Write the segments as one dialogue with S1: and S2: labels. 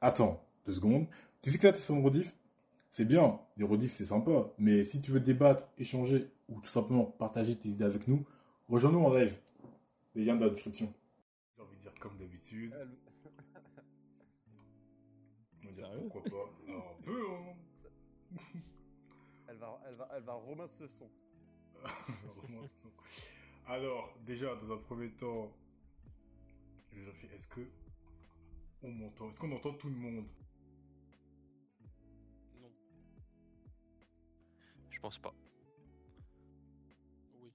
S1: attends, deux secondes. Tu sais que là, t'es sans rediff C'est bien, les rediffs, c'est sympa. Mais si tu veux débattre, échanger ou tout simplement partager tes idées avec nous, rejoins-nous en live. Les liens dans la description.
S2: J'ai envie de dire comme d'habitude. On va dire pourquoi pas. Alors, on peut, hein.
S3: Elle va, elle va, elle va romancer ce son.
S2: Vraiment, c'est ça. Alors, déjà, dans un premier temps, je vérifie, est-ce que on m'entend Est-ce qu'on entend tout le monde
S4: Non.
S5: Je pense pas.
S4: Oui.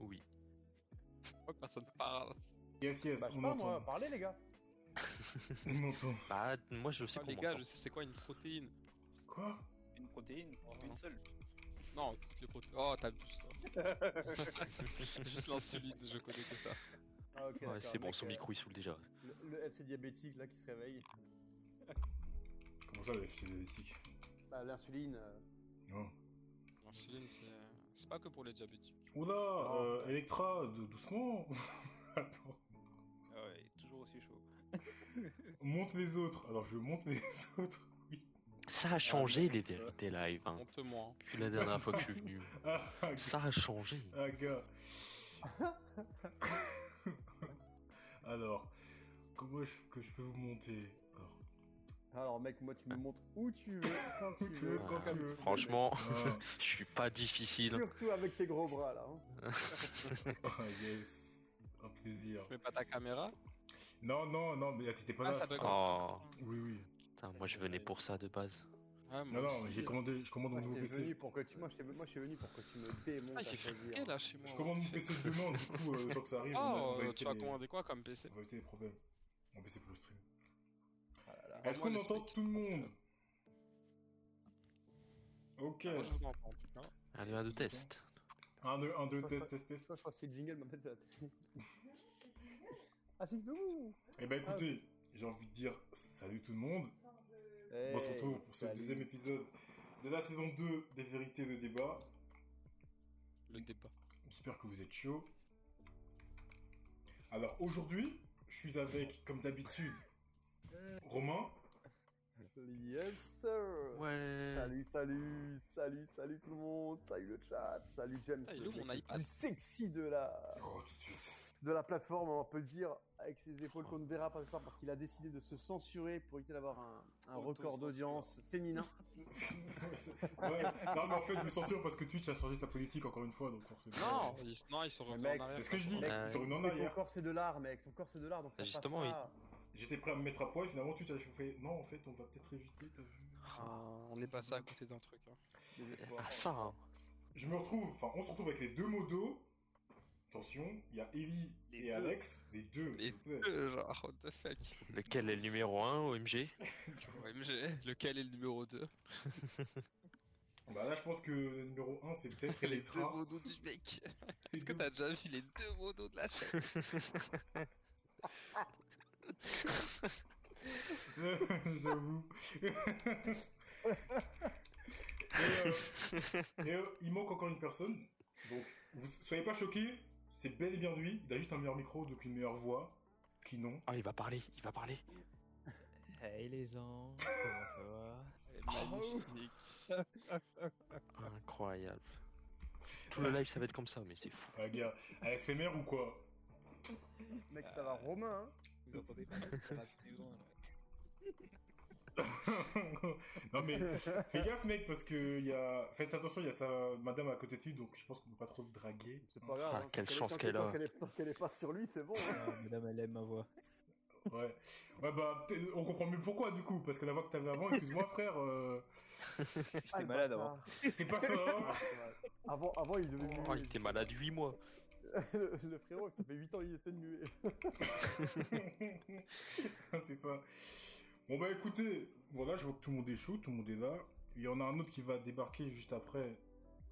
S5: Oui.
S4: Pourquoi personne parle
S2: Yes, yes,
S3: Bah, je sais
S2: on
S3: pas,
S2: entend.
S3: moi, parlez les gars.
S2: On entend.
S5: Bah, moi je sais
S4: Ah,
S5: qu'on
S4: les gars,
S5: m'entend.
S4: je sais c'est quoi une protéine
S2: Quoi
S6: Une protéine Une seule
S4: Non, toutes les protéines. Oh, t'abuses, toi. Juste l'insuline, je connais que ça.
S3: Ah, ok,
S5: Ouais,
S3: d'accord,
S5: c'est bon,
S3: mec,
S5: son
S3: euh,
S5: micro il saoule déjà.
S3: Le, le FC diabétique là qui se réveille.
S2: Comment ça, le FC diabétique
S3: Bah, l'insuline. euh,
S2: Oh.
S4: L'insuline, c'est- c'est pas que pour les diabétiques.
S2: Oula, euh,
S3: c'est-
S2: Electra, d- doucement Attends.
S6: Ah ouais, toujours aussi chaud.
S2: Monte les autres. Alors, je monte les autres.
S5: Ça a changé les vérités live, hein.
S4: Monte-moi.
S5: Depuis la dernière fois que je suis venu.
S2: Ah, ah, gars.
S5: Ça a changé.
S2: Ah, gars. Alors, comment je, que je peux vous monter Alors,
S3: Alors, mec, moi, tu me montres où tu veux, quand tu
S2: tu
S3: veux,
S2: veux, quand
S3: comme
S2: tu
S3: tu
S2: veux.
S3: veux,
S5: Ah. Franchement,
S2: ah,
S5: je suis pas
S3: mec.
S5: difficile.
S3: Surtout avec tes gros bras là. hein.
S2: ah, yes. Un plaisir.
S4: Tu mets pas ta caméra
S2: Non, non, non, mais t'étais pas
S4: Ah,
S2: là.
S4: ça
S2: putain.
S4: bug.
S5: Oh,
S2: Oui, oui.
S5: putain, moi je venais pour ça de base.
S4: Ouais,
S2: Non,
S4: moi
S2: non,
S4: aussi.
S2: j'ai commandé, je commande mon
S3: Moi, je
S2: nouveau
S3: t'ai Ah, venu
S2: PC.
S3: pour que tu, moi, je t'ai- moi, je suis venu pour que tu me démontes
S4: Ah,
S3: à
S4: j'ai
S3: choisir.
S4: craqué là chez moi.
S2: Je commande mon
S4: J'ai-
S2: PC de demain, du coup, euh, tant que ça arrive,
S4: Ah,
S2: on, va, on va
S4: euh,
S2: éviter
S4: tu vas
S2: les,
S4: commander quoi comme PC
S2: on va éviter les problèmes. Mon PC pour le stream.
S3: Ah là là.
S2: Est-ce
S4: Moi,
S2: qu'on
S4: le
S2: entend
S4: speak.
S2: tout le monde Ok.
S4: Ah, Moi, je vous entends. putain.
S5: Allez, un de test.
S2: Un, deux, un, deux,
S3: Toi,
S2: test,
S3: toi-
S2: test, test.
S3: Toi, je crois que c'est le jingle, mais en fait, c'est la télé. ah, c'est nous
S2: Eh ben écoutez, j'ai envie de dire salut tout le monde. on
S3: Eh,
S2: se retrouve pour ce deuxième épisode de la saison 2 des vérités de débat.
S4: Le débat.
S2: J'espère que vous êtes chaud. Alors aujourd'hui, je suis avec, comme d'habitude, Romain.
S3: Yes, sir
S5: Ouais.
S3: Salut, salut, salut, salut tout le monde, salut le chat, salut James,
S4: Ah, il
S3: le
S4: ouvre
S3: mec
S4: mon
S3: le
S4: iPad.
S3: plus sexy de la,
S2: Oh, tout de suite.
S3: de la plateforme, hein, on peut le dire, avec ses épaules qu'on ne verra pas ce soir parce qu'il a décidé de se censurer pour éviter d'avoir un, un record
S6: Auto-censure.
S3: d'audience féminin.
S2: ouais, non, mais en fait, je me censure parce que Twitch a changé sa politique encore une fois, donc forcément.
S4: Non, ils, non, ils sont revenus
S3: mec,
S4: en arrière.
S2: C'est ce que je dis,
S3: Mec,
S2: ils sont revenus en
S3: Mais ton
S2: arrière.
S3: corps c'est de l'art mec, ton corps c'est de l'art donc ça
S5: Ah, Justement,
S3: passera.
S2: J'étais prêt à me mettre à poids et finalement Twitch a fait non, en fait, on va peut-être éviter, t'as vu
S4: Ah, on est passé à côté d'un truc. hein.
S5: Ah, ça, hein.
S2: Je me retrouve, enfin, on se retrouve avec les deux modos. Attention, il y a Ellie
S6: Les
S2: et
S6: deux.
S2: Alex, les deux,
S5: Les
S2: s'il vous plaît.
S4: Euh, Genre, what the fuck
S5: Lequel est le numéro 1 OMG
S4: OMG, lequel est le numéro 2
S2: Bah là, je pense que le numéro 1, c'est peut-être
S4: Les deux
S2: Electra.
S4: modos du mec
S2: Les
S4: Est-ce que
S2: deux-
S4: t'as déjà vu les deux modos de la chaîne
S2: J'avoue. et euh, et, euh, il manque encore une personne. Donc, vous soyez pas choqués, c'est bel et bien lui. Il a juste un meilleur micro, donc une meilleure voix. Qui non.
S5: Ah, il va parler, il va parler.
S6: Hey les gens, comment ça va
S2: Ah,
S4: Magnifique
S5: Incroyable. Tout le live ça va être comme ça, mais c'est fou.
S2: Ah, gars, ASMR ou quoi
S3: Mec ça va Romain hein
S6: Vous entendez pas Ça va très loin. ouais.
S2: Non, mais fais gaffe, mec, parce que il y a. Faites attention, il y a sa madame à côté de lui, donc je pense qu'on peut pas trop le draguer.
S3: C'est pas grave.
S5: Ah,
S3: hein,
S5: quelle
S3: tant
S5: chance
S3: tant
S5: qu'elle a.
S3: tant est- Tant qu'elle est pas sur lui c'est bon. hein.
S6: Ah, madame, elle aime ma voix.
S2: Ouais. Ouais, bah, peut- on comprend mieux pourquoi, du coup, parce que la voix que t'avais avant, excuse-moi, frère, euh,
S3: Ah,
S6: J'étais
S3: le
S6: malade
S3: bâtard.
S6: avant.
S2: c'était pas ça. hein.
S3: Avant, avant, il devait
S5: Oh, il était malade 8 mois.
S3: le, le frérot, ça fait 8 ans, il essaie de muer.
S2: c'est ça. Bon bah écoutez, voilà, je vois que tout le monde est chaud, tout le monde est là. Il y en a un autre qui va débarquer juste après,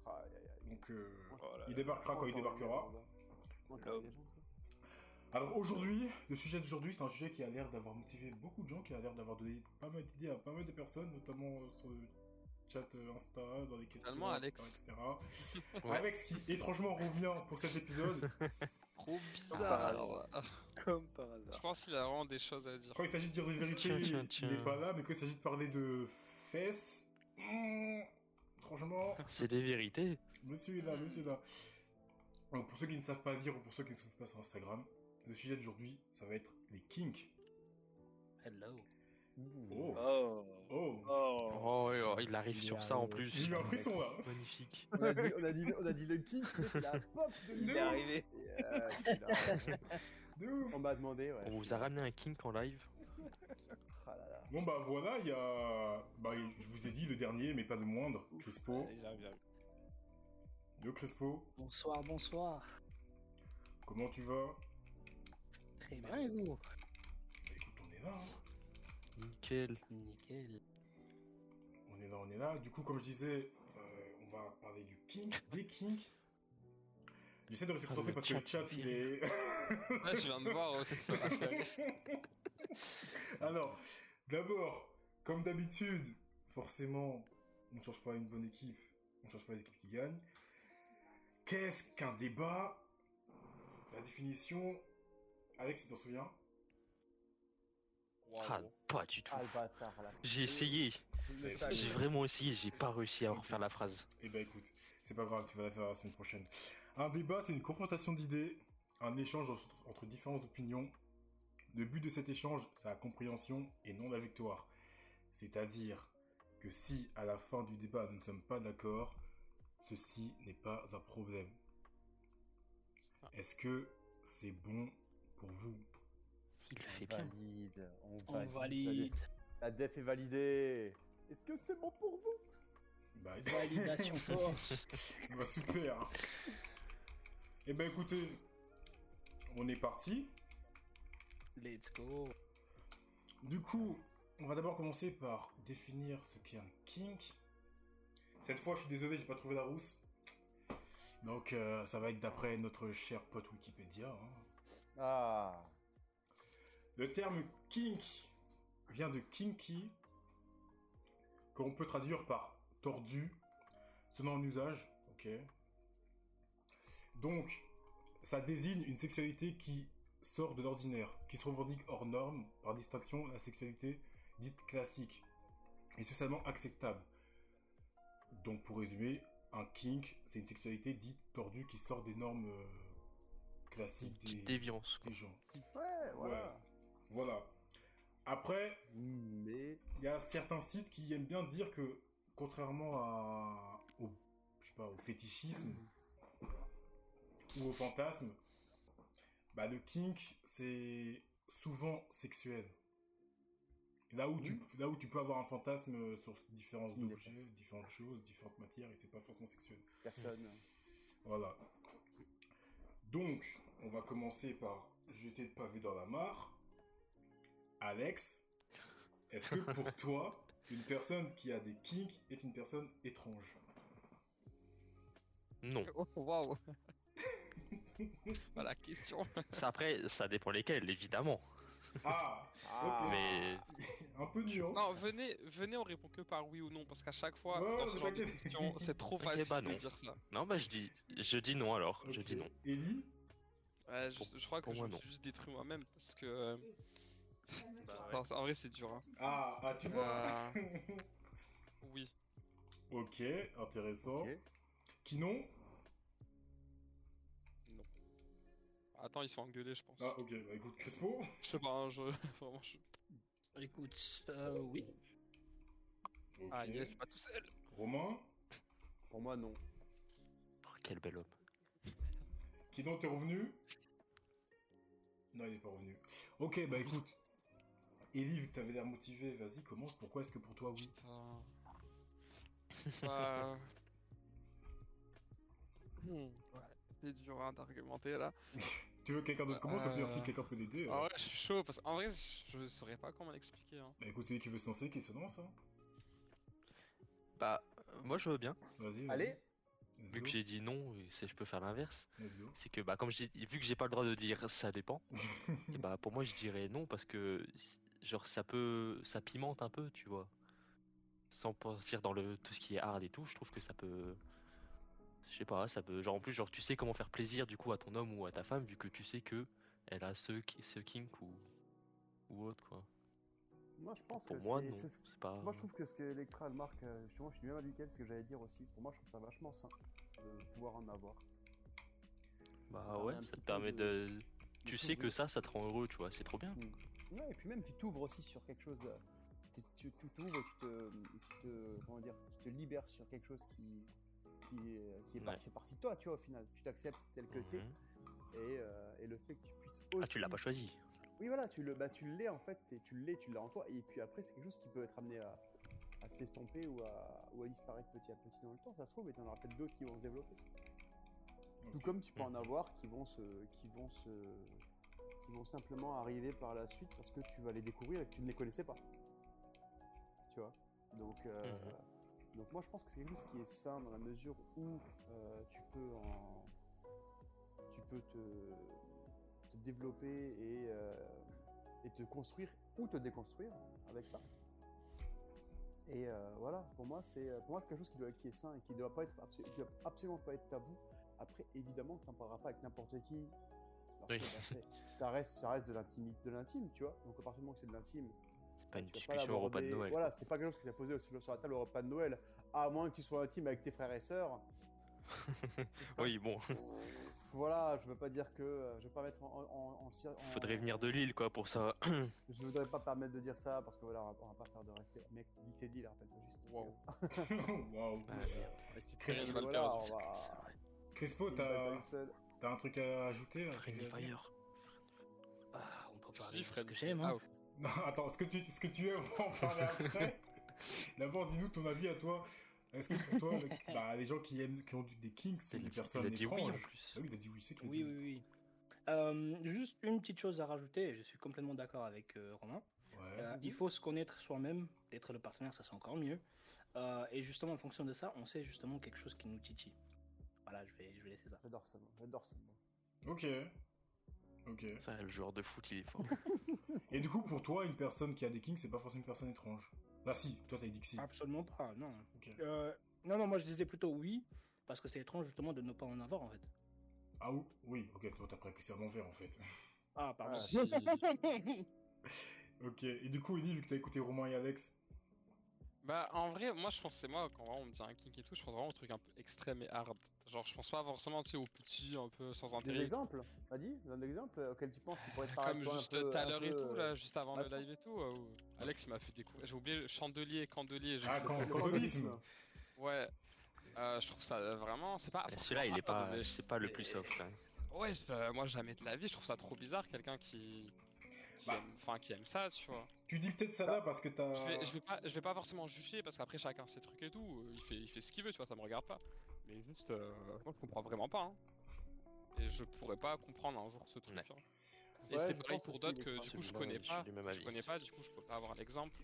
S3: Ah, aïe, aïe, aïe.
S2: donc euh,
S6: Oh là
S2: il
S6: là.
S2: débarquera quand il
S3: Encore
S2: débarquera.
S3: des gens, encore
S6: L'homme.
S3: des gens.
S2: Alors aujourd'hui, le sujet d'aujourd'hui, c'est un sujet qui a l'air d'avoir motivé beaucoup de gens, qui a l'air d'avoir donné pas mal d'idées à pas mal de personnes, notamment euh, sur le chat euh, Insta, dans les questions,
S4: Finalement, Alex.
S2: etc. etc.
S5: Ouais.
S2: Alex qui étrangement revient pour cet épisode.
S4: Trop
S7: hasard.
S4: bizarre.
S7: Comme par
S4: Ah, Je
S7: hasard.
S4: pense qu'il a vraiment des choses à dire.
S2: Quand il s'agit de dire des vérités,
S5: Tiens, tiens,
S2: il-
S5: tiens.
S2: il n'est pas là, mais quand il s'agit de parler de fesses, hmm, franchement,
S5: C'est des vérités.
S2: monsieur est là, monsieur est là. Donc, pour ceux qui ne savent pas lire ou pour ceux qui ne suivent pas sur Instagram, le sujet d'aujourd'hui, ça va être les kinks.
S5: Hello.
S2: Oh,
S7: Oh.
S2: oh,
S7: Oh.
S5: Oh, ouais, oh, il arrive
S6: Il
S5: sur
S6: arrive.
S5: ça en plus.
S2: j'ai eu un frisson là.
S5: Magnifique.
S3: On a dit, on a dit, on a dit le king, il a un pop de
S7: Il est
S3: ouf.
S7: arrivé.
S3: Et, euh, putain,
S2: De ouf.
S3: on m'a demandé, ouais.
S5: On vous a ramené un kink en live.
S3: Ah là là.
S2: Bon bah voilà, il y a... Bah, je vous ai dit le dernier, mais pas le moindre, Crispo.
S7: Allez, j'arrive, j'arrive.
S2: Le Crispo,
S8: Bonsoir, bonsoir.
S2: comment tu vas
S8: Très bien, et vous
S2: Bah, écoute, on est là, hein.
S5: Nickel.
S8: Nickel.
S2: on est là, on est là. Du coup, comme je disais, euh, on va parler du kink, des kinks. J'essaie de rester
S5: Ah, le
S2: concentré parce que le chat,
S5: chat, il
S2: il est...
S4: Ouais, je viens de voir aussi. ça m'a fait rire.
S2: Alors, d'abord, comme d'habitude, forcément, on ne change pas une bonne équipe, on ne change pas les équipes qui gagnent. Qu'est-ce qu'un débat La définition... Alex, tu t'en souviens
S5: Ah, pas du tout.
S3: Ah, le bâtard, là.
S5: J'ai essayé.
S3: Le
S2: J'ai
S3: tag.
S5: J'ai vraiment essayé. J'ai pas réussi à refaire la phrase.
S2: Eh ben écoute, c'est pas grave, tu vas la faire la semaine prochaine. Un débat, c'est une confrontation d'idées, un échange entre- entre différentes opinions. Le but de cet échange, c'est la compréhension et non la victoire. C'est-à-dire que si à la fin du débat nous ne sommes pas d'accord, ceci n'est pas un problème. Est-ce que c'est bon pour vous
S5: Il le fait
S3: On
S5: bien.
S3: valide, on
S8: On
S3: valide.
S8: valide.
S3: La def, la def est validée. Est-ce que c'est bon pour vous
S2: Bah,
S8: Validation force.
S2: Bah super Eh ben écoutez, on est parti.
S8: Let's go.
S2: Du coup, on va d'abord commencer par définir ce qu'est un kink. Cette fois, je suis désolé, j'ai pas trouvé la rousse. Donc, euh, ça va être d'après notre cher pote Wikipédia. hein.
S3: Ah,
S2: Le terme kink vient de kinky, qu'on peut traduire par tordu, selon en usage. Ok. Donc, ça désigne une sexualité qui sort de l'ordinaire, qui se revendique hors norme, par distraction, la sexualité dite classique, et socialement acceptable. Donc, pour résumer, un kink, c'est une sexualité dite tordue qui sort des normes euh, classiques
S5: Petite
S2: des,
S5: déviance. quoi.
S2: des gens.
S3: ouais, Eh, voilà.
S2: Ouais. Voilà. Après,
S3: Mais.
S2: il y a certains sites qui aiment bien dire que, contrairement à, au, je sais pas, au fétichisme ou au fantasme, bah, le kink, c'est souvent sexuel. Là où, tu, là où tu peux avoir un fantasme sur différents
S3: Il l'est
S2: objets, différentes choses, différentes matières, et c'est pas forcément sexuel.
S3: Personne.
S2: Voilà. Donc, on va commencer par jeter le pavé dans la mare. Alex, est-ce que pour toi, une personne qui a des kinks est une personne étrange
S5: Non.
S7: Oh, waouh.
S4: Bah, la question.
S5: Ça, après, ça dépend lesquels, évidemment.
S2: Ah
S3: Ah,
S5: Mais
S2: Un peu de nuance.
S4: Non, venez, venez, on répond que par oui ou non, parce qu'à chaque fois,
S2: Ouais,
S4: dans
S2: mais
S4: ce genre de
S2: t'inquiète.
S4: questions, c'est trop
S5: Ok,
S4: facile
S5: bah
S4: de
S5: non.
S4: dire ça.
S5: non, bah je dis, je dis non alors. Je
S2: Ok.
S5: dis non.
S2: Ellie
S4: Ouais, je,
S5: Pour-
S4: je crois que
S5: pour
S4: je
S5: moi,
S4: me
S5: non.
S4: suis juste détruit moi-même, parce que... euh,
S5: Bah
S4: enfin, en vrai, c'est dur. hein.
S2: Ah, ah, tu vois
S4: Euh, Oui.
S2: Ok, intéressant.
S3: ok.
S2: Kinon
S4: Attends, ils sont engueulés, je pense.
S2: Ah, ok, bah écoute, Crespo
S4: Je sais pas, hein, je... vraiment, je...
S8: Écoute, euh, oui.
S2: Ok.
S4: Ah, yes, je suis pas tout seul.
S2: Romain
S3: Pour moi, non.
S5: Oh, quel bel homme.
S2: Kinon, t'es revenu Non, il n'est pas revenu. Ok, bah écoute. Ellie, vu que t'avais l'air motivé, vas-y, commence. Pourquoi est-ce que pour toi, oui
S4: Putain. Bah... Hmm, ouais, c'est dur hein, d'argumenter là.
S2: Tu veux que quelqu'un d'autre commence Ou bien
S4: Euh,
S2: si quelqu'un peut l'aider euh,
S4: Ah ouais, je suis chaud parce qu'en vrai, je- je saurais pas comment l'expliquer. Hein.
S2: bah, écoute, celui qui veut se lancer, qui se lance. hein.
S5: Bah, euh, moi je veux bien.
S2: Vas-y, vas-y.
S3: Allez,
S2: Let's
S5: Vu
S2: go,
S5: que j'ai dit non, et c'est- je peux faire l'inverse.
S2: let's go.
S5: C'est que, bah, comme j'ai vu que j'ai pas le droit de dire ça dépend, et bah, pour moi je dirais non parce que, genre, ça peut. Ça pimente un peu, tu vois. Sans partir dans le tout ce qui est hard et tout, je trouve que ça peut. Je sais pas, ça peut. Genre en plus, genre tu sais comment faire plaisir du coup à ton homme ou à ta femme vu que tu sais que elle a ce, ki- ce kink ou, ou autre quoi.
S3: Moi, je pense
S5: Pour
S3: que
S5: moi,
S3: c'est-
S5: non.
S3: c'est ce-
S5: C'est pas.
S3: Moi, je trouve que ce que Electra elle marque, euh, justement, je suis bien avec elle, ce que j'allais dire aussi. Pour moi, je trouve ça vachement sain de pouvoir en avoir. Ça
S5: Bah
S3: permet
S5: ouais,
S3: un
S5: ça
S3: petit
S5: te
S3: peu
S5: permet de. Tu sais que
S3: t'ouvrir.
S5: ça, ça te rend heureux, tu vois. C'est trop bien.
S3: Mm. Ouais, et puis même, tu t'ouvres aussi sur quelque chose. euh, Tu tu- tu t'ouvres, tu te, tu te- Comment dire Tu te libères sur quelque chose qui. Qui est, qui est par-
S5: Ouais.
S3: qui fait partie de toi, tu vois, au final. Tu t'acceptes tel que t'es.
S5: Mhm.
S3: Et, euh, et le fait que tu puisses aussi.
S5: Ah, tu l'as pas choisi.
S3: Oui, voilà, tu le, bah, tu l'es en fait, et tu l'es, tu l'as en toi, et puis après, c'est quelque chose qui peut être amené à, à s'estomper ou à, ou à disparaître petit à petit dans le temps, ça se trouve, et t'en auras peut-être d'autres qui vont se développer. Tout
S2: Ok.
S3: comme tu peux en
S5: Mhm.
S3: avoir qui vont se, qui vont se, qui vont simplement arriver par la suite parce que tu vas les découvrir et que tu ne les connaissais pas. Tu vois. Donc, euh, donc moi, je pense que c'est quelque chose qui est sain dans la mesure où euh, tu peux en, tu peux te, te développer et, euh, et te construire ou te déconstruire avec ça. Et euh, voilà, pour moi, c'est euh, pour moi c'est quelque chose qui, doit, qui est sain et qui ne doit pas être abso- qui doit absolument pas être tabou. Après, évidemment, tu n'en parleras pas avec n'importe qui. parce que,
S5: Oui.
S3: bah, c'est- ça reste, ça reste de l'intime, de l'intime, tu vois. Donc à partir du moment que c'est de l'intime,
S5: C'est pas une
S3: Bah, tu vas
S5: discussion au repas de
S3: l'aborder-
S5: Noël.
S3: Voilà, c'est pas quelque chose que tu as posé aussi sur la table au repas de Noël, à moins que tu sois intime avec tes frères et sœurs.
S5: Oui, bon,
S3: Voilà, je veux pas dire que euh, je veux pas mettre en, en, en- en-
S5: faudrait venir de Lille quoi pour ça.
S3: Je voudrais pas permettre de dire ça parce que voilà, on va, on va pas faire de respect. Mec, dit Teddy, là, rappelle-toi juste.
S2: Wow. Oh, Waouh.
S5: Ah,
S2: Chris-
S4: Rien de
S3: Et
S4: mal
S3: voilà,
S4: perdre,
S3: on va-
S4: c'est vrai.
S2: Crespo,
S3: une bataille
S2: t'as
S3: seule.
S2: t'as un truc à ajouter un truc à
S5: Friendly
S2: dire
S5: Fire.
S8: Ah, on peut
S4: Je
S8: parler
S4: dis,
S8: de ce
S4: Fred.
S8: que j'aime.
S4: Ah,
S8: Hein.
S4: ok.
S2: Non, attends, ce que tu, ce que tu aimes, on va en parler après. D'abord, dis-nous ton avis à toi. Est-ce que pour toi, le- bah, les gens qui aiment, qui ont du- des kinks sont
S5: Il
S2: des
S5: a dit-
S2: personnes
S5: il a dit oui en
S2: étranges
S5: plus.
S2: Ah oui, il a dit oui, c'est qu'il a
S8: Oui,
S2: dit
S8: oui, oui. Euh, juste une petite chose à rajouter, je suis complètement d'accord avec euh, Romain.
S2: Ouais.
S8: Euh, il faut se connaître soi-même, d'être le partenaire, ça c'est encore mieux. Euh, et justement, en fonction de ça, on sait justement quelque chose qui nous titille. Voilà, je vais, je vais laisser ça.
S3: J'adore ça, moi. J'adore ça, moi.
S2: Ok. Ok.
S5: Ça, le joueur de foot, il est fort.
S2: Et du coup, pour toi, une personne qui a des kinks, c'est pas forcément une personne étrange. Là, si, toi, t'as dit que si.
S3: Ah.
S8: Absolument pas, non.
S2: Ok.
S8: Euh, non, non, moi je disais plutôt oui, parce que c'est étrange justement de ne pas en avoir en fait.
S2: Ah ou- oui, ok, toi, t'as pris que c'est un envers en fait.
S8: Ah, pardon.
S4: si.
S2: ok. Et du coup, Ellie, vu que t'as écouté Romain et Alex,
S4: Bah, en vrai, moi, je pense que c'est moi, quand vraiment on me dit un kink et tout, je pense vraiment au truc un peu extrême et hard. Genre, je pense pas forcément, tu sais, au petit, un peu sans
S3: Des
S4: intérêt.
S3: exemples Vas-y, donne des exemples auxquels tu penses qui pourraient être
S4: Comme juste tout à l'heure et tout,
S3: euh,
S4: là, juste avant le
S3: absent.
S4: live et tout, euh, où Alex il m'a fait découvrir. J'ai oublié le chandelier, candelier, je
S2: Ah,
S4: sais
S2: quand-
S4: plus.
S2: quand- Candonisme.
S4: Ouais. Euh, je trouve ça euh, vraiment, c'est pas.
S5: Mais Ah, Celui-là, il est
S4: hard,
S5: pas,
S4: mais-
S5: c'est pas le plus
S4: mais-
S5: soft. hein.
S4: Ouais, je- moi jamais de la vie, je trouve ça trop bizarre, quelqu'un qui. qui
S2: Bah.
S4: aime- Enfin, qui aime ça, tu vois.
S2: tu dis peut-être ça là
S3: Bah,
S2: parce que t'as.
S4: Je vais,
S3: Euh,
S4: je vais pas, je vais pas forcément juger parce qu'après chacun ses trucs et tout. euh, Il fait, il fait ce qu'il veut, tu vois, ça me regarde pas. Mais juste, euh, moi je comprends vraiment pas. hein. Et je pourrais pas comprendre un jour ce truc.
S5: Ouais.
S4: hein. Et
S3: Ouais, je
S4: c'est pareil
S3: pense
S4: pour
S3: aussi
S4: d'autres
S3: qu'il
S4: que
S3: est
S4: du coup je
S5: absolument-
S4: connais
S5: je suis
S4: pas.
S5: du même
S4: Je
S5: avis.
S4: connais pas, du coup je peux pas avoir l'exemple.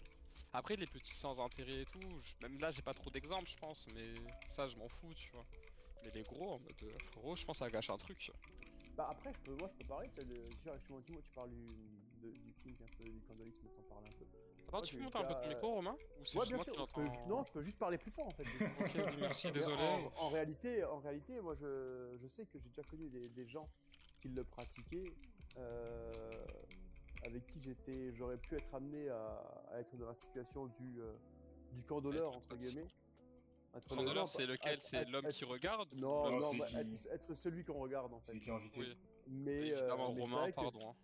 S4: Après les petits sans intérêt et tout, je- même là j'ai pas trop d'exemples je pense, mais ça je m'en fous, tu vois. Mais les gros en mode euh, frérot, je pense que ça gâche un truc.
S3: Bah après, je peux, moi, je peux parler. t'as de- Tu vois, justement, tu, tu parles du, de- du kink, un peu, du candolisme, t'en parles un peu.
S4: Attends,
S3: Moi,
S4: tu
S3: j'ai
S4: peux
S3: eu
S4: monter un
S3: le
S4: peu
S3: cas,
S4: ton
S3: euh,
S4: micro Romain Ou c'est
S3: Ouais,
S4: juste
S3: bien
S4: moi
S3: sûr.
S4: qui
S3: je peux-
S4: l'entends
S3: non, je peux juste parler plus fort en fait.
S4: Ok, oui, merci,
S3: Mais oh.
S4: désolé.
S3: En, en réalité, en réalité, moi je, je sais que j'ai déjà connu des, des gens qui le pratiquaient, euh, avec qui j'étais, j'aurais pu être amené à, à être dans la situation du euh, du candoleur
S4: Être
S3: entre guillemets. Être le- non,
S4: Chandelier,
S3: pas-
S4: c'est lequel
S3: être-
S4: C'est
S3: être-
S4: l'homme
S3: être-
S4: qui regarde ou
S3: Non,
S4: l'homme
S3: non,
S2: c'est
S3: bah,
S2: qui-
S3: être, être celui qu'on regarde en fait.
S2: Celui qui est invité.
S4: Oui,
S3: Mais, euh,
S4: évidemment,
S3: mais c'est
S4: Romain,
S3: vrai que
S4: pardon. hein.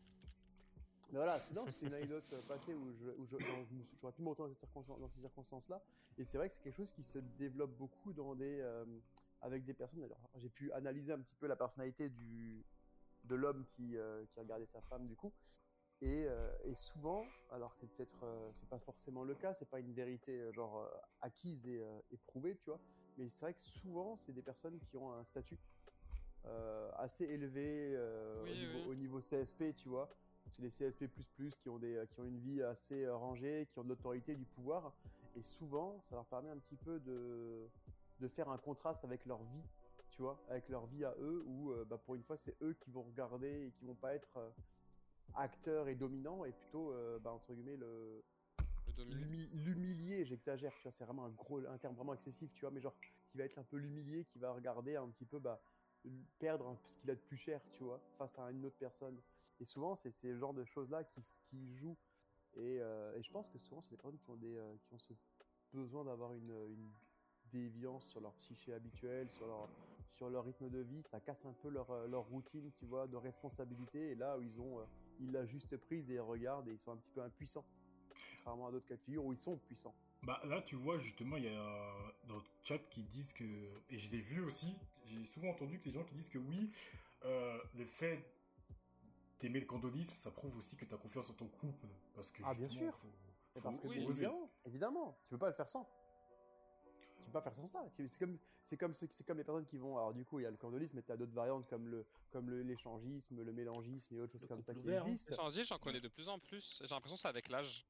S3: mais voilà, c'est- non, c'était une anecdote euh, passée où je, où je- dont je me suis- j'aurais pu me retrouver dans ces circonstan- dans ces circonstances-là. Et c'est vrai que c'est quelque chose qui se développe beaucoup dans des, euh, avec des personnes. Alors, j'ai pu analyser un petit peu la personnalité du, de l'homme qui, euh, qui regardait sa femme, du coup. Et, euh, et souvent, alors c'est peut-être, euh, c'est pas forcément le cas, c'est pas une vérité euh, genre euh, acquise et euh, éprouvée, tu vois. Mais c'est vrai que souvent, c'est des personnes qui ont un statut euh, assez élevé euh,
S4: Oui,
S3: au, niveau,
S4: oui.
S3: au niveau CSP, tu vois. C'est les CSP++ qui ont des, qui ont une vie assez euh, rangée, qui ont de l'autorité, du pouvoir, et souvent, ça leur permet un petit peu de de faire un contraste avec leur vie, tu vois, avec leur vie à eux, où euh, bah, pour une fois, c'est eux qui vont regarder et qui vont pas être euh, acteurs et dominants, et plutôt euh, bah, entre guillemets le
S4: Le Dominique.
S3: l'humi- l'humilier. J'exagère, tu vois, c'est vraiment un gros un terme vraiment excessif, tu vois, mais genre qui va être un peu l'humilié, qui va regarder un petit peu bah, l- perdre un- ce qu'il a de plus cher, tu vois, face à une autre personne. Et souvent, c'est c'est ce genre de choses-là qui, qui jouent. Et, euh, et je pense que souvent, c'est des personnes qui ont, des, euh, qui ont ce besoin d'avoir une, une déviance sur leur psyché habituelle, sur leur, sur leur rythme de vie. Ça casse un peu leur, euh, leur routine, tu vois, de responsabilité. Et là où ils ont, euh, ils la juste prise et ils regardent et ils sont un petit peu impuissants. Contrairement à d'autres cas de figure où ils sont puissants.
S2: Bah là, tu vois, justement, il y a euh, dans le chat qui disent que, et je l'ai vu aussi, j'ai souvent entendu que les gens qui disent que oui, euh, le fait d'aimer le candonisme, ça prouve aussi que tu as confiance en ton couple. Parce que
S3: Ah, bien
S2: justement,
S3: sûr.
S2: faut-
S3: Et
S2: faut-
S3: parce que
S2: faut
S4: oui,
S3: c'est-
S2: oser.
S3: évidemment, évidemment, tu peux pas le faire sans. Tu peux pas faire sans ça. C'est c'est comme, c'est comme, ceux qui- c'est comme les personnes qui vont. Alors du coup, il y a le cordolisme, mais tu as d'autres variantes comme le, comme le- l'échangisme, le mélangisme et autres choses
S8: Le
S3: comme ça
S8: couple
S3: qui
S8: ouvert, hein.
S3: existent.
S4: J'en dis, j'en connais de plus en plus. J'ai l'impression que c'est avec l'âge.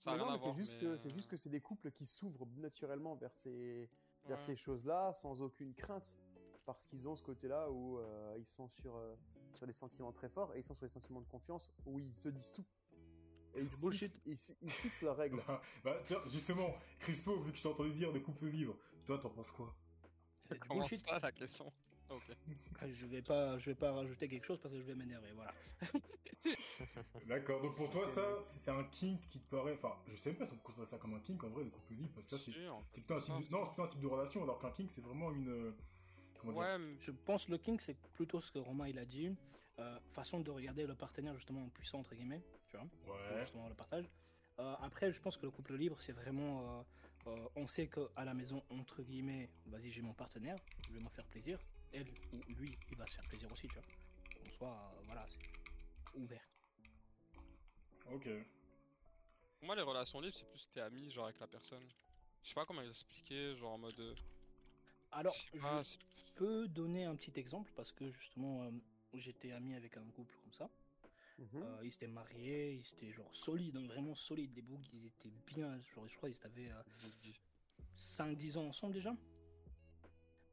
S4: Ça a
S3: Mais non,
S4: rien à
S3: mais
S4: voir.
S3: c'est juste,
S4: mais,
S3: que- c'est juste
S4: euh,
S3: que c'est des couples qui s'ouvrent naturellement vers ces, vers
S4: ouais.
S3: ces choses-là sans aucune crainte. Parce qu'ils ont ce côté-là où euh, ils sont sur, euh, sur des sentiments très forts et ils sont sur des sentiments de confiance où ils se disent tout. Et ils, se
S8: Bullshit.
S3: fixent- ils se- ils se fixent leurs règles.
S2: Bah, bah, tiens, justement, Crispo, vu que je t'ai entendu dire de couple libre, toi, t'en penses quoi
S8: Euh, du
S4: Comment
S8: bullshit.
S4: ça, la question Ok.
S8: Ah, Je vais pas, je vais pas rajouter quelque chose parce que je vais m'énerver. Voilà.
S2: D'accord, donc pour toi, ça, c'est c'est un kink qui te paraît. Enfin, je sais même pas si on considère ça comme un kink en vrai, le couple libre, parce que ça, c'est
S4: Si, on
S2: c'est plutôt
S4: peut
S2: un
S4: dire ça.
S2: type de... Non, c'est plutôt un type de relation, alors qu'un kink, c'est vraiment une. euh, Comment dire
S4: Ouais, mais-
S8: Je pense le king, c'est plutôt ce que Romain il a dit, euh, façon de regarder le partenaire justement en puissant entre guillemets, tu vois,
S2: Ouais.
S8: justement le partage. Euh, après, je pense que le couple libre, c'est vraiment, euh, euh, on sait que à la maison entre guillemets, vas-y j'ai mon partenaire, je vais m'en faire plaisir, elle ou lui, il va se faire plaisir aussi, tu vois. En soi, euh, voilà, c'est ouvert.
S2: Ok.
S4: Pour moi, les relations libres, c'est plus t'es ami, genre avec la personne. Je sais pas comment expliquer, genre en mode. euh,
S8: Alors,
S4: je sais
S8: je
S4: pas, c'est-
S8: peux donner un petit exemple parce que justement, euh, j'étais ami avec un couple comme ça.
S3: Mhm.
S8: Euh, ils s'étaient mariés, ils étaient genre solides, hein, vraiment solides. Les bougs, ils étaient bien. Genre, je crois qu'ils avaient euh, 5-10 ans ensemble déjà.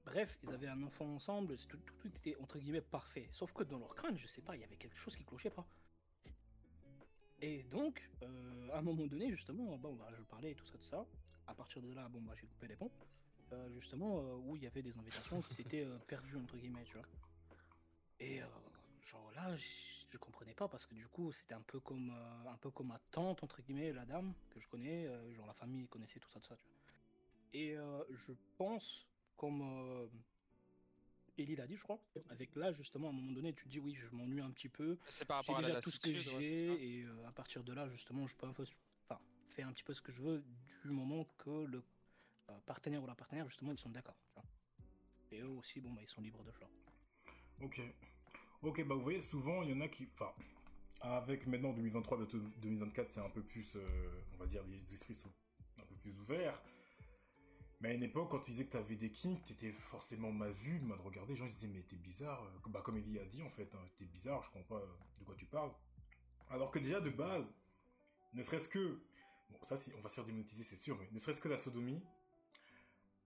S8: Bref, ils avaient un enfant ensemble, c'est tout, tout- tout était entre guillemets parfait. Sauf que dans leur crâne, je sais pas, il y avait quelque chose qui clochait pas. Et donc, euh, à un moment donné, justement, bon, bah, je parlais et tout ça, tout ça. À partir de là, bon, bah, j'ai coupé les ponts. Euh, justement, euh, où il y avait des invitations qui s'étaient euh, perdues, entre guillemets, tu vois. Et euh, genre là, j- je comprenais pas parce que du coup, c'était un peu comme euh, un peu comme ma tante entre guillemets, la dame que je connais, euh, genre la famille connaissait tout ça, tout ça. Tu vois. Et euh, je pense, comme euh, Ellie l'a dit, je crois, avec là justement, à un moment donné, tu te dis oui, je m'ennuie un petit peu,
S4: C'est par
S8: j'ai
S4: rapport à la
S8: déjà tout ce que
S4: lassitude, ouais,
S8: j'ai
S4: c'est ça.
S8: et euh, à partir de là, justement, je peux un peu- enfin faire un petit peu ce que je veux du moment que le euh, partenaire ou la partenaire justement ils sont d'accord. tu vois. Et eux aussi, bon bah ils sont libres de choix.
S2: Ok. Ok, bah vous voyez, souvent, il y en a qui... Enfin, avec maintenant 2023, bientôt 2024, c'est un peu plus... euh, on va dire, les esprits sont un peu plus ouverts. Mais à une époque, quand tu disais que t'avais des kinks, t'étais forcément mal vu, mal regardé. Les gens ils disaient, mais t'es bizarre. euh, Bah, comme Ellie a dit, en fait, hein, t'es bizarre, je comprends pas euh, de quoi tu parles. Alors que déjà, de base, ne serait-ce que... Bon, ça, c'est- on va se faire démonétiser, c'est sûr, mais ne serait-ce que la sodomie,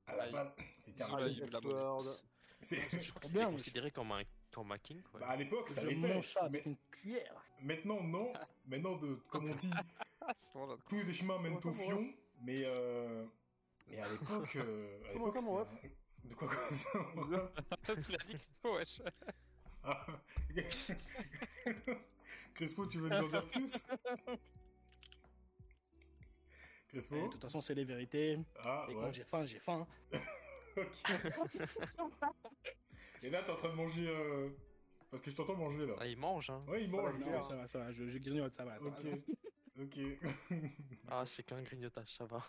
S2: à la
S4: Ah,
S2: base, c'était un...
S4: Ah,
S3: Magic
S4: il me l'a volé.
S3: Sword.
S2: c'est-
S5: Je crois que
S8: Bien,
S5: c'était
S8: mais-
S5: considéré comme un, comme un kink. ouais.
S2: Bah, à l'époque, ça
S8: je
S2: l'était.
S8: mange ça
S2: mais-
S8: avec une cuillère.
S2: Maintenant, non. Maintenant, de, comme on dit,
S4: Ah, C'est vraiment la-
S2: tous les chemins mènent au
S3: Comment ça, mon
S2: fion. Mais, euh, mais à l'époque. euh, à
S3: Comment
S2: l'époque,
S3: ça, mon
S2: c'était un- De quoi comment ça, mon ref
S4: Il a dit que- wesh.
S2: Ah, Crespo, tu veux nous en dire plus Crespo
S8: Eh, De toute façon, c'est les vérités.
S2: Ah,
S8: Et
S2: ouais.
S8: quand j'ai faim, j'ai faim.
S2: ok. Et là, t'es en train de manger. euh, Parce que je t'entends manger là.
S5: Ah, il mange, hein.
S2: Ouais, il mange.
S8: Non, ça va, ça va, je, je grignote, ça va. Ça
S2: Ah, Ok. Ok.
S8: va.
S5: Ah, c'est qu'un grignotage, ça va.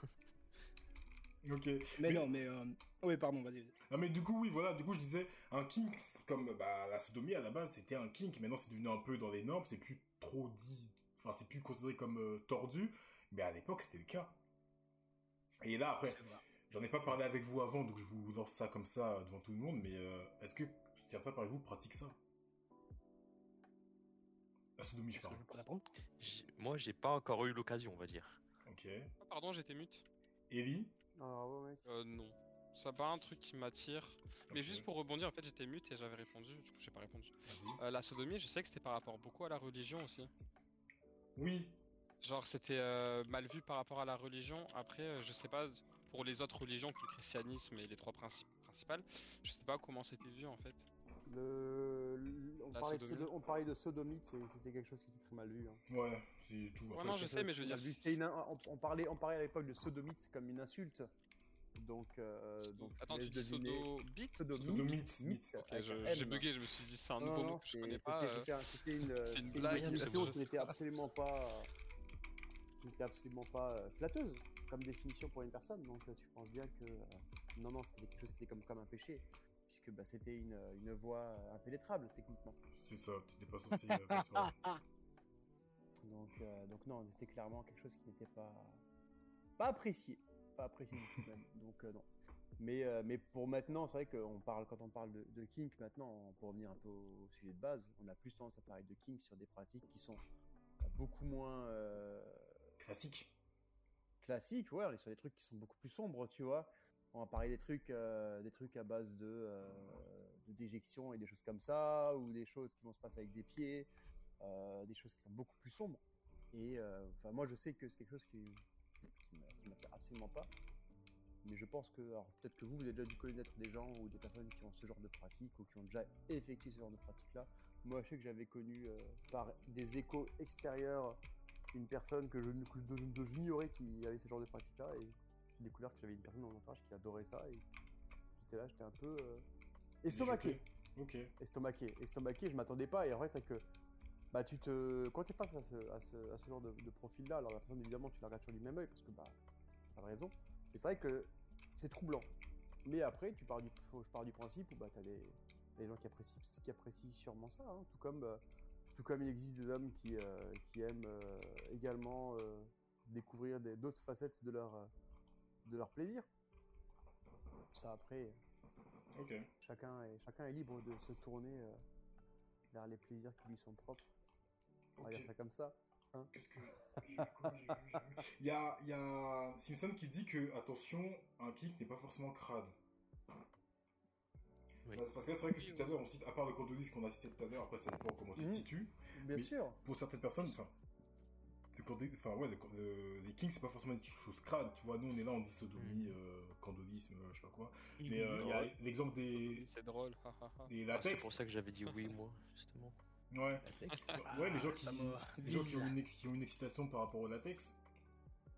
S2: ok.
S8: Mais non, mais. euh, Oui, pardon, vas-y. vas-y.
S2: Non mais du coup oui voilà du coup je disais un kink c'est comme bah, la sodomie à la base c'était un kink maintenant c'est devenu un peu dans les normes c'est plus trop dit enfin c'est plus considéré comme euh, tordu mais à l'époque c'était le cas et là après
S8: C'est vrai.
S2: j'en ai pas parlé avec vous avant donc je vous lance ça comme ça euh, devant tout le monde mais euh, est-ce que certains parmi vous pratiquent ça la sodomie je
S8: Est-ce que
S2: parle
S8: je peux répondre
S5: J'ai- Moi, j'ai pas encore eu l'occasion, on va dire.
S2: ok
S4: Ah, Pardon, j'étais mute.
S2: Ellie
S3: Ah ouais, mec.
S4: Euh, non. Ça pas un truc qui m'attire. Mais
S2: Ok,
S4: juste pour rebondir, en fait, j'étais mute et j'avais répondu. Du coup, j'ai pas répondu.
S2: vas-y.
S4: Euh, la sodomie, je sais que c'était par rapport beaucoup à la religion aussi.
S2: oui
S4: Genre, c'était euh, mal vu par rapport à la religion. Après, euh, je sais pas Pour les autres religions, que le christianisme et les trois principes principales, je sais pas comment c'était vu en fait.
S3: Euh, Le, le- on,
S4: La
S3: parlait de
S4: sodomie.
S3: sodo- on parlait de sodomite, c'est- c'était quelque chose qui était très mal vu. hein.
S2: Ouais, c'est tout.
S4: Ouais, non, je sais, mais je veux
S3: On a
S4: dire.
S3: vu,
S4: si-
S3: c'était une- on, on parlait, on parlait à l'époque de sodomite comme une insulte. Donc, euh, donc
S4: Attends, tu
S3: laisse
S4: dis
S3: deviner.
S4: sodomite
S3: sodomite.
S2: Sodomite, mythe.
S3: mythe,
S4: Ok,
S3: avec un
S4: je-
S3: M.
S4: j'ai bugué, je me suis dit c'est un
S3: Non,
S4: nouveau
S3: non,
S4: mot que je
S3: c'est-
S4: connais pas.
S3: c'était- c'était
S4: euh,
S3: un- C'était une, euh,
S4: c'est une
S3: c'était
S4: blague,
S3: une définition
S4: je-
S3: qui n'était absolument pas, qui n'était absolument pas euh, flatteuse comme définition pour une personne. Donc euh, tu penses bien que euh, non, non, c'était quelque chose qui était comme, comme un péché, puisque bah, c'était une, euh, une voie euh, impénétrable techniquement.
S2: C'est ça, tu n'es pas censé. euh, passer par là.
S3: Donc, euh, donc non, c'était clairement quelque chose qui n'était pas, pas apprécié. Pas apprécié du tout même. Donc euh, non. Mais, euh, mais pour maintenant, c'est vrai qu'on parle, quand on parle de, de kink maintenant, on- pour revenir un peu au sujet de base, on a plus tendance à parler de kink sur des pratiques qui sont beaucoup moins euh,
S2: Classique.
S3: classiques, ouais, on est sur des trucs qui sont beaucoup plus sombres, tu vois. On va parler des trucs, euh, des trucs à base de, euh, de déjection et des choses comme ça, ou des choses qui vont se passer avec des pieds, euh, des choses qui sont beaucoup plus sombres. Et euh, enfin, moi, je sais que c'est quelque chose qui, qui m'a- qui m'attire absolument pas. Mais je pense que, alors peut-être que vous, vous avez déjà dû connaître des gens ou des personnes qui ont ce genre de pratique ou qui ont déjà effectué ce genre de pratique-là. Moi, je sais que j'avais connu euh, par des échos extérieurs une personne que je, que je- dont je m'ignorais qui avait ce genre de pratique-là et j'ai découvert que j'avais une personne dans mon entourage qui adorait ça et j'étais là, j'étais un peu euh, estomaqué
S2: Ok.
S3: estomaqué. Estomaqué, je m'attendais pas. Et en fait, c'est que bah, tu te... quand tu es face à ce, à ce- à ce genre de, de profil-là, alors la personne, évidemment, tu la regardes sur du même œil parce que bah, t'as raison. Et c'est vrai que c'est troublant. Mais après, tu pars du, faut- je pars du principe où bah, tu as des, des gens qui apprécient, qui apprécient sûrement ça, hein, tout, comme, euh, tout comme il existe des hommes qui, euh, qui aiment euh, également euh, découvrir des- d'autres facettes de leur, euh, de leur plaisir. Ça, après,
S2: Ok.
S3: Chacun est, chacun est libre de se tourner euh, vers les plaisirs qui lui sont propres. On va
S2: Ok.
S3: dire ça comme ça.
S2: Qu'est-ce que. j'ai- quoi, j'ai- j'ai- Il y a, il y a Simpson qui dit que, attention, un kick n'est pas forcément crade.
S5: Oui.
S2: Parce parce que là, c'est vrai que
S4: Oui,
S2: tout à l'heure, on cite, à part le cordoniste qu'on a cité tout à l'heure, après ça dépend comment tu te
S3: Mhm.
S2: situes.
S3: Bien
S2: Mais-
S3: sûr.
S2: Pour certaines personnes, enfin, le cordé- enfin ouais, le cor- le- les kings, c'est pas forcément une chose crade, tu vois. Nous, on est là, on dit sodomie,
S5: Mhm.
S2: euh, cordonisme, euh, je sais pas quoi. Mais euh, il y a l'exemple des,
S4: C'est drôle. ha, ha, ha.
S2: des
S5: Ah, c'est
S2: latex.
S5: pour ça que j'avais dit oui, moi, justement.
S2: Ouais.
S6: Latex.
S2: Ah, ouais, les gens, qui,
S8: Bah, Ah, ça me
S2: les gens qui
S8: vise.
S2: ont une ex- qui ont une excitation par rapport au latex.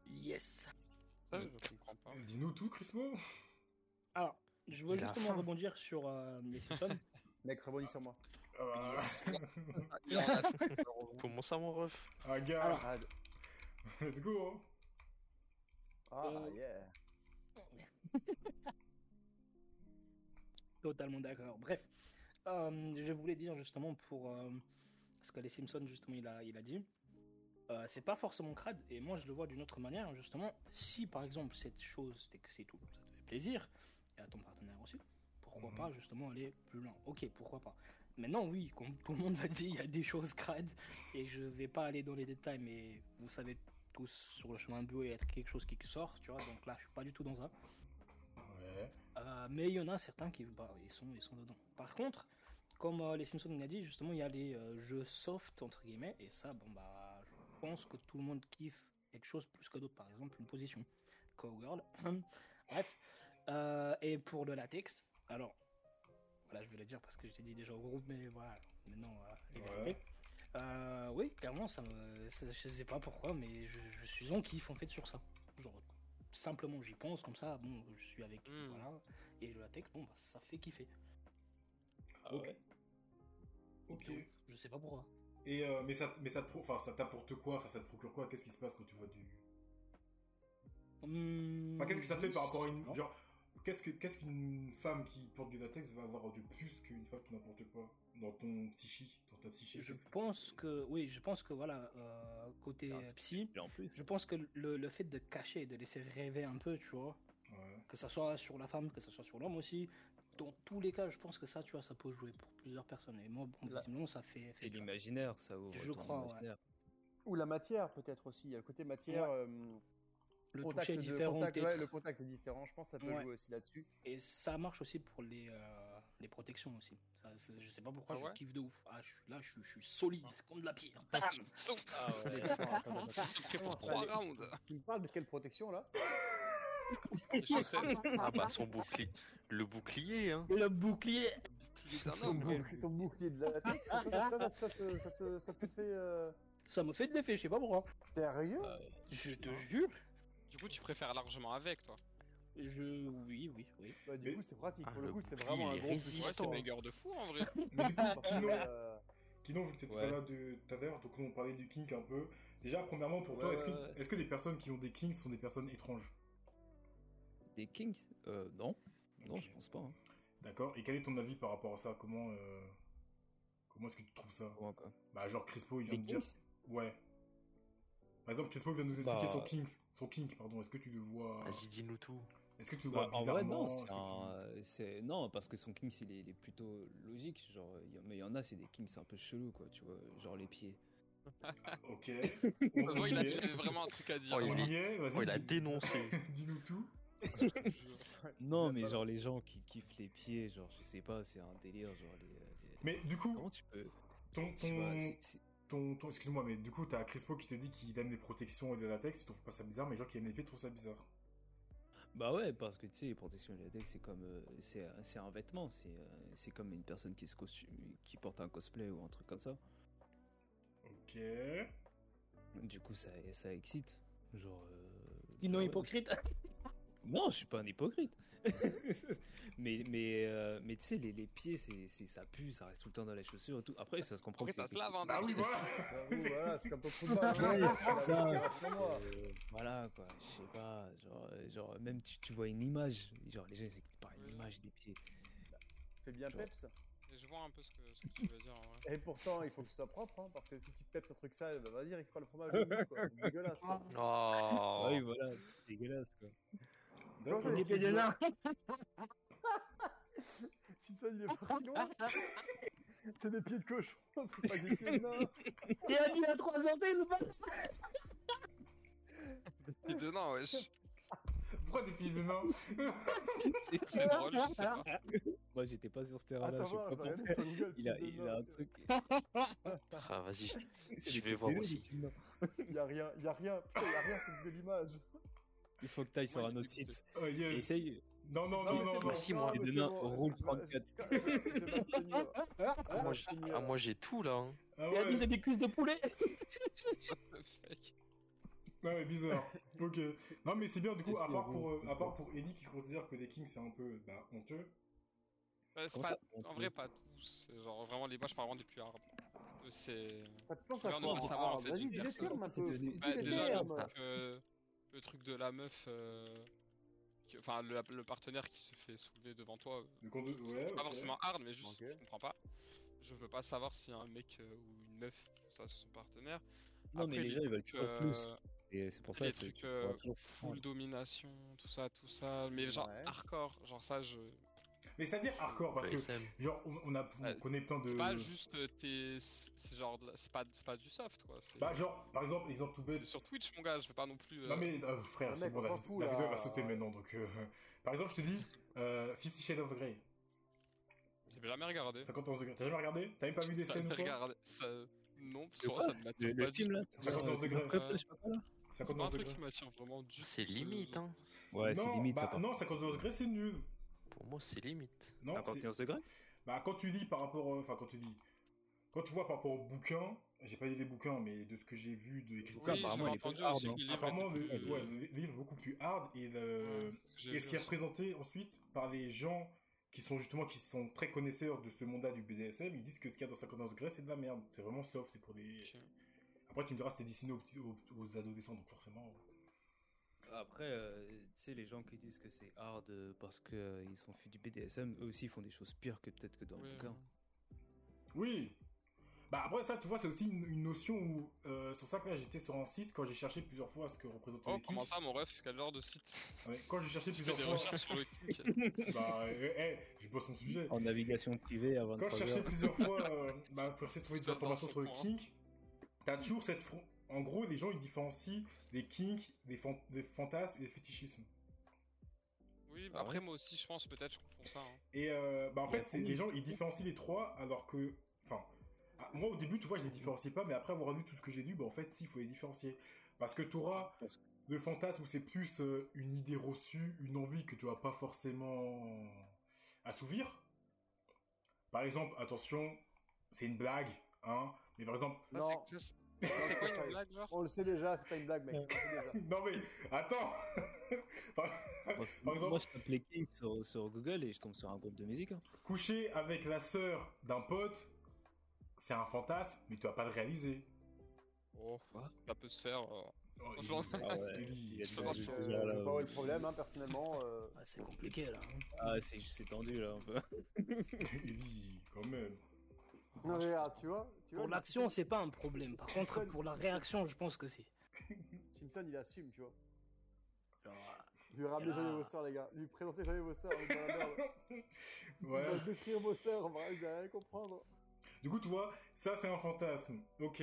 S8: Yes.
S4: Ça, je ne comprends
S8: Hein
S4: pas.
S2: euh, Dis-nous tout, Crispo.
S8: Alors, je voulais
S5: Il a
S8: justement
S5: faim.
S8: rebondir sur euh, les Simpsons.
S3: Mec, rebondis sur moi.
S2: Ah,
S5: Comment ça, mon ref
S2: ah, gars,
S8: Alors,
S3: Ah,
S2: let's go. hein.
S3: ah,
S8: Euh,
S3: yeah.
S8: Totalement d'accord. Bref, Euh, je voulais dire justement pour euh, ce que les Simpsons justement il a, il a dit, euh, c'est pas forcément crade et moi je le vois d'une autre manière justement. Si par exemple cette chose c'est que c'est tout, ça te fait plaisir et à ton partenaire aussi, pourquoi
S2: Mhm.
S8: pas justement aller plus loin. Ok, pourquoi pas. Maintenant oui, comme tout le monde l'a dit, il y a des choses crades et je vais pas aller dans les détails, mais vous savez tous sur le chemin bio il y a quelque chose qui sort, tu vois. Donc là je suis pas du tout dans ça.
S2: Ouais.
S8: Euh, mais il y en a certains qui bah, ils sont, ils sont dedans. Par contre, comme euh, les Simpsons l'ont dit, justement, il y a les euh, jeux soft, entre guillemets, et ça, bon, bah, je pense que tout le monde kiffe quelque chose plus que d'autres. Par exemple, une position. Cowgirl. Bref. Euh, et pour le latex, alors, voilà, je vais le dire parce que je t'ai dit déjà au groupe, mais voilà, maintenant, euh, les
S2: Ouais.
S8: vérités. Euh, oui, clairement, ça me, ça- je sais pas pourquoi, mais je, je suis en kiff en fait sur ça. Genre, simplement j'y pense, comme ça, bon, je suis avec,
S4: Hmm.
S8: voilà, et le latex, bon, bah, ça fait kiffer.
S2: Ok. Ok.
S8: Donc, Je sais pas pourquoi.
S2: Et euh, mais ça, mais ça te, pro- enfin ça t'apporte quoi, enfin ça te procure quoi Qu'est-ce qui se passe quand tu vois du
S8: Hmm,
S2: Enfin, qu'est-ce que ça te fait par rapport à une.
S8: non.
S2: Genre, qu'est-ce que- qu'est-ce qu'une femme qui porte du latex va avoir de plus qu'une femme qui n'en porte pas Dans ton psychique, dans ta psyché
S8: Je
S2: qu'est-ce que-
S8: pense que, oui, je pense que voilà, euh, côté
S6: C'est un
S8: euh,
S6: style.
S8: psy,
S6: Et en plus,
S8: je pense que le, le fait de cacher, de laisser rêver un peu, tu vois,
S2: Ouais.
S8: que ça soit sur la femme, que ça soit sur l'homme aussi, dans tous les cas, je pense que ça, tu vois, ça peut jouer pour plusieurs personnes. Et moi, bon,
S3: Là.
S8: visiblement, ça fait.
S6: c'est l'imaginaire, ça ouvre.
S8: Je
S6: ton
S8: crois, ouais.
S6: imaginaire.
S3: Ou la matière, peut-être aussi. Il y a le côté matière.
S8: Ouais.
S3: euh,
S8: le
S3: contact
S8: toucher est
S3: de-
S8: différent.
S3: contact- ouais,
S8: peut-être.
S3: le contact est différent. Je pense que ça peut
S8: Ouais.
S3: jouer aussi là-dessus.
S8: Et ça marche aussi pour les, euh, les protections aussi. Ça, c'est- je sais pas pourquoi,
S4: Ah ouais Ah.
S8: je kiffe de ouf. Ah, je suis- là, je, suis- je suis solide comme de la pierre. Bam
S4: Sauf
S6: Ah ouais.
S4: prêt pour
S3: Comment ça, les-
S4: trois rounds.
S3: Tu me parles de quelle protection là
S4: Les chaussettes.
S5: Ah bah son bouclier, le bouclier, hein.
S6: Le bouclier
S4: Bouclier d'un
S3: Ton,
S4: homme. hein.
S3: bouclier, ton bouclier de latex, ça, te- ça, ça, ça te, ça te- ça te fait. euh, Ah,
S8: Ça me fait de l'effet, je sais pas pourquoi.
S3: Sérieux
S8: Je te
S4: Ah.
S8: jure.
S4: Du coup, tu préfères largement avec, toi.
S8: Je... Oui, oui, oui.
S3: Bah, du
S2: Mais-
S3: coup, c'est pratique.
S5: Ah,
S3: Pour le
S5: le
S3: coup, c'est
S5: bouclier,
S3: vraiment un
S5: il est
S3: gros plus.
S4: Ouais, c'est
S5: Distant.
S4: banger de fou en vrai.
S2: Mais du coup,
S3: Parce que,
S2: sinon,
S3: euh,
S2: Sinon, vu que t'es
S6: Ouais.
S2: là de tout à l'heure, donc nous, on parlait du kink un peu. Déjà, premièrement, pour toi,
S6: Ouais,
S2: est-ce
S6: ouais, ouais.
S2: que, est-ce que les personnes qui ont des kinks sont des personnes étranges
S6: Des Kings Euh, non. Non,
S2: Ok.
S6: je pense pas. hein.
S2: D'accord. Et quel est ton avis par rapport à ça Comment, euh, comment est-ce que tu trouves ça
S6: Comment, quoi
S2: Bah, genre Crispo, il vient
S6: Les
S2: de dire.
S6: Kings
S2: Ouais. Par exemple, Crispo vient de nous expliquer
S6: Bah,
S2: son kink. Son kink, pardon. Est-ce que tu le vois
S6: Ah,
S5: Vas-y, dis-nous tout.
S2: Est-ce que tu le vois
S6: Bah, en vrai, non,
S2: bizarrement Est-ce
S6: c'est
S2: que tu-
S6: un- euh, c'est- Non, parce que son Kings, il est, il est plutôt logique. Genre, il y en- mais il y en a, c'est des Kings un peu chelous, quoi, tu vois. Genre les pieds.
S2: Ah, Ok.
S4: Ça se
S2: On
S4: voit, il euh,
S2: y
S4: avait
S2: est.
S4: vraiment un truc à dire.
S5: Oh,
S2: On
S4: voilà.
S2: y est. Vas-y.
S5: Oh, il a
S2: dis-
S5: dénoncé.
S2: Dis-nous tout.
S6: Non,
S3: Il a
S6: mais
S3: pas-
S6: genre les gens qui kiffent les pieds, genre, je sais pas, c'est un délire, genre les. euh, les-
S2: Mais du coup,
S6: Comment tu peux.
S2: ton,
S6: Je sais pas,
S2: ton,
S6: c'est- c'est-
S2: Ton, ton- excuse-moi, mais du coup, t'as Crispo qui te dit qu'il aime les protections et les latex, tu trouves pas ça bizarre, mais les gens qui aiment les pieds trouvent ça bizarre.
S6: Bah ouais, parce que tu sais, les protections de latex, c'est comme. euh, c'est c'est un vêtement, c'est euh, c'est comme une personne qui se costume, qui porte un cosplay ou un truc comme ça.
S2: Ok.
S6: Du coup, ça, ça excite. Genre. euh,
S8: Dis non
S6: ouais.
S8: hypocrite.
S6: Non, je suis pas un hypocrite. mais mais, euh, mais tu sais, les, les pieds, c'est, c'est- ça pue, ça reste tout le temps dans les chaussures et tout. Après, ça se comprend.
S4: Après,
S6: que
S4: ça
S6: c'est-
S4: se lave, hein.
S2: Ah oui, voilà
S3: bah oui, voilà, c'est comme ton trou de balle. Rassure-moi.
S6: Euh, voilà quoi, je sais pas, genre, euh, genre même tu, tu vois une image, genre les gens ils écoutent par une
S4: Oui.
S6: image des pieds.
S3: Fais bien
S6: Tu vois.
S3: peps.
S4: Et je vois un peu ce que, ce que tu veux dire en vrai.
S3: Et pourtant, il faut que ce soit propre, hein, parce que si tu peps un truc sale, bah vas-y, récupère le fromage au bout, quoi. C'est dégueulasse, quoi.
S5: Oh.
S6: Ah oui, voilà, c'est dégueulasse quoi.
S3: euh,
S2: D'accord.
S8: Des pédénards.
S3: Si ça, il est parti loin. C'est des pieds de cochon, c'est pas des pieds de nain.
S8: Et a dit à 3 orteils ou pas
S4: Et de non, wesh.
S2: Pourquoi des pieds de nain
S4: C'est drôle, je sais pas.
S6: Moi j'étais pas sur ce terrain là,
S3: Attends,
S6: Ah,
S3: bah,
S6: je sais
S3: voir,
S6: pas
S3: je vais regarder sur
S6: pourquoi.
S3: Google.
S6: Il a,
S3: pieds de
S6: il
S3: nain,
S6: a un
S3: parce que-
S6: truc.
S5: Ah, vas-y.
S6: C'est
S5: Je
S6: des
S5: vais
S6: pieds
S5: voir
S6: pelus,
S5: aussi.
S6: des pieds de nain.
S3: Il y a rien, il y a rien, putain, il y a rien, c'est de l'image.
S6: Il faut que t'ailles sur
S4: Moi,
S6: un
S4: j'ai
S6: autre
S4: dégoûté.
S6: site.
S2: Oh, yes.
S6: Essaye.
S2: Non, non, non,
S3: mais
S2: non,
S3: c'est
S2: non.
S3: bon,
S5: Si, moi,
S3: mais
S6: les
S3: c'est
S6: nains,
S3: bon,
S6: roule
S3: je vais- Je vais m'abstenir.
S5: Ah, moi, j'ai-
S3: Je vais m'abstenir.
S5: ah, moi, j'ai tout là. hein.
S2: Ah
S8: Il a dit
S2: ouais,
S8: c'est des cuisses de poulet.
S2: ah ouais, bizarre. ok. Non, mais c'est bien, du coup, à
S6: Qu'est-ce
S2: part
S6: qu'il y a
S2: pour, euh,
S6: de-
S2: à part pour Ellie qui considère que des kings c'est un peu bah, honteux.
S4: Ouais, c'est
S6: Comment
S4: pas-
S6: ça, on
S4: en
S6: peut-
S4: vrai, pas tous. C'est Genre vraiment, les moi je parle vraiment depuis Arab. Eux, C'est.
S3: T'as de chance
S4: Je
S3: à
S4: vais en
S3: quoi,
S4: avoir
S3: Arab
S4: savoir, en fait,
S3: Vas-y,
S4: une
S3: dis les
S4: personne.
S3: termes un
S6: C'est
S3: peu.
S6: devenu-
S3: Dis
S4: Bah,
S3: les
S4: déjà, le
S3: termes.
S4: truc, euh, le truc de la meuf. euh, qui- Enfin, le, le partenaire qui se fait soulever devant toi. euh,
S2: Le condo- ouais,
S4: C'est pas
S2: ok.
S4: forcément hard, mais juste,
S3: Ok.
S4: je comprends pas. Je veux pas savoir si un mec euh, ou une meuf trouve ça sur son partenaire.
S6: Non, mais
S4: Après,
S6: les gens, ils veulent
S4: trucs,
S6: toujours plus.
S4: euh,
S6: Et c'est pour ça
S4: les
S6: c'est-
S4: trucs
S6: tu pourras
S4: euh,
S6: toujours
S4: full domination, tout ça, tout ça, mais genre
S3: Ouais.
S4: hardcore, genre ça, je.
S2: Mais c'est-à-dire hardcore, parce que,
S5: BSM.
S2: genre, on, on a, on
S4: Ouais.
S2: connaît plein de.
S4: C'est pas juste euh, tes. C'est genre. de la- C'est pas, c'est pas du soft, quoi. c'est-
S2: Bah, genre, par exemple, exemple tout bête,
S4: Sur Twitch, mon gars, je veux pas non plus. euh,
S2: Non mais euh, frère,
S3: Ah,
S2: c'est
S3: mec,
S2: bon,
S3: on
S2: la,
S3: s'en
S2: vid-
S3: fout,
S2: la
S3: là.
S2: vidéo elle va sauter maintenant. Donc, euh, par exemple, je te dis euh, Fifty Shades of Grey,
S4: J'ai jamais regardé.
S2: 51 degrés. T'as jamais regardé T'as même pas vu des
S4: J'ai
S2: scènes ou
S4: jamais
S2: quoi
S4: regardé. Ça... Non, parce
S6: De
S4: que
S6: quoi
S4: ça ne m'attire
S6: Le,
S4: pas.
S6: le
S4: du
S6: film là
S4: tout.
S2: c'est 51
S6: euh,
S2: degrés.
S6: Cocktail, je sais pas quoi, là
S4: C'est pas
S2: 51
S4: un truc
S2: degrés.
S4: qui m'attire vraiment du
S5: C'est
S4: tout,
S5: limite, hein.
S6: Ouais, c'est
S2: non,
S6: limite
S2: bah,
S6: ça.
S2: non, 51 degrés c'est nul.
S5: Pour moi, c'est limite.
S2: Non, c'est-
S6: 51 degrés
S2: Bah, quand tu lis par rapport. euh, Enfin, quand tu lis. Quand tu vois par rapport au bouquin, j'ai pas lu les bouquins, mais de ce que j'ai vu de l'écriture.
S6: Pourquoi,
S4: Oui,
S6: apparemment,
S4: j'avais
S6: il est
S4: entendu
S6: hard,
S4: aussi
S6: hein.
S4: que les livres
S2: Apparemment, le,
S4: étaient plus-
S2: ouais, le livre est beaucoup plus hard et le.
S4: Ouais, j'ai
S2: Et ce
S4: vu
S2: qui est
S4: aussi.
S2: représenté ensuite par les gens qui sont justement qui sont très connaisseurs de ce mandat du BDSM, ils disent que ce qu'il y a dans 51 degrés c'est de la merde, c'est vraiment soft, c'est pour les.
S4: Ok.
S2: Après tu me diras c'était destiné aux, petits- aux- aux adolescents donc forcément.
S6: Après, euh, tu sais, les gens qui disent que c'est hard euh, parce qu'ils sont fus du BDSM, eux aussi ils font des choses pires que peut-être que dans
S4: Ouais,
S6: le bouquin.
S2: Oui. Bah après ça tu vois c'est aussi une, une notion où euh, sur ça que là j'étais sur un site quand j'ai cherché plusieurs fois ce que représentait
S4: Oh,
S2: les
S4: comment
S2: kinks.
S4: ça, mon ref Quel genre de site
S2: Ouais, quand j'ai cherché
S4: Tu fais
S2: plusieurs
S4: des
S2: fois,
S4: recherches sur le kick.
S2: bah eh, eh, je bosse mon sujet.
S6: En navigation privée à 23
S2: Quand je cherchais
S6: heures.
S2: plusieurs fois euh, bah, pour essayer de trouver des
S4: Dans- dans
S2: informations
S4: son
S2: sur le
S4: coin.
S2: kink, t'as toujours cette. fron- En gros, les gens ils différencient les kinks, les, fan- les fantasmes et les fétichismes.
S4: Oui, bah
S6: Ah
S4: après,
S6: ouais
S4: moi aussi, je pense, peut-être, je confonds ça. hein.
S2: Et euh, bah, en
S6: Il y a
S2: fait, c'est-
S6: combien
S2: les
S6: de
S2: gens ils différencient les trois alors que. Enfin, ah, moi au début, tu vois, je les différenciais pas, mais après avoir lu tout ce que j'ai lu, bah en fait, si, il faut les différencier. Parce que t'auras
S6: Parce-
S2: le fantasme, c'est plus euh, une idée reçue, une envie que tu vas pas forcément assouvir. Par exemple, attention, c'est une blague, hein. Mais par exemple,
S4: Ça,
S3: Non.
S4: Ah, c'est- ça, c'est- C'est quoi
S3: ça y
S4: une
S3: est.
S4: blague, genre
S3: On le sait déjà, c'est pas une blague, mec. on le sait déjà.
S2: non mais attends. Par-
S6: Parce que
S2: Par exemple-
S6: moi, je tape les Kings sur, sur Google et je tombe sur un groupe de musique. hein.
S2: Coucher avec la sœur d'un pote, c'est un fantasme, mais tu vas pas le réaliser.
S4: Oh,
S6: Quoi
S4: ça peut se faire. euh,
S2: Oh, il-
S4: Franchement.
S6: Ah ouais.
S2: il- il a dit-
S4: Franchement,
S3: Je
S4: je-
S3: je vois pas où est le problème, hein, personnellement. euh,
S8: Ah, c'est compliqué là. hein.
S6: Ah, c'est c'est tendu là un peu.
S2: Ellie, quand même.
S3: Non, mais regarde, tu vois, tu vois
S8: Pour
S3: lui,
S8: l'action, c'est pas un problème. Par contre, pour la réaction, je pense que si.
S3: Simpson, il assume, tu vois.
S8: Genre,
S4: Ah.
S3: Lui ramener
S8: Et là-
S3: jamais vos sœurs, les gars. Lui présenter jamais vos sœurs. on est dans la merde.
S2: Ouais.
S3: Il va décrire vos sœurs, on va vous allez rien comprendre.
S2: Du coup, tu vois, ça c'est un fantasme. Ok.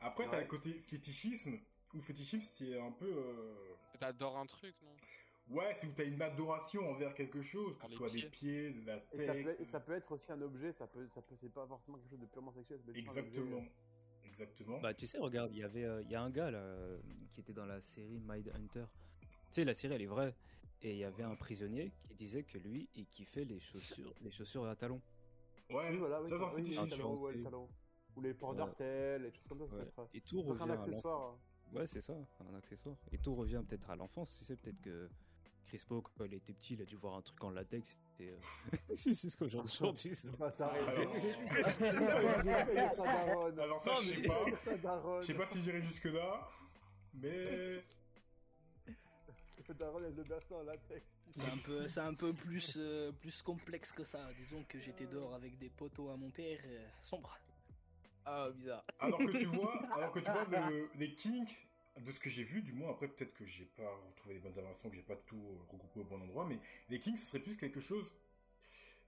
S2: Après, t'as
S3: Ouais.
S2: le côté fétichisme. Ou fétichisme, c'est un peu. euh,
S4: T'adores un truc, non
S2: Ouais, c'est où t'as une adoration envers quelque chose, que
S4: Dans
S2: ce
S4: les
S2: soit des
S4: pieds.
S2: pieds, de la
S3: Et ça, peut, et
S2: tête.
S3: ça peut être aussi un objet, ça peut, ça peut, c'est pas forcément quelque chose de purement sexuel. ça peut être juste un objet,
S2: Exactement. Exactement.
S6: Bah tu sais, regarde, il y avait, euh, il y a un gars là euh, qui était dans la série Mindhunter. Tu sais, la série elle est vraie. Et il y avait un prisonnier qui disait que lui, il kiffait les chaussures, les chaussures à talons.
S3: euh,
S2: Ouais,
S3: Oui, voilà, oui,
S2: ça c'est un
S3: oui, oui,
S2: fétichisme.
S3: le talon, ouais, le talon. Ou les ports
S6: Ouais.
S3: d'artel, et choses comme ça, ça peut
S6: Ouais.
S3: être, euh,
S6: Et tout
S3: ça peut être un
S6: revient. à l'enfance.
S3: accessoire.
S6: Ouais, c'est ça, un accessoire. Et tout revient peut-être à l'enfance. Tu sais, peut-être que Crispo, quand il était petit, il a dû voir un truc en latex. et, euh, C'est c'est ce qu'aujourd'hui. aujourd'hui, ça-
S3: Bah, t'arrêtes.
S2: Alors-
S8: Oh.
S3: T'as sa daronne.
S2: Alors, ça,
S6: Non,
S2: je sais
S6: mais-
S2: pas.
S3: T'as sa daronne.
S2: Je sais pas si j'irai jusque-là, mais.
S3: Le daronne, elle le berçait en latex. tu
S8: C'est
S3: sais.
S8: un peu, c'est un peu plus, euh, plus complexe que ça. Disons que j'étais dehors avec des poteaux à mon père, euh, sombre.
S6: Ah, bizarre.
S2: Alors que tu vois, alors que tu vois le- les kinks, de ce que j'ai vu, du moins après peut-être que j'ai pas retrouvé les bonnes informations, que j'ai pas tout euh, regroupé au bon endroit, mais les kinks ce serait plus quelque chose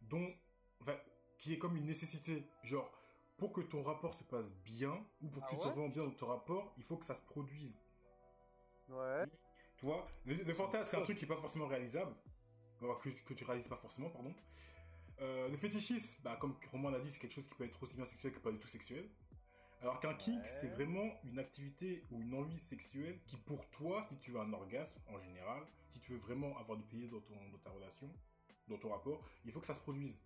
S2: dont, enfin, qui est comme une nécessité, genre pour que ton rapport se passe bien ou pour que
S4: Ah
S2: tu te
S4: ouais
S2: sentes vraiment bien dans ton rapport, il faut que ça se produise.
S3: Ouais.
S2: Tu vois, le, le fantasme c'est un truc qui est pas forcément réalisable, Enfin, que, que tu réalises pas forcément, pardon. Euh, le fétichisme, bah, comme Romain l'a dit, c'est quelque chose qui peut être aussi bien sexuel que pas du tout sexuel. Alors qu'un kink,
S3: Ouais.
S2: c'est vraiment une activité ou une envie sexuelle qui, pour toi, si tu veux un orgasme en général, si tu veux vraiment avoir du plaisir dans, ton, dans ta relation, dans ton rapport, il faut que ça se produise.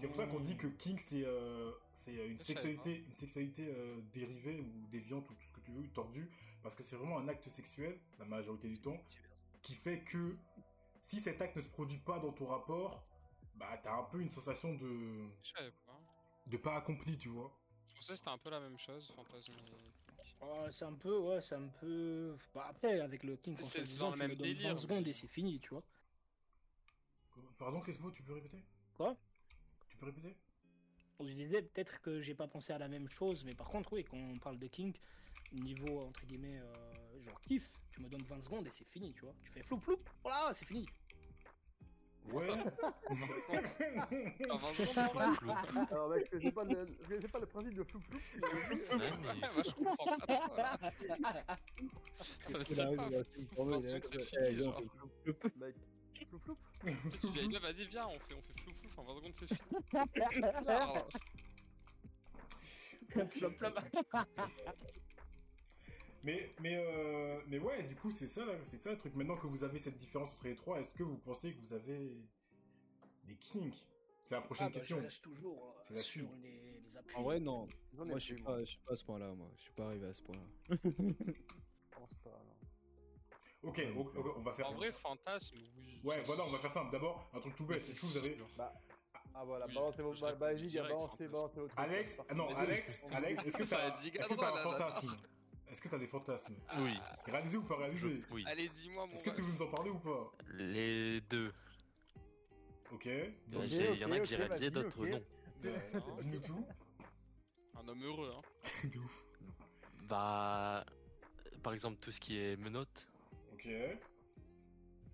S2: C'est pour ça qu'on dit que kink, c'est euh, c'est une
S4: Je savais
S2: sexualité, une sexualité euh, dérivée ou déviante ou tout ce que tu veux, tordue, parce que c'est vraiment un acte sexuel, la majorité du temps, qui fait que si cet acte ne se produit pas dans ton rapport, bah t'as un peu une sensation de
S4: Je savais pas. hein.
S2: de pas accompli, tu vois.
S4: Je pensais que c'était un peu la même chose, fantasme et kink.
S8: Oh, c'est un peu, ouais, c'est un peu. Bah, après, avec le King,
S4: C'est-
S8: on
S4: c'est
S8: fait
S4: dans
S8: disant,
S4: le
S8: tu me
S4: même
S8: donnes 20
S4: délire, mais-
S8: secondes et c'est fini, tu vois.
S2: Pardon, Crespo, tu peux répéter
S8: Quoi
S2: Tu peux répéter
S8: Donc, je disais peut-être que j'ai pas pensé à la même chose, mais par contre, oui, quand on parle de King, niveau entre guillemets, euh, genre kiff, tu me donnes 20 secondes et c'est fini, tu vois. Tu fais flou flou, voilà, c'est fini.
S2: Ouais.
S4: Ah, 20 secondes, ouais,
S3: Alors, mec, je connaissais pas le, je connaissais pas le principe de flou flou.
S4: ouais, bah, je comprends pas trop, là. Ça me
S6: Il
S4: dit
S6: arrive,
S4: pas.
S6: il a fait une tournée, il est là,
S4: Attention que
S6: comme
S4: c'est fini,
S6: ça, Eh, viens, on
S4: genre.
S6: fait le flou.
S3: Mec, flou flou.
S4: Tu dis, là, vas-y, viens, on fait, on fait flou flou, en 20 secondes, c'est fini.
S8: Flop, flop.
S2: Mais mais euh, mais ouais, du coup c'est ça là, c'est ça le truc. Maintenant que vous avez cette différence entre les trois, est-ce que vous pensez que vous avez des kinks C'est la prochaine
S8: Ah, bah, je
S2: question.
S8: reste toujours euh,
S2: C'est la
S8: sur
S2: suite.
S8: les, les appuis.
S6: En vrai, non.
S3: J'en ai
S6: Moi, je suis
S3: plus,
S6: pas, je suis pas à ce point-là. Moi, je suis pas arrivé à ce point-là.
S3: Je pense pas, non.
S2: Ok, ok, ok, on va faire.
S4: En vrai, fantasme, oui.
S2: ouais, voilà, on va faire simple. D'abord, un truc tout bête.
S4: C'est
S2: Est-ce que vous avez
S4: sûr.
S3: Ah voilà,
S4: Oui,
S3: balancez vos.
S4: je
S3: Bah,
S4: réponds
S3: bah, vas-y,
S4: direct,
S3: balancez,
S4: en plus.
S3: balancez votre.
S2: Alex, ah non,
S3: Vas-y.
S2: Alex,
S3: On-
S2: Alex, est-ce que
S4: Ça
S2: t'as
S4: a dit
S2: est-ce que t'as un
S4: gros, là, là.
S2: fantasme Est-ce que t'as des fantasmes
S5: Oui,
S2: Réalisé ou pas réalisé
S5: oui.
S4: Allez, dis-moi, mon
S2: Est-ce que
S4: gars.
S2: tu veux nous en parler ou pas
S5: Les deux.
S2: Ok.
S5: Il
S3: Ok,
S5: y en a
S3: ok,
S5: que j'ai
S3: ok,
S5: réalisé,
S3: vas-y,
S5: d'autres
S3: ok.
S5: non.
S2: Dis-nous tout.
S4: euh, Un homme heureux, hein.
S2: De ouf.
S5: Bah, euh, par exemple, tout ce qui est menottes.
S2: Ok.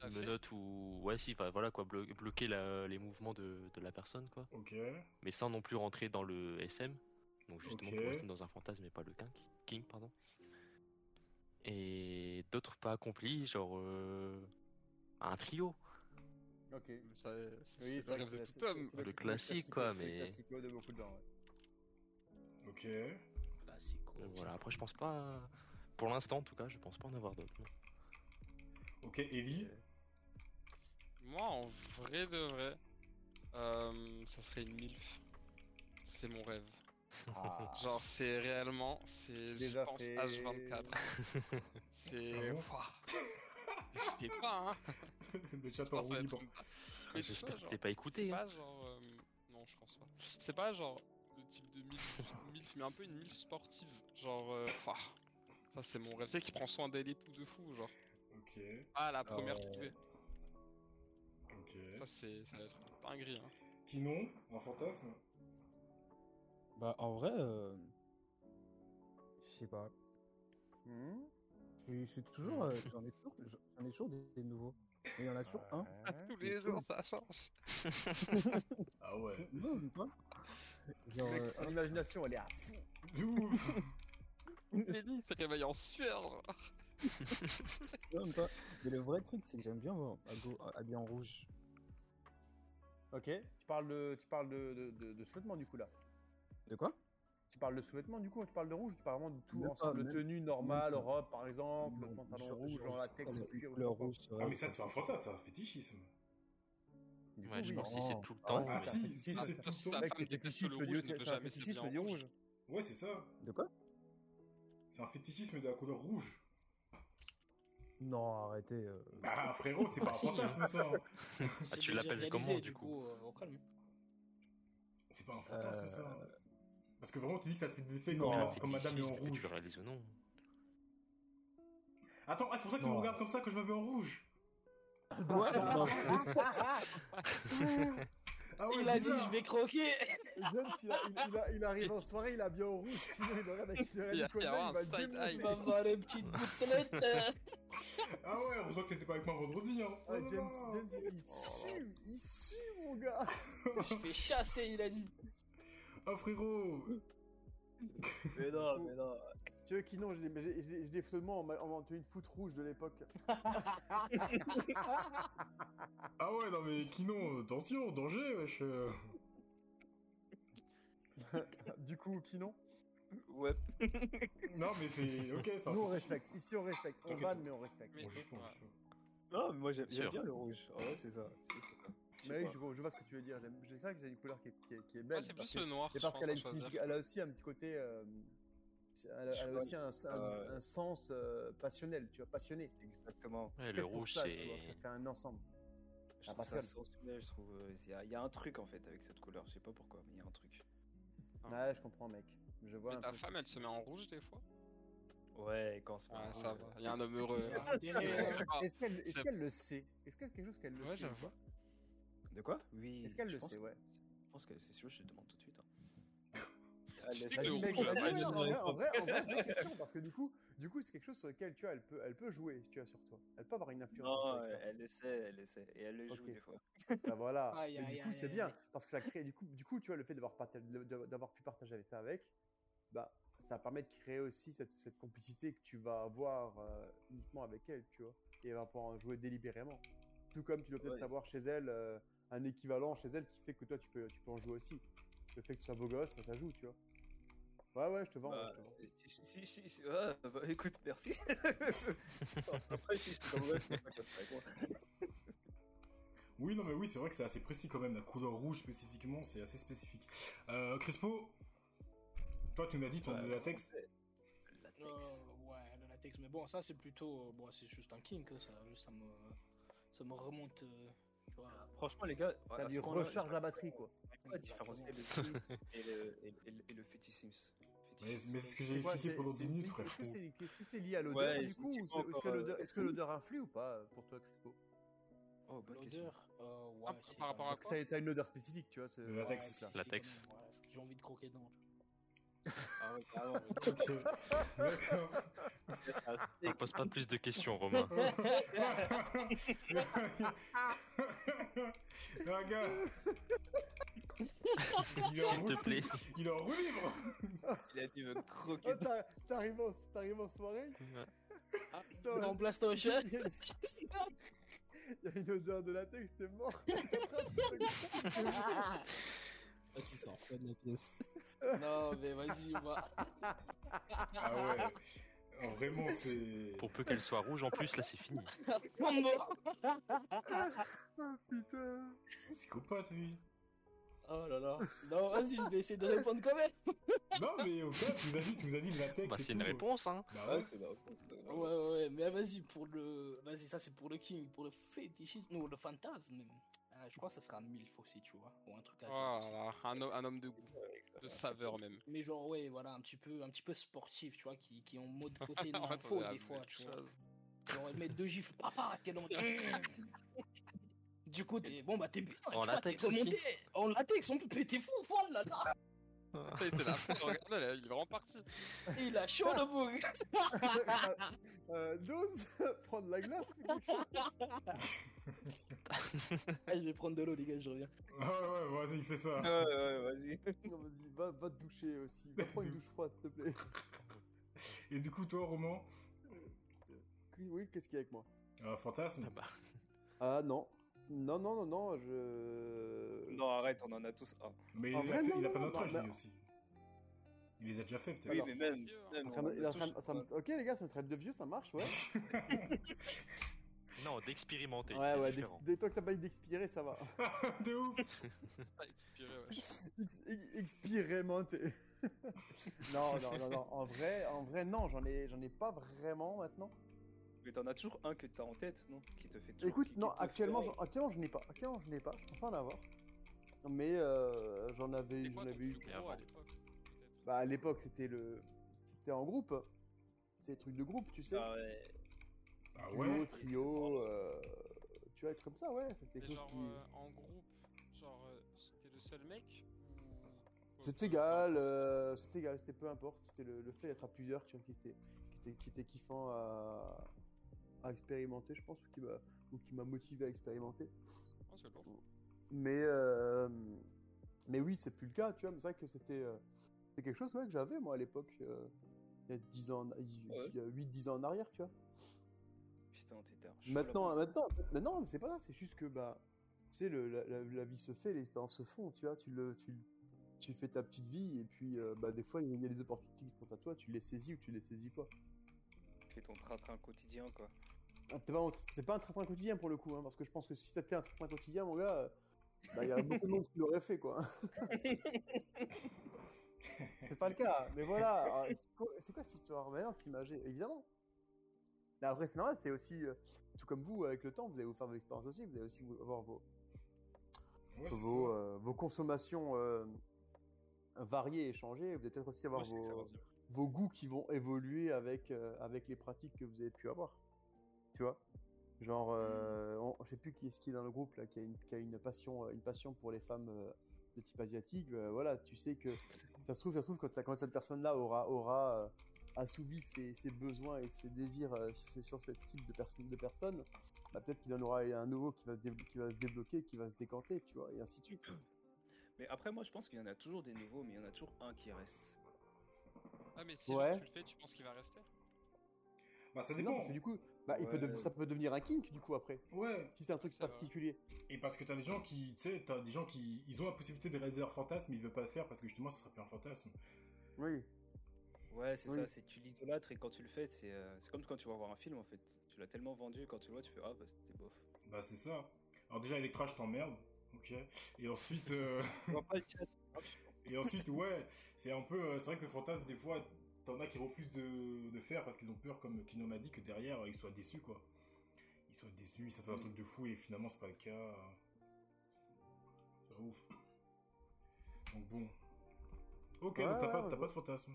S4: T'as fait
S5: Menottes ou. Ouais, si, bah, voilà quoi, blo- bloquer la- les mouvements de, de la personne quoi.
S2: Ok.
S5: Mais sans non plus rentrer dans le SM. Donc, justement,
S2: Ok.
S5: pour rester dans un fantasme et pas le kink. King, pardon. Et d'autres pas accomplis, genre. euh, Un trio.
S3: Ok.
S4: Ça,
S3: Oui, c'est vrai
S4: le
S3: que
S4: rêve
S3: c'est
S4: de
S3: la-
S4: tout
S3: c'est-
S4: homme.
S3: c'est la-
S5: Le
S3: c'est
S5: classique, quoi,
S3: c'est le
S5: mais-
S3: classico de beaucoup de gens, ouais.
S2: Ok.
S8: Classico.
S5: Euh, Voilà, après, je pense pas. Pour l'instant, en tout cas, je pense pas en avoir d'autres. non.
S2: Ok, Ellie,
S3: Euh,
S4: Moi, en vrai de vrai, euh, ça serait une MILF. C'est mon rêve.
S3: Ah.
S4: Genre, c'est réellement, c'est, je
S3: Déjà
S4: pense,
S3: fait.
S4: H24.
S2: Ah
S5: Ah
S4: C'est.
S2: bon
S4: Ouah. Je sais pas, hein.
S2: le chat en
S4: Putain, ça
S2: roue
S4: va être
S2: libre.
S4: une ba- Mais tu
S5: Ah, J'espère
S4: vois,
S5: que
S4: genre,
S5: t'es pas écouté.
S4: C'est
S5: hein.
S4: pas genre. euh, Non, je pense pas. C'est pas genre le type de MILF, milf, mais un peu une MILF sportive. Genre. euh, ouah. Ça, c'est mon rêve. C'est qui prend soin d'elle et tout de fou, genre.
S2: Ok,
S4: Ah, la première
S2: Euh,
S4: trouvée.
S2: ok.
S4: Ça, c'est. Ça va être une dinguerie, hein.
S2: Kinon, un fantasme
S6: Bah, en vrai, euh, je sais pas.
S3: Hmm
S6: Je suis- je suis toujours. euh, J'en ai toujours, j'en ai toujours des, des nouveaux. Mais il y en a toujours un.
S3: Ouais.
S4: Tous
S6: les
S4: les
S6: cool. jours,
S4: jours, ça change.
S2: Ah ouais.
S6: Non, même pas. Genre,
S3: Mec,
S6: euh,
S3: son imagination, elle est à fond.
S2: De ouf
S4: Ellie se réveille en sueur. genre.
S6: non, même pas. Mais le vrai truc, c'est que j'aime bien voir Ago euh, habillé en rouge.
S3: Ok, tu parles de, tu parles de, de, de, de sous-vêtements du coup là.
S6: De quoi
S3: Tu parles de sous-vêtements du coup, ou tu parles de rouge, tu parles vraiment de tout
S6: Même
S3: ensemble,
S6: pas,
S3: de
S6: même-
S3: tenue normale,
S6: même pas.
S3: robe par exemple,
S6: Non,
S3: pantalon
S6: je-
S3: rouge,
S6: je-
S3: genre
S6: je-
S3: latex,
S6: avec
S3: au
S6: une
S3: cuir, ou
S6: couleur
S3: je sais pas
S6: rouge. c'est
S2: Ah
S6: vrai.
S2: mais ça c'est pas un fantasme, c'est un fétichisme.
S3: quoi. Du
S5: Ouais,
S3: coup,
S5: je
S3: oui.
S5: pense que si c'est tout le
S3: Ah ouais,
S5: temps.
S2: Ah
S3: c'est
S5: euh,
S3: un
S2: si, si
S3: fétichisme,
S2: c'est
S3: ça.
S2: tout le
S4: Ah,
S2: temps.
S3: Mec, t'es
S4: déteste
S3: fétichiste, le
S4: le rouge,
S3: dieu,
S4: ne
S3: c'est
S4: peut
S3: un
S4: jamais oh,
S3: fétichiste,
S4: s'habiller
S3: le dieu
S4: en
S3: rouge.
S2: Ouais c'est ça.
S6: De quoi
S2: C'est un fétichisme de la couleur rouge.
S6: Non, arrêtez. euh,
S2: Bah frérot, c'est pas un
S8: Ah, si,
S2: fantasme ça. hein.
S5: Ah,
S8: C'est
S5: tu
S8: déjà
S5: l'appelles
S8: réalisé,
S5: comment, du coup
S8: euh, au calme.
S2: C'est pas un fantasme
S6: Euh,
S2: ça. Parce que vraiment tu dis que ça te fait des effets
S6: Non,
S5: Mais
S6: Oh,
S5: un
S2: comme, comme madame est en
S5: fétichiste, que Tu hein.
S2: rouge.
S5: le réalises ou non
S2: Attends, ah, c'est pour ça que tu me
S6: Non.
S2: regardes comme ça que je m'habille en rouge.
S6: Ouais, bah, non,
S2: Ah ouais,
S8: Il a dit
S2: bizarre.
S8: je vais croquer
S3: James, il, a- il- il a- il arrive en soirée, il a bien au rouge, sinon il regarde avec une
S4: Il y
S3: oreille
S4: a-
S3: du
S4: il y a
S3: colonel, il va le
S4: vraiment un side-eye.
S3: démonter.
S8: Il va voir les petites gouttelettes
S2: Ah ouais, heureusement que t'étais pas avec moi vendredi hein.
S3: Ah,
S2: Oh là
S3: James,
S2: là.
S3: James, il
S4: Oh.
S3: sue, il sue, mon gars.
S8: Je fais chasser, il a dit
S2: Ah frérot
S6: mais non, mais non.
S3: Tu vois, qui non, j'ai des- j'ai j'ai- j'ai des flottements en, ma- en tenue de foot rouge de l'époque.
S2: Ah ouais, non mais Kinon, euh, attention, danger, wesh. euh.
S3: Du coup, qui non
S6: Ouais.
S2: Non mais c'est... Ok, ça
S3: Nous, on respecte. Ici, on respecte. On
S2: Ok.
S3: vanne, mais on respecte.
S4: Mais-
S2: Bon, juste pour- juste pour-
S6: Non, mais moi j'aime j'aime
S5: Sûr.
S6: bien le rouge. En vrai, c'est ça. Je sais
S3: Mais oui,
S6: pas.
S3: je vois, je vois ce que tu veux dire. J'aime- C'est ça que c'est une couleur qui est, qui est- qui est belle.
S4: Moi, Ah, c'est
S3: parce
S4: plus
S3: que-
S4: le noir.
S3: Et
S4: je
S3: parce
S4: pense,
S3: qu'elle a,
S4: à
S3: une
S4: choisir.
S3: signifi- elle a aussi un petit côté. euh, elle, a,
S6: Je
S3: elle a
S6: vois,
S3: aussi un, un-
S6: euh,
S3: un sens euh, passionnel, tu vois, passionné.
S6: Exactement.
S5: Ouais,
S3: Peut-être
S5: Ah, le
S3: pour
S5: rouge,
S3: ça, tu vois,
S5: c'est.
S3: ça fait un ensemble.
S6: Je
S3: Ah,
S6: trouve ça
S3: Pascal.
S6: sensuel, je trouve. euh, Il y, a- il y a un truc en fait avec cette couleur. Je sais pas pourquoi, mais il y a un truc.
S4: Ah.
S3: Ouais, je comprends, mec. Je vois.
S4: Mais
S3: un
S4: ta
S3: peu.
S4: femme, elle se met en rouge des fois.
S6: Ouais, et quand c'est euh,
S4: Ah, ça va. Il y a un homme heureux. hein.
S3: Et,
S4: Ouais,
S3: euh,
S4: c'est pas-
S3: Est-ce qu'elle est-ce
S4: c'est-
S3: qu'elle le sait Est-ce que c'est quelque chose qu'elle le
S4: Ouais,
S3: sait ou
S4: j'avoue.
S3: pas
S6: De quoi Oui.
S3: Est-ce qu'elle
S6: je
S3: le
S6: pense-
S3: sait Ouais.
S6: Je pense qu'elle c'est sûr, je te demande tout de suite. hein.
S4: Tu
S6: le
S4: sais que
S6: sait.
S4: le
S3: Vas-y, mec,
S4: rouge,
S3: vas-y,
S4: elle
S3: ouais,
S4: le
S3: en vrai, en vrai, en vrai, vraie question, parce que du coup, du coup, c'est quelque chose sur lequel tu vois, elle peut, elle peut jouer, tu vois, sur toi. Elle peut avoir une influence. sur toi
S4: Ah,
S6: Non,
S3: avec ça.
S6: elle le sait, elle le sait. Et elle le joue
S3: Ok.
S6: des fois.
S3: Bah voilà.
S8: Aïe,
S3: Donc,
S8: aïe,
S3: du coup,
S8: aïe,
S3: c'est
S8: aïe,
S3: bien
S8: aïe.
S3: parce que ça crée. Du coup, du coup, tu vois, le fait d'avoir parta- de- de- d'avoir pu partager avec ça avec, bah, ça permet de créer aussi cette, cette complicité que tu vas avoir euh, uniquement avec elle, tu vois, et elle va pouvoir en jouer délibérément. Tout comme tu dois peut-être
S6: Ouais.
S3: savoir chez elle euh, un équivalent chez elle qui fait que toi, tu peux, tu peux en jouer aussi. Le fait que tu sois beau gosse, bah, ça joue, tu vois. Ouais, ouais, je te vends. ouais,
S6: Bah,
S3: je te vends.
S6: Si, si, si- si- ah, bah, écoute, merci. Après, si je te demande, je pas qu'elle se répond.
S2: Oui, non mais oui, c'est vrai que c'est assez précis quand même. La couleur rouge spécifiquement, c'est assez spécifique. Euh, Crespo, toi tu m'as dit ton
S6: Ouais,
S2: latex.
S6: Latex.
S8: Euh, ouais, le latex. Mais bon, ça c'est plutôt. euh, Bon, c'est juste un kink, ça, ça me. Ça me remonte. euh, tu vois.
S6: Franchement, les gars,
S3: Ça
S6: à
S3: lui
S6: ce point-là,
S3: recharge la
S6: j'arrive
S3: batterie, quoi.
S6: pas à différencier le kink et le, et, le- et le fétichisme.
S2: Mais, mais
S6: Fétichisme.
S2: c'est ce que j'ai
S3: C'est quoi,
S2: expliqué
S3: c'est-
S2: pendant
S3: c'est-
S2: 10 minutes,
S3: c'est-
S2: frère.
S3: Est-ce que c'est est-ce que c'est lié à l'odeur
S6: Ouais,
S3: du coup ou c'est-
S6: effectivement,
S3: Est-ce que
S6: encore,
S3: l'odeur-
S6: euh,
S3: est-ce que l'odeur influe ou pas euh, pour toi, Crispo
S7: bah,
S6: Oh, bonne question.
S8: L'odeur. euh, ouais,
S4: Ah, par
S8: c'est
S4: rapport
S8: quand
S4: à
S8: même-
S3: Parce que ça, ça a une odeur spécifique, tu vois. ce-
S2: Le latex.
S8: Ouais, si, si,
S5: Latex.
S8: quand même, ouais. J'ai envie de croquer dedans. tu
S6: Ah ouais, carrément.
S2: Ok, d'accord.
S5: On pose pas plus de questions, Romain.
S2: Non, gars. Il est en
S5: S'il
S2: roue,
S5: te plaît.
S2: il est en roue libre.
S6: Il a dit me croquer.
S3: Oh, t'as- t'arrives en, t'arrives en soirée
S8: vois.
S3: Putain,
S8: Ah, On place ton chat.
S3: il y a- il y a une odeur de latex, c'est mort
S8: Ah,
S6: tu sors pas de la pièce.
S8: Non, mais vas-y, on va.
S2: Ah ouais. Ah, Vraiment, c'est.
S5: Pour peu qu'elle soit rouge, en plus, là, c'est fini.
S3: putain.
S2: Psychopathe, lui.
S8: Oh là là. Non, vas-y, je vais essayer de répondre quand même.
S2: Non, mais au fait, tu nous as dit, tu nous as dit le latex.
S5: Bah,
S2: et
S5: c'est une
S2: tout.
S5: réponse, hein.
S2: Bah
S7: Ouais,
S2: ouais.
S7: c'est la réponse. c'est la
S8: Ouais,
S7: réponse.
S8: ouais, ouais, mais vas-y, pour le. Vas-y, ça c'est pour le king, pour le fétichisme, ou le fantasme. même. Ah, je crois que ça sera mille fois aussi, tu vois, ou un truc à ça, tu sais.
S4: Ah, Voilà, un, ho- un homme de goût, de saveur même.
S8: Mais genre, ouais, voilà, un petit peu, un petit peu sportif, tu vois, qui, qui est en mode côté
S4: En fait, on
S8: info
S4: est à
S8: des fois,
S4: autre
S8: tu vois.
S4: chose.
S8: Genre, elle met deux gifles, papa, t'es long. Du coup, t'es. Bon, bah, t'es bien. tu
S5: En
S8: vois, t'es
S5: latex aussi.
S8: remonté. En latex, on peut péter fou, oh là là.
S4: Putain, il était là, regarde, là, il est vraiment parti.
S8: Il a chaud le bug.
S3: euh, Nose, prendre la glace, fais quelque chose.
S8: Ah, je vais prendre de l'eau, les gars, je reviens.
S2: Ouais, ouais, Ah ouais, vas-y, fais ça.
S7: Ouais, ouais, vas-y.
S3: Non, vas-y, va, va te doucher aussi. Va prendre une douche froide, s'il te plaît.
S2: Et du coup, toi, Roman,
S3: Oui, oui, qu'est-ce qu'il y a avec moi
S2: un euh, fantasme.
S5: Ah bah,
S3: Ah non. Non, non, non, non, je.
S7: Non, arrête, on en a tous un.
S2: Mais il,
S3: En
S2: a,
S3: vrai, non,
S2: il a
S3: Ah, non,
S2: pas
S3: non,
S2: notre âge,
S3: non.
S2: lui aussi. Il les a déjà fait,
S7: Oui,
S2: peut-être.
S3: Alors.
S7: mais même. même, on
S3: Ça
S7: en
S3: me-
S7: a
S3: la-
S7: tous,
S3: ça- ça me- Ok, les gars, ça me traite de vieux, ça marche, ouais.
S5: non, d'expérimenter.
S3: ouais,
S5: c'est
S3: ouais,
S5: différent.
S3: dès, dès toi que t'as pas dit d'expirer, ça va.
S2: de ouf.
S4: Ah, expiré, wesh.
S3: Ex- ex- Expérimenté. non, non, non, non. En vrai, en vrai non, j'en ai, j'en ai pas vraiment maintenant.
S7: Mais t'en as toujours un que t'as en tête, non Qui te fait toujours- qui-
S3: Écoute,
S7: qui
S3: non,
S7: te fait-
S3: actuellement, j'en- actuellement, je n'ai pas. Actuellement, je n'ai pas. Je pense pas en avoir. Mais euh, j'en avais,
S4: C'est quoi
S3: j'en
S4: ton
S3: avais
S4: plus
S3: eu.
S4: gros à l'époque peut-être
S3: Bah, à l'époque, c'était le, c'était en groupe. C'est des trucs de groupe, tu sais.
S7: Ah ouais.
S2: Ah
S3: Duo,
S2: ouais.
S3: trio, euh, tu vois, être comme ça, ouais. C'était
S4: Mais
S3: quelque
S4: genre
S3: chose qui.
S4: euh, en groupe, genre euh, c'était le seul mec ou... euh,
S3: C'est
S4: ou-
S3: égal, euh, c'est égal, c'était peu importe. C'était le, le fait d'être à plusieurs, tu vois, qui était, qui était, qui était kiffant à, à expérimenter, je pense, ou qui m'a, ou qui m'a motivé à expérimenter.
S4: Oh, c'est lourd.
S3: Mais, euh, mais oui, c'est plus le cas, tu vois. Mais c'est vrai que c'était, euh, c'était quelque chose ouais, que j'avais, moi, à l'époque, euh, il y a 10 ans, en- il
S7: Ouais.
S3: il y a 8-10 ans en arrière, tu vois.
S7: Putain, t'étais un chaud
S3: Maintenant,
S7: là-bas.
S3: maintenant, mais non, mais c'est pas ça, c'est juste que, bah, tu sais, le- la, la- la vie se fait, les expériences se font, tu vois, tu le, tu, tu fais ta petite vie, et puis, euh, bah, des fois, il y a des opportunités qui se présentent à toi, tu les saisis ou tu les saisis pas.
S7: Tu fais ton train-train quotidien, quoi.
S3: Ah, t'es pas en- C'est pas un train-train quotidien pour le coup, hein, parce que je pense que si c'était un train-train quotidien, mon gars, euh, bah, il y a beaucoup de monde qui l'aurait fait, quoi. c'est pas le cas, mais voilà. alors, C'est quoi, c'est quoi cette histoire maintenant t'imager Évidemment. Là, après, c'est normal, c'est aussi, euh, tout comme vous, avec le temps, vous allez vous faire vos expériences aussi, vous allez aussi vous- avoir vos,
S2: Ouais, c'est
S3: vos,
S2: ça.
S3: euh, vos consommations euh, variées et changées, vous allez peut-être aussi avoir
S7: Ouais, c'est que ça va
S3: vos,
S7: dire.
S3: vos goûts qui vont évoluer avec, euh, avec les pratiques que vous avez pu avoir. Tu vois Genre, euh, on- je sais plus qui est-ce qui est dans le groupe là, qui a une, qui a une passion, euh, une passion pour les femmes euh, de type asiatique. euh, voilà, tu sais que ça se trouve, ça se trouve quand, la- quand cette personne-là aura, aura euh, assouvi ses, ses besoins et ses désirs euh, sur, sur ce type de personne, de personne, bah, peut-être qu'il en aura un nouveau qui va se, dé- qui va se débloquer, qui va se décanter, tu vois, et ainsi de suite.
S7: Mais après, moi, je pense qu'il y en a toujours des nouveaux, mais il y en a toujours un qui reste.
S4: Ah mais si
S3: Ouais.
S4: tu le fais, tu penses qu'il va rester
S2: Bah, ça
S3: Non,
S2: dépend.
S3: parce que du coup, bah, il peut
S7: Ouais.
S3: devenir- ça peut devenir un kink du coup après,
S2: Ouais.
S3: si c'est un truc
S4: C'est vrai.
S3: particulier.
S2: Et parce que t'as des gens qui, tu sais, t'as des gens qui, ils ont la possibilité de réaliser leur fantasme, mais ils veulent pas le faire parce que justement, ce serait plus un fantasme.
S3: Oui.
S7: Ouais, c'est
S3: Oui.
S7: ça, c'est tu l'idolâtres et quand tu le fais, c'est euh, c'est comme quand tu vas voir un film en fait. Tu l'as tellement vendu, quand tu le vois, tu fais Ah, bah c'était bof.
S2: Bah, c'est ça. Alors, déjà, Electra, je t'emmerde. Ok. Et ensuite, euh,
S7: On va pas le chat.
S2: et ensuite, ouais, c'est un peu, euh, c'est vrai que le fantasme, des fois, t'en as qui refusent de, de faire parce qu'ils ont peur, comme Kinon a dit, que derrière, euh, ils soient déçus, quoi. Ils soient déçus, ça fait
S3: Mm.
S2: un truc de fou et finalement, c'est pas le cas. C'est ouf. Donc, bon. Ok,
S3: Ouais,
S2: donc t'as
S3: ouais,
S2: pas,
S3: ouais,
S2: t'as
S3: je
S2: pas de fantasme.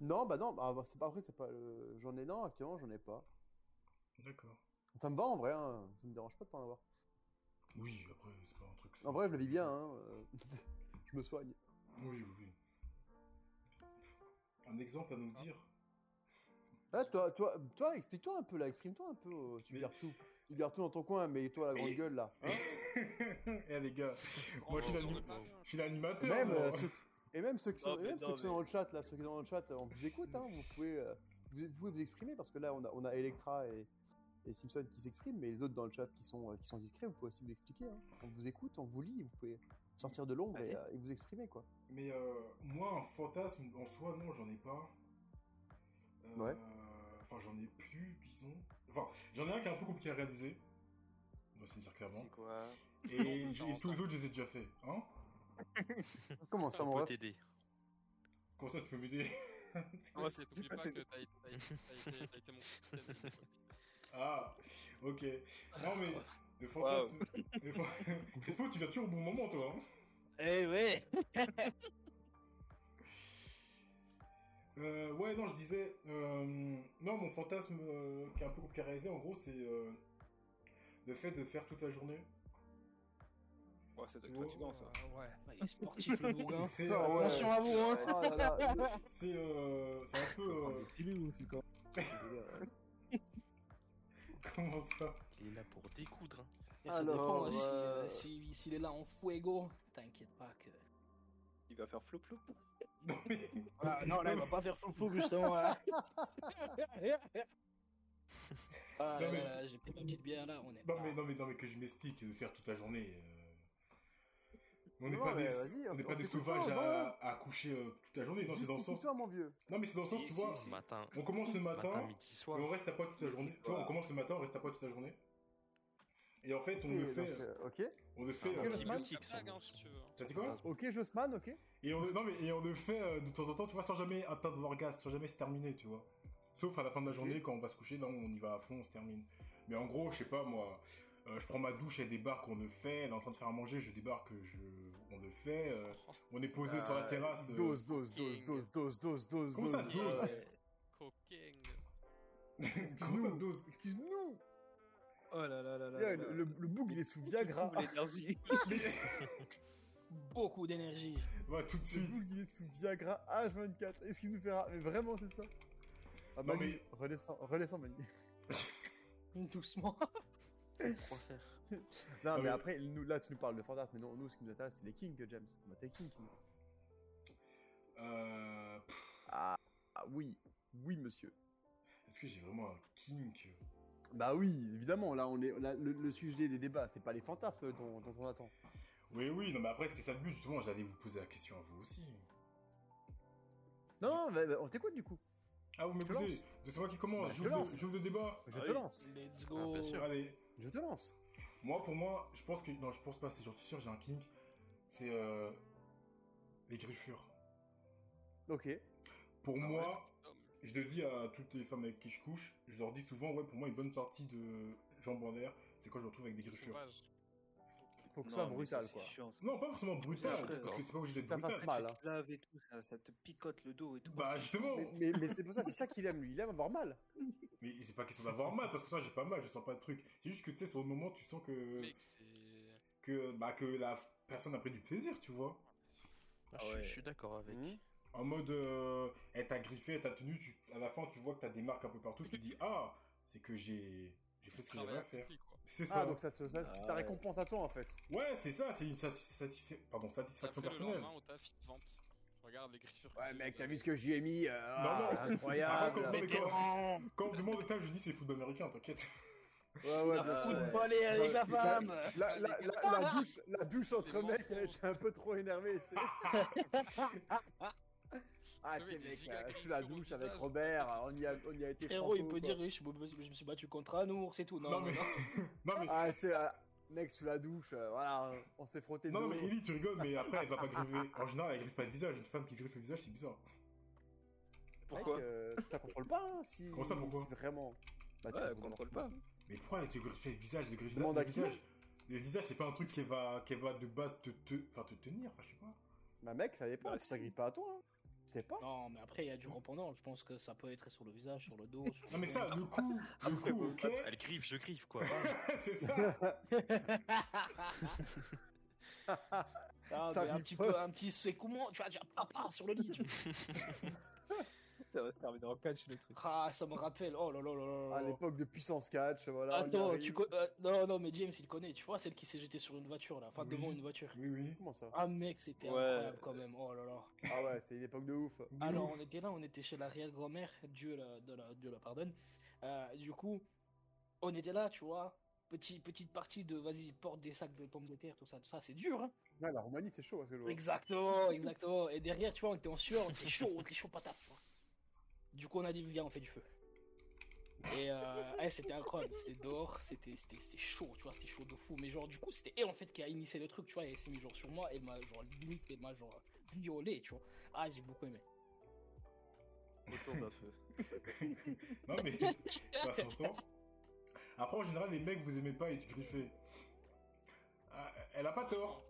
S3: Non, bah non, bah, bah, c'est pas après, c'est pas. euh, J'en ai non, actuellement, j'en ai pas.
S2: D'accord.
S3: Ça me va en vrai, hein, ça me dérange pas de pas en avoir.
S2: Oui, après, c'est pas un truc.
S3: En vrai, je le vis bien, hein, euh, je me soigne.
S2: Oui, oui, oui. Un exemple à nous dire
S3: Ah, toi, toi, toi explique-toi un peu là, exprime-toi un peu. euh, tu
S2: Mais-
S3: gardes tout, tu gardes tout dans ton coin, mais toi, la
S2: Mais-
S3: grande gueule là. hein.
S2: Eh les gars, moi je suis
S4: Retourne
S2: l'anim-
S4: pas, hein.
S2: je suis l'animateur.
S3: même,
S2: moi.
S3: euh, ceux qui- et même ceux qui sont,
S7: Non,
S3: et
S7: mais
S3: même
S7: non,
S3: ceux qui sont
S7: mais-
S3: dans le chat là, ceux qui sont dans le chat, on vous écoute, hein, vous pouvez, euh, vous, vous pouvez vous exprimer parce que là, on a, on a Electra et, et Simpson qui s'expriment, mais les autres dans le chat qui sont, euh, qui sont discrets, vous pouvez aussi vous expliquer. hein. On vous écoute, on vous lit, vous pouvez sortir de l'ombre et,
S7: Allez.
S3: euh, et vous exprimer quoi.
S2: Mais euh, moi, un fantasme en soi, non, j'en ai pas. Euh,
S3: Ouais.
S2: Enfin, j'en ai plus, disons. Enfin, j'en ai un qui est un peu compliqué à réaliser. On va se le dire clairement.
S7: C'est quoi
S2: Et,
S4: Non,
S2: et tous les
S4: ça-
S2: autres, je les ai déjà fait. Hein
S3: Comment ça,
S5: On
S3: mon
S5: peut
S3: ref
S5: t'aider.
S2: Comment ça, tu peux m'aider
S7: Moi, c'est-
S4: N'oublie
S7: c'est
S4: pas
S7: pas-
S4: que t'as été- t'as été t'as été- t'as été mon capitaine.
S2: Ah, ok. Non, mais
S7: Waouh.
S2: le fantasme. le fan- Crespo, tu viens toujours au bon moment, toi. hein
S8: Eh ouais
S2: Euh, ouais, non, je disais. euh, non, mon fantasme euh, qui est un peu compliqué à réaliser, en gros, c'est euh, le fait de faire toute la journée.
S7: Ouais, ça doit être
S2: Ouais,
S7: fatigant ça.
S8: Ouais, Bah, il est sportif le bourrin.
S2: C'est euh,
S3: Ah ouais.
S8: Attention à vous, hein
S3: Ah là là, le-
S2: c'est, euh, c'est un peu. euh, comment ça
S5: Il est là pour découdre. hein.
S8: Et ça
S3: Alors,
S8: dépend, hein, si,
S3: euh,
S8: euh, si- s'il est là en fuego, t'inquiète pas que...
S7: Il va faire flou flou.
S2: Non, mais-
S8: Voilà, non, là, il va pas faire flou flou justement, là. Ah,
S2: Non, mais-
S8: là, là, j'ai pris ma petite bière, là, on est
S2: Non
S8: pas-
S3: Ah.
S2: mais, non, mais, non, mais que je m'explique, de faire toute la journée. euh, On n'est
S3: Non,
S2: pas,
S3: mais
S2: des,
S3: vas-y,
S2: on n'est
S3: on
S2: pas des
S3: t'écoute
S2: sauvages
S3: pas,
S2: à, à coucher euh, toute la journée. Non, c'est dans le sens.
S3: Justifie-toi, mon vieux.
S2: Non, mais c'est dans le sens, tu
S7: Si,
S2: vois.
S7: si,
S5: Matin,
S2: On commence le matin,
S5: matin, midi, soir.
S2: et on reste à poil toute la journée. Tu vois, on commence le matin, on reste à poil toute la journée. Et en fait, on
S3: Et
S2: le fait.
S3: donc, euh, Ok,
S2: On le fait.
S5: Ah,
S2: euh,
S3: ok, Haussmann
S5: Tic,
S4: La blague,
S5: son-
S4: hein, si tu veux.
S2: T'as dit quoi
S3: ok, Josman, ok.
S2: Et on, le- non, mais et on le fait euh, de temps en temps, tu vois, sans jamais atteindre l'orgasme, sans jamais se terminer, tu vois. Sauf à la fin de la journée, quand on va se coucher, là, on y va à fond, on se termine. Mais en gros, je sais pas, moi, euh, je prends ma douche, elle débarque, on le fait, elle est en train de faire à manger, je débarque, je... on le fait, euh, on est posé sur la
S3: Euh,
S2: terrasse. euh,
S3: Dose, dose, dose,
S4: King.
S3: dose, dose, dose, dose,
S2: Comment ça,
S3: dose.
S2: dose
S4: Cocaine.
S2: Comment ça, dose
S3: Excuse-nous
S7: Oh là là là
S3: Tiens, Le, le bug, il est sous Viagra.
S8: Beaucoup d'énergie. Beaucoup d'énergie.
S2: Ouais, tout de
S3: Le
S2: suite.
S3: bug, il est sous Viagra H24. Est-ce qu'il nous fera Mais vraiment, c'est ça Ah,
S2: Non,
S3: Manu,
S2: mais-
S3: redescends, redescends, Manu.
S8: Doucement.
S3: Non, mais
S2: mais-
S3: après, nous, là, tu nous parles de fantasme, mais non, nous, ce qui nous intéresse, c'est les kings, James. Bah, t'es king. King.
S2: Euh, pff,
S3: Ah, ah, oui, oui, monsieur.
S2: Est-ce que j'ai vraiment un kink
S3: Bah oui, évidemment, là, on est, là, le, le sujet des débats, c'est pas les fantasmes dont, dont on attend.
S2: Oui, oui, non, mais après, c'était ça le but, justement, j'allais vous poser la question à vous aussi.
S3: Non, bah, bah, on t'écoute du coup.
S2: Ah, vous
S3: te
S2: m'écoutez
S3: lance.
S2: C'est moi qui
S3: Bah,
S2: commence,
S3: je te
S2: j'ouvre
S3: lance.
S2: le- j'ouvre le débat.
S3: Je
S5: Ah
S3: te
S5: oui.
S3: lance.
S8: Let's
S5: Ah,
S8: go.
S5: bien sûr.
S2: Allez.
S3: Je te lance.
S2: Moi, pour moi, je pense que. Non, je pense pas, c'est j'en suis sûr, j'ai un kink. C'est. euh, les griffures.
S3: Ok.
S2: Pour
S4: Ah
S2: moi,
S4: ouais.
S2: je le dis à toutes les femmes avec qui je couche, je leur dis souvent, ouais, pour moi, une bonne partie de jambes en l'air, c'est quand je me retrouve avec des griffures.
S4: Sauvage.
S3: Faut que ce soit brutal, quoi.
S2: Non, pas forcément brutal,
S7: Ouais,
S2: parce que c'est hein. pas obligé d'être
S3: Ça
S2: brutal.
S3: fasse mal. hein.
S7: Lave et tout, ça, ça te picote le dos et tout.
S2: Bah, justement
S3: Mais, mais- mais c'est pour ça, c'est ça qu'il aime, lui. Il aime avoir mal.
S2: Mais c'est pas question d'avoir mal, parce que ça, j'ai pas mal, je sens pas de truc. C'est juste que, tu sais, sur le moment, tu sens que.
S4: Mec, c'est.
S2: que, bah, que la f- personne a pris du plaisir, tu vois.
S5: Ah, je, je suis d'accord avec.
S3: Hmm.
S2: En mode, euh, elle t'a griffé, elle t'a tenu, tu- à la fin tu vois que t'as des marques un peu partout, tu te dis, ah, c'est que j'ai j'ai fait ce que j'avais à faire.
S4: accompli, quoi.
S2: C'est ça.
S3: Ah, donc ça te- ça- c'est ta récompense à toi, en fait.
S2: Ouais, c'est ça, c'est une satis- satisfa- pardon, satisfaction
S4: Après, le
S2: personnelle.
S4: lendemain, au taf, ils te vantent. Regarde les griffures. que
S3: Ouais,
S4: j'ai,
S3: mec,
S4: vous
S3: t'as
S4: avez.
S3: vu ce que j'y ai mis euh, ah,
S2: non. Ah, quand,
S3: Incroyable.
S2: non, mais quand- quand on me demande de taf, je dis c'est le football américain, t'inquiète.
S3: Ouais, ouais, bien
S7: Ah,
S3: sûr.
S7: ouais.
S8: Footballer avec la femme.
S3: La, la, la, la douche, la douche entre mecs, elle était un peu trop énervée, tu sais. Ah,
S4: Oui,
S3: tu sais,
S4: des
S3: mec,
S4: gigas
S3: euh, sous la
S4: griffures au
S3: douche avec
S4: visage.
S3: Robert, euh, on y a, on y a été
S8: Frérot, il
S3: franco,
S8: peut
S3: quoi.
S8: dire oui, je, me- je me suis battu contre Anour, c'est tout. Non,
S2: Non, mais. Non, mais.
S3: Ah, c'est euh, mec sous la douche, euh, voilà, on s'est frotté de
S2: Non, non, mais
S3: dos.
S2: Ellie, tu rigoles, mais après, elle va pas griffer. En général, elle griffe pas le visage. Une femme qui griffe le visage, c'est bizarre.
S7: Pourquoi
S3: Mec, euh, ça contrôle pas, hein, si,
S2: Comment ça, pourquoi
S3: si vraiment... Bah,
S7: Ouais,
S3: comprends.
S7: contrôle pas.
S2: Mais pourquoi elle te griffe le visage, le griffe
S3: Demande
S2: le
S3: à qui
S2: visage Le visage, c'est pas un truc qui va, qui va de base te, te, enfin, te tenir, enfin, je sais pas.
S3: Bah, mec, ça dépend,
S7: Bah,
S3: ça
S7: si.
S3: grille pas à toi, hein. Je sais pas.
S8: Non, mais après, il y a du rependant. Je pense que ça peut être sur le visage, sur le dos. Sur
S2: Non mais
S4: Ah.
S2: ça, le coup, le coup, ok,
S5: Elle griffe, je griffe, quoi.
S2: c'est ça.
S8: Ah,
S3: ça
S8: mais un
S3: lui
S8: petit
S3: bosse.
S8: peu, un petit secouement, tu vois, tu vas pas sur le lit. tu vois.
S7: Ça va se terminer en catch le truc.
S8: Ah, ça me rappelle. Oh là là là là là.
S3: À l'époque de puissance catch, voilà. on y
S8: Attends,
S3: arrive.
S8: tu co- euh, non non mais James il connaît, tu vois celle qui s'est jetée sur une voiture là, enfin
S2: Oui.
S8: devant une voiture.
S2: Oui, oui.
S3: Comment ça
S8: Ah mec c'était
S7: Ouais.
S8: incroyable quand même. Oh là là.
S3: Ah ouais, c'est une époque de ouf.
S8: Alors, on était là, on était chez l'arrière-grand-mère, Dieu la, de la, Dieu la pardonne. Euh, du coup, on était là, tu vois. Petit, petite partie de vas-y, porte des sacs de pommes de terre, tout ça, tout ça, c'est dur. hein.
S3: Ouais, la Roumanie, c'est chaud, parce que je vois.
S8: Exactement, exactement. Et derrière, tu vois, on était en sueur, on était chaud, on était chaud patate, tu vois. Du coup, on a dit, viens, on fait du feu. Et euh, ouais, c'était incroyable, c'était dehors, c'était c'était- c'était chaud, tu vois, c'était chaud de fou. Mais genre, du coup, c'était elle en fait qui a initié le truc, tu vois, et elle s'est mise genre sur moi et m'a genre limite, elle m'a genre violé, tu vois. Ah, j'ai beaucoup aimé.
S7: Autour d'un feu.
S2: non, mais ça s'entend. Après, en général, les mecs, vous aimez pas être griffés. Ah, elle a pas tort.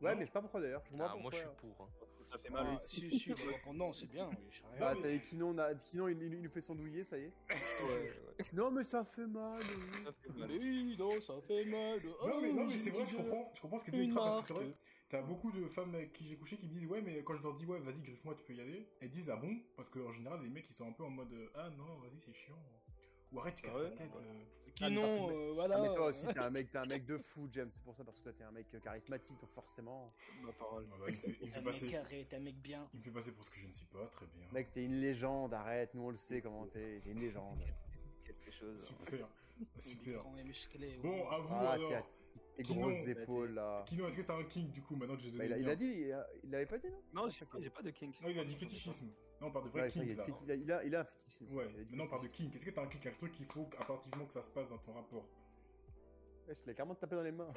S3: Ouais, mais je sais pas pourquoi d'ailleurs. Je comprends
S5: Ah,
S3: pas
S5: moi je suis
S3: pourquoi.
S5: pour. hein.
S7: Ça fait
S3: mal.
S7: mal.
S8: Ah, si, si, bah, non, c'est bien, oui, je sais rien.
S3: Ah, ça y est, Kinon, on a- Kinon, il, il- il nous fait sandouiller, ça y est. Non, mais ça fait mal. euh. oui.
S8: Mais oui, non, ça fait mal.
S2: Non, mais,
S8: Oh,
S2: non, mais
S8: j'ai
S2: c'est
S8: une
S2: vrai, je
S8: petite
S2: comprends, je comprends ce que tu
S8: Une
S2: dis, parce que c'est
S8: marque.
S2: vrai, t'as beaucoup de femmes avec qui j'ai couché qui me disent, ouais, mais quand je leur dis, ouais, vas-y, griffe-moi, tu peux y aller, elles disent, ah bon, parce qu'en général, les mecs, ils sont un peu en mode, ah non, vas-y, c'est chiant, ou arrête, tu
S7: Ah
S2: casses la
S7: ouais,
S2: tête.
S7: ouais.
S2: euh.
S8: gueule. Kinon, euh, voilà.
S3: Ah, mais toi aussi, t'es un mec, t'es un mec de fou, James. C'est pour ça, parce que toi, t'es un mec euh, charismatique, donc forcément.
S7: Ma parole.
S2: Ah bah, il, me fait, il me
S8: T'es
S2: fait
S8: un mec
S2: passer,
S8: carré, t'es un mec bien.
S2: il me fait passer pour ce que je ne suis pas, très bien.
S3: Mec, t'es une légende, arrête, nous on le sait comment t'es, t'es une légende. Ah,
S7: Quelque chose.
S2: Super,
S8: Il est
S2: super.
S8: grand et musclé.
S2: Bon,
S8: oh.
S2: à vous,
S3: Ah,
S2: alors.
S3: t'es à- tes
S2: Kinon,
S3: grosses
S7: bah, t'es-
S3: épaules là.
S2: Kino, est-ce que t'as un king, du coup, maintenant que j'ai donné
S3: Bah, il, a,
S2: le
S3: il a
S2: mien
S3: dit, il, a- il l'avait pas dit non
S6: Non, j'ai pas, j'ai pas de kink.
S2: Non, il a dit fétichisme. Non, on parle de vrai
S3: Ouais, ça y est,
S2: kink,
S3: il,
S2: là.
S3: fait- il a, il, a, il a un fétichisme.
S2: Ouais,
S3: il a dit
S2: maintenant on parle de
S3: fétichisme.
S2: kink. Est-ce que t'as un kink, un truc qu'il faut, à partir du moment que ça se passe dans ton rapport
S3: Ouais, je l'ai carrément tapé dans les mains.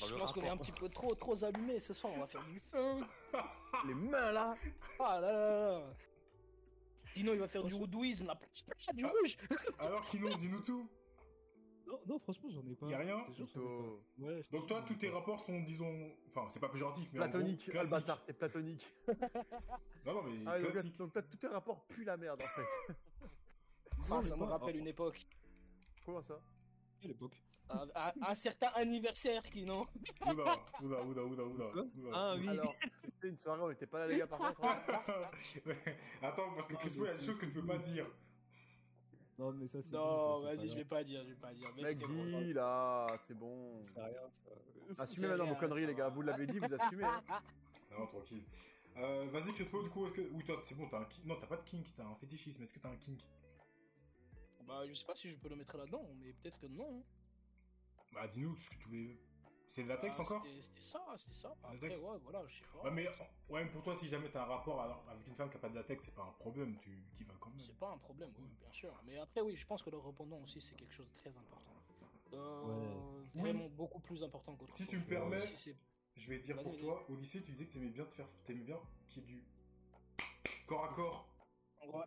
S5: Dans
S8: Je
S5: le
S8: pense qu'on est un
S5: rapport.
S8: petit peu trop, trop allumé ce soir, on va faire du feu.
S3: les mains là
S8: Ah là là là. Sinon, il va faire du roudouisme, là. Ah, Du rouge.
S2: Alors, Kino, dis-nous tout
S6: Non, non, franchement, j'en ai pas.
S2: Y a rien
S6: C'est sûr,
S3: Plutôt
S6: j'en ai pas. Ouais,
S2: Donc
S6: je pense
S2: toi,
S6: que j'en
S2: tous
S6: ai
S2: tes
S6: pas.
S2: rapports sont, disons, enfin, c'est pas péjoratif, mais en gros,
S3: platonique, ah, le
S2: classique.
S3: bâtard, c'est platonique.
S2: Non, non, mais
S3: Ah, donc,
S2: classique.
S3: donc t'as tous tes rapports puent la merde en fait.
S8: Ah, ça me rappelle une époque.
S3: Comment ça
S6: À l'époque.
S8: Un, un- un certain anniversaire, Kinon.
S2: Oula, oula, oula, oula, oula.
S6: Quoi
S2: oula.
S6: Ah oui.
S3: Alors, c'était une soirée, on était pas là les gars par contre. hein.
S2: Ouais, Attends, parce que
S6: Ah,
S2: Chris
S6: mais
S2: Paul, il y a des
S6: c'est-
S2: choses que tu peux pas dire.
S6: Non, mais ça, c'est.
S8: Non, vas-y, je vais pas dire, je vais pas dire. Mais
S3: Mec,
S8: c'est bon,
S3: dis là, c'est bon.
S6: Ça sert à rien, ça.
S3: Assumez maintenant vos
S8: rien,
S3: conneries
S8: ça
S3: les gars,
S8: va.
S3: vous l'avez dit, vous assumez. hein.
S2: Non, tranquille. Euh, Vas-y, Chris Paul, du coup, est-ce que... Oui, toi, c'est bon, t'as un kink. Non, t'as pas de kink, t'as un fétichisme. Est-ce que t'as un kink
S8: Bah, je sais pas si je peux le mettre là-dedans, mais peut-être que non.
S2: Bah, dis-nous ce que tu voulais... C'est de la texte
S8: Ah,
S2: encore
S8: c'était- C'était ça, c'était ça. Bah,
S2: Le Bah,
S8: Après,
S2: latex.
S8: ouais, voilà, je sais pas.
S2: Ouais, mais ouais, mais pour toi, si jamais t'as un rapport alors, avec une femme qui a pas de latex, c'est pas un problème, tu t'y vas quand même.
S8: C'est pas un problème, oui, bien sûr. Mais après, oui, je pense que le répondant aussi, c'est quelque chose de très important. Euh, Vraiment beaucoup plus important qu'autre
S2: Si
S8: chose.
S2: tu me permets,
S8: Si c'est-
S2: Je vais dire
S8: Vas-y,
S2: pour
S8: vas-y.
S2: toi, au lycée, tu disais que t'aimais bien te faire, t'aimais bien qu'il y ait du corps à corps.
S8: Ouais,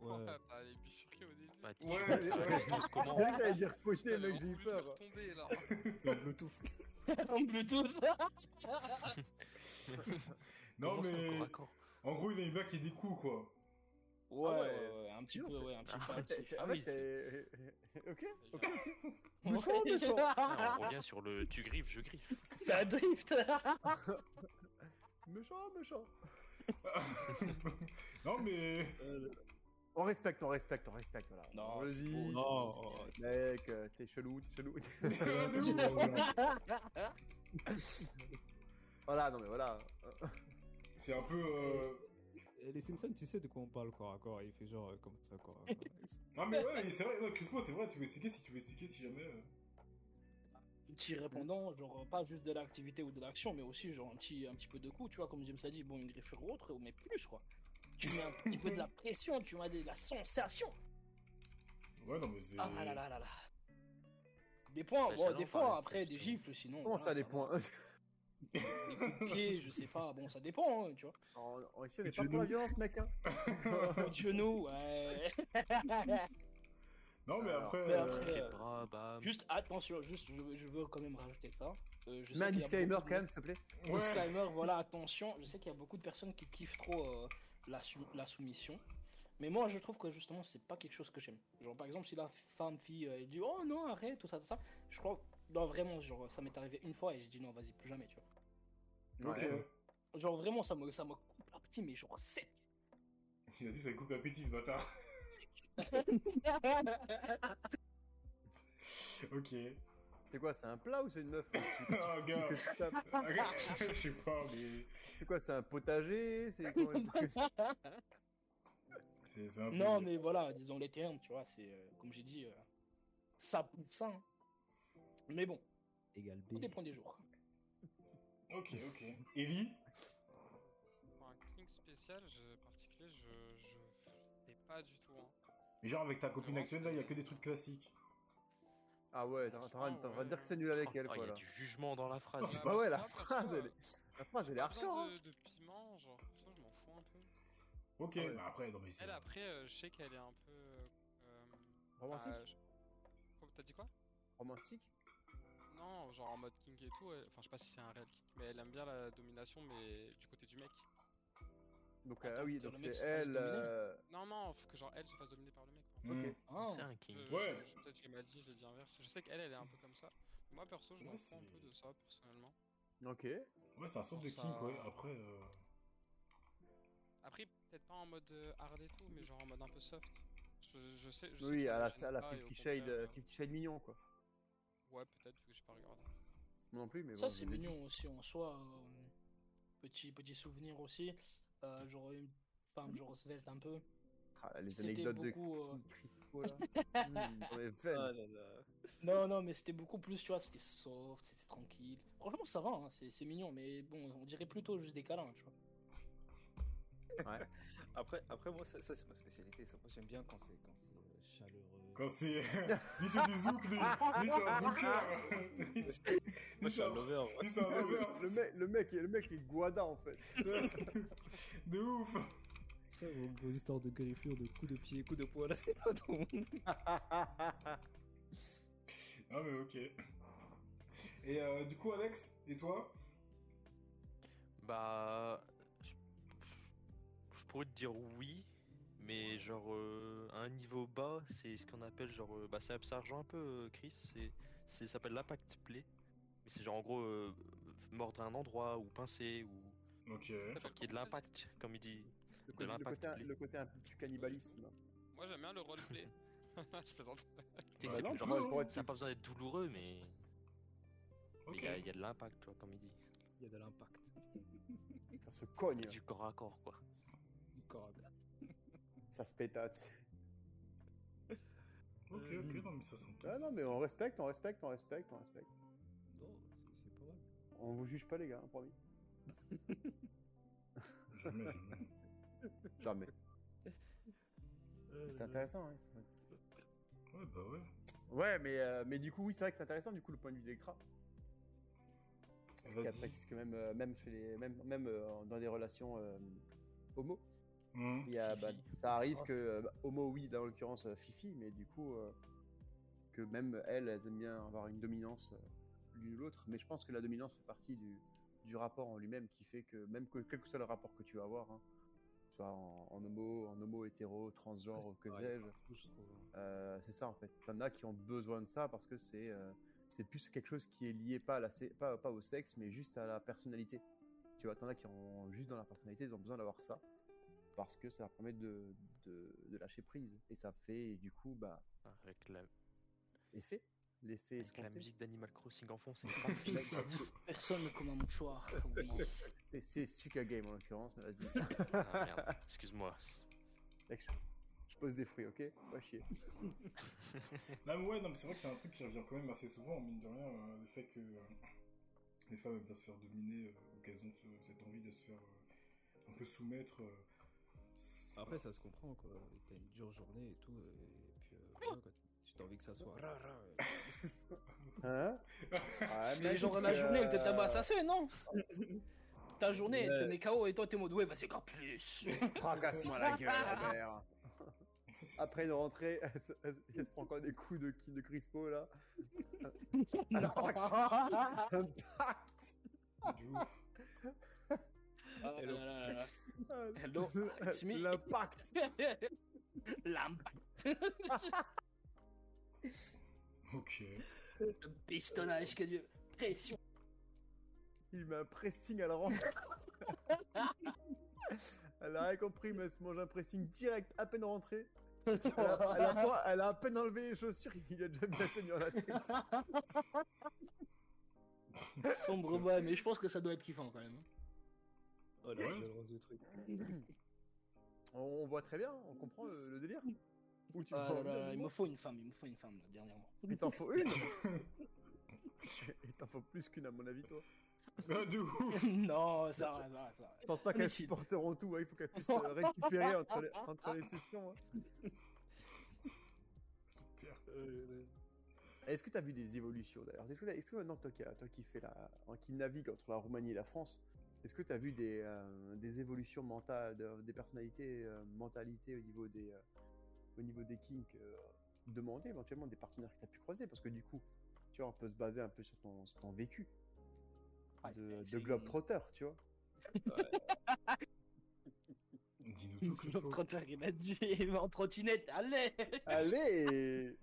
S6: Ouais.
S4: Bah, les bifurqués au début.
S5: Bah, tu-
S2: Ouais,
S5: tu- tu-
S2: ouais.
S5: tu- tu- comment-
S3: J'ai cru que t'allais dire fauché,
S4: Putain,
S3: mec,
S4: j'avais
S3: j'ai eu
S4: voulu te faire
S3: peur.
S4: tomber, là.
S6: La Bluetooth.
S8: en Bluetooth.
S2: Non
S5: comment ça,
S2: mais
S5: encore à corps
S2: en gros, il aimait bien qu'il y ait des coups quoi.
S8: Ouais,
S3: Ah ouais.
S8: ouais, ouais, un petit
S3: Sinon,
S8: peu,
S3: c'est-
S8: ouais, un petit
S5: Ah,
S8: peu actif.
S3: Ah
S5: Ah
S3: ouais,
S5: oui,
S3: t'es. Ok
S4: Il y a-
S3: Bouchon,
S8: Ouais,
S3: bouchon.
S5: Ah, On revient sur le tu griffes, je griffe.
S8: Ça drift.
S3: Méchant, méchant.
S2: non mais
S3: On respecte, on respecte, on respecte, voilà.
S8: Non,
S3: on le
S8: c'est
S3: dit.
S8: beau,
S6: Non.
S3: Mec, euh, t'es chelou, t'es chelou.
S2: Ah, De ouf.
S3: voilà, non mais voilà.
S2: c'est un peu. euh,
S6: Et Les Simpsons, tu sais de quoi on parle corps à corps. Il fait genre, euh, comment ça, corps à corps
S2: Non mais ouais, mais c'est vrai. Non, Chris Paul, c'est vrai. Tu veux expliquer si tu veux expliquer si jamais. euh.
S8: petit répondant, genre pas juste de l'activité ou de l'action, mais aussi genre un petit, un petit peu de coup, tu vois, comme James l'a dit, bon, une griffure ou autre, mais plus quoi. Tu mets un petit peu de la pression, tu mets de la sensation.
S2: Ouais, non mais c'est.
S8: Ah là là là là. Des points,
S5: Bah,
S8: bon,
S5: j'adore parler
S8: des
S5: de
S8: fois,
S5: ça,
S8: après, des
S5: justement.
S8: gifles, sinon.
S3: Comment ça,
S8: voilà,
S3: des
S8: va.
S3: points
S8: Des coups de pied, je sais pas, bon, ça dépend, hein, tu vois.
S3: On, on ici, on est
S2: Tu
S3: pas pour
S2: veux-
S3: la violence, mec. Hein.
S8: Coup de genou, ouais.
S2: Non mais
S3: Alors,
S2: après.
S8: mais
S2: euh,
S8: après,
S5: Les
S8: euh,
S5: bras, bam.
S8: Juste, attention, juste, je, veux- je veux quand même rajouter ça. Euh, je sais
S3: Mets un
S8: qu'il y a
S3: disclaimer
S8: beaucoup
S3: quand
S8: de-
S3: même, s'il te plaît.
S2: ouais.
S8: Disclaimer, voilà, attention, je sais qu'il y a beaucoup de personnes qui kiffent trop euh, la, sou- la soumission. Mais moi, je trouve que justement, c'est pas quelque chose que j'aime. Genre, par exemple, si la femme, fille, euh, elle dit Oh non, arrête, tout ça, tout ça. Je crois, non, vraiment, genre, ça m'est arrivé une fois et j'ai dit Non, vas-y, plus jamais, tu vois.
S2: Ok.
S3: Ouais.
S8: Genre, vraiment, ça me, ça me coupe la petite, mais genre, c'est.
S2: Il a dit ça coupe l'appétit ce bâtard. ok.
S3: C'est quoi, c'est un plat ou c'est une meuf que tu- que tu-
S2: Ah, gars.
S3: que tu tapes
S2: Ok, Je sais pas mais
S3: C'est quoi, c'est un potager C'est comment- parce que-
S2: c'est c'est un peu.
S8: non, mais voilà, disons les termes, tu vois, c'est, euh, comme j'ai dit, euh, ça pousse ça. hein. Mais bon,
S6: Égal
S8: tout
S6: B.
S8: dépend des jours.
S2: Ok ok. Ellie.
S4: Enfin, spécial, je, particulier, je, je fais pas du tout. hein.
S2: Mais genre, avec ta copine
S4: Vraiment,
S2: actuelle, là, il y a
S4: c'est-
S2: que des trucs classiques.
S3: Ah ouais, t'es en
S4: Pour
S3: train
S4: l'instant,
S3: de
S4: ouais.
S3: dire que c'est nul avec
S5: Oh,
S3: elle,
S5: putain,
S3: quoi.
S5: Il y
S3: là.
S5: a du jugement dans la phrase.
S2: Ah,
S3: Bah ouais, la
S4: parce que,
S3: phrase,
S4: euh,
S3: elle est, la phrase, elle est
S4: Pas besoin
S3: hardcore. hein.
S4: de, de piment, genre, ça, je m'en fous un peu.
S2: Ok,
S3: Ah ouais.
S2: bah après, non mais c'est.
S4: Elle, après, euh, je sais qu'elle est un peu. euh, euh,
S3: Romantique
S4: bah, je- Quoi, T'as dit quoi
S3: hein, Romantique
S4: Non, genre en mode king et tout. elle- Enfin, je sais pas si c'est un réel king, mais elle aime bien la domination, mais du côté du mec.
S3: Donc,
S8: Attends,
S3: ah oui,
S8: que le
S3: donc
S8: mec
S3: c'est
S8: se fasse
S3: elle.
S8: dominer.
S3: euh,
S4: Non, non, faut que genre elle se fasse dominer par le mec. quoi.
S2: Hmm.
S3: ok.
S8: Ah,
S5: C'est un
S4: Je-
S5: king.
S2: Ouais.
S4: je- je- Peut-être que j'ai mal dit, je l'ai dit inverse. Je sais qu'elle, elle est un peu comme ça. Moi, perso, je
S2: Ouais,
S4: m'en fous un
S2: c'est-
S4: peu de ça, personnellement.
S3: Ok.
S2: Ouais, c'est un sort de
S4: Ça-
S2: kink, ouais. Après, euh,
S4: Après, peut-être pas en mode euh, hard et tout, mais genre en mode un peu soft. Je, je sais. Je sais que
S3: Oui,
S4: ça
S3: à la,
S4: m'imagine
S3: à la
S4: pas, et au
S3: 50 Shade,
S4: contraire,
S3: euh, 50 Shade mignon, quoi.
S4: euh, Ouais, peut-être, vu que j'ai pas regardé.
S3: Moi non plus, mais
S8: Ça,
S3: bon,
S8: c'est
S3: je l'ai dit.
S8: mignon aussi en soi. euh, petit, petit souvenir aussi. Euh, genre une femme, genre svelte un peu.
S3: Ah, là, les
S8: C'était
S3: anecdotes
S8: beaucoup,
S3: de
S8: euh,
S3: Kim Crispo, là. Hmm, j'en ai fait.
S7: Ah là là.
S8: Non, non, mais c'était beaucoup plus, tu vois, c'était soft, c'était tranquille. Franchement, ça va, hein, c'est c'est mignon, mais bon, on dirait plutôt juste des câlins, tu vois.
S7: Après, après moi, ça, ça, c'est ma spécialité. Ça, moi, j'aime bien quand c'est quand c'est euh, chaleureux.
S2: quand c'est. lui, c'est du zouk, lui. Lui, c'est un zouker. Lui,
S7: Moi, je suis un
S2: c'est un-
S7: lover. ouais.
S2: lui, c'est un lover.
S3: Le mec, le mec, est- le mec est Guada en fait.
S2: De ouf.
S6: Ça, vos, vos histoires de griffures, de coups de pied, coups de poing, là, c'est pas tout le monde.
S2: Ah, mais ok. Et euh, du coup, Alex, et toi
S5: Bah. Je je pourrais te dire oui, mais genre euh, à un niveau bas, c'est ce qu'on appelle genre. euh, bah, ça, ça rejoint un peu euh, Chris, c'est, c'est, ça s'appelle l'impact play. Mais c'est genre en gros euh, mordre à un endroit ou pincer ou.
S2: Ok.
S5: Genre qu'il y ait de l'impact, comme il dit.
S3: Le côté, le
S5: l'impact,
S3: côté, un-
S5: les-
S3: le côté un peu plus cannibalisme. hein. là.
S4: Moi, j'aime bien le roleplay. je plaisante.
S5: T'es-
S2: Bah
S5: c'est
S2: non,
S5: genre,
S2: plus,
S5: ça-
S2: hein.
S3: pourrait être-
S5: ça n'a pas besoin d'être douloureux, mais mais il
S2: Ok.
S5: y, a- il y a de l'impact, toi, comme il dit.
S6: Il y a de l'impact.
S3: Ça se
S5: Il y
S3: cogne, hein.
S5: a du corps à corps, quoi.
S6: Du corps à corps.
S3: ça se pétate.
S2: Ok,
S6: Euh,
S2: ok, non, mais ça sent
S3: Ah non, mais on respecte, on respecte, on respecte, on respecte.
S6: Non, c'est- c'est pas mal.
S3: On vous juge pas, les gars, hein, promis.
S2: Jamais, jamais.
S3: Jamais. C'est intéressant, hein, c'est vrai.
S2: Ouais, bah ouais.
S3: Ouais, mais, euh, mais du coup, oui, c'est vrai que c'est intéressant, du coup, le point de vue d'Electra. Qui
S2: Vas-y.
S3: apprécie que même, euh, même, chez les, même, même euh, dans des relations euh, homo,
S2: Hmm.
S3: il y a, bah,
S5: Fifi.
S3: ça arrive que, euh, bah, homo, oui, dans l'occurrence, euh, Fifi, mais du coup, euh, que même elles, elles aiment bien avoir une dominance euh, l'une ou l'autre. Mais je pense que la dominance fait partie du, du rapport en lui-même qui fait que, même que, quel que soit le rapport que tu vas avoir, hein, soit en, en homo, en homo, hétéro, transgenre, que
S6: Ouais,
S3: sais-je.
S6: partout, je trouve, hein.
S3: Euh, c'est ça en fait. T'en as qui ont besoin de ça parce que c'est euh, c'est plus quelque chose qui est lié pas à la sé- pas, pas au sexe mais juste à la personnalité. Tu vois, t'en as qui ont juste dans la personnalité, ils ont besoin d'avoir ça parce que ça leur permet de, de, de lâcher prise et ça fait du coup bah
S5: Ah, Avec la,
S3: effet l'effet
S5: avec la
S3: escompté.
S5: musique d'Animal Crossing en fond, c'est
S3: Là,
S5: parfait.
S3: c'est-
S8: Personne ne comme un mouchoir.
S3: C'est c'est Suka Game en l'occurrence, mais vas-y.
S5: Ah, merde. Excuse-moi.
S3: Je pose des fruits, ok Pas chier.
S2: Là, mais ouais, non, mais c'est vrai que c'est un truc qui revient quand même assez souvent, mine de rien, euh, le fait que euh, les femmes aiment bien se faire dominer, euh, ou qu'elles ont ce- cette envie de se faire euh, un peu soumettre. euh, c'est-
S6: Après, ça se comprend, quoi. T'as une dure journée et tout, euh, et puis euh,
S7: Ah
S6: voilà, quoi. Tu t'as envie que ça soit ra ra. euh.
S3: Hein Ouais,
S8: Mais genre, la
S3: euh,
S8: journée, elle te tabac assassin, non Ta journée, elle te
S6: Ouais.
S8: met KO et toi, t'es en mode, ouais, bah c'est encore plus.
S3: Fracasse-moi la gueule, merde
S2: c'est-
S3: Après une rentrée, elle se, elle se- elle se prend encore des coups de, de Crispo là. Ah. Impact
S2: c'est du ouf.
S8: Ah, là, là, là, là. Hello,
S3: ah,
S8: it's me.
S3: L'impact
S8: L'impact,
S2: Ok.
S8: le pistonnage, que Dieu. Pression.
S3: Il met un pressing à la rentrée. elle a rien compris, mais elle se mange un pressing direct à peine rentrée. Elle a, elle a pas- elle a à peine enlevé les chaussures, il lui a déjà mis la tenue à la tête.
S8: Sombre bas, mais je pense que ça doit être kiffant quand même.
S6: Oh la
S2: Ouais.
S6: violence du truc.
S3: On, on voit très bien, on comprend le, le délire. Ou tu
S8: Ah
S3: vois-
S8: là là, il me faut une femme, il me faut une femme, là, dernièrement.
S3: Il t'en faut une Il t'en faut plus qu'une à mon avis, toi.
S2: Ah, de ouf
S8: non, ça va, ça va, ça va.
S3: Je pense pas
S8: On est
S3: qu'elles
S8: chill.
S3: supporteront tout, hein, il faut qu'elles puissent euh, récupérer entre les, entre les sessions. hein.
S2: Super.
S3: Est-ce que tu as vu des évolutions d'ailleurs Est-ce que, t'as- est-ce que maintenant, toi qui, toi qui, fais la, hein, qui navigue entre la Roumanie et la France, est-ce que tu as vu des, euh, des évolutions mentales, de- des personnalités, euh, mentalités au niveau des, euh, au niveau des kinks euh, Demander éventuellement des partenaires que tu as pu croiser Parce que du coup, tu vois, on peut se baser un peu sur ton, sur ton vécu
S8: Ouais,
S3: de, de
S8: c'est-
S3: globe-trotter, tu vois.
S2: Dis-nous tout,
S8: Ils ont
S2: Christo.
S8: trotteur qui m'a dit, il va en trottinette, allez
S3: Allez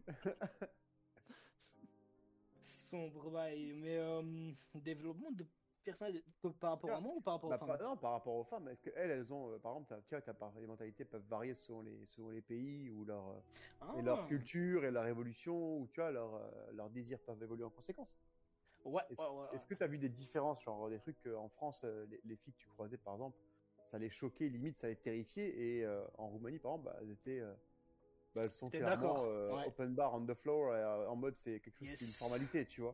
S8: Sombre bail, mais euh, développement de personnage que par rapport à moi ou par rapport
S3: Bah,
S8: aux
S3: par-
S8: femmes
S3: non, par rapport aux femmes, est-ce qu'elles, elles ont, euh, par exemple, t'as- tu vois, t'as par- les mentalités peuvent varier selon les, selon les pays ou leur, euh, et leur
S8: Ah.
S3: culture et leur évolution, ou tu vois, leur, euh, leurs désirs peuvent évoluer en conséquence.
S8: Ouais,
S3: Est-ce
S8: ouais, ouais,
S3: est-ce que tu as vu des différences, genre des trucs euh, en France, euh, les, les filles que tu croisais, par exemple, ça les choquait, limite, ça les terrifiait, et euh, en Roumanie, par exemple, bah, elles étaient. euh, bah, elles sont
S8: T'es
S3: clairement
S8: d'accord,
S3: euh,
S8: ouais.
S3: open bar on the floor euh, en mode c'est quelque chose qui est une
S8: Yes.
S3: formalité, tu vois.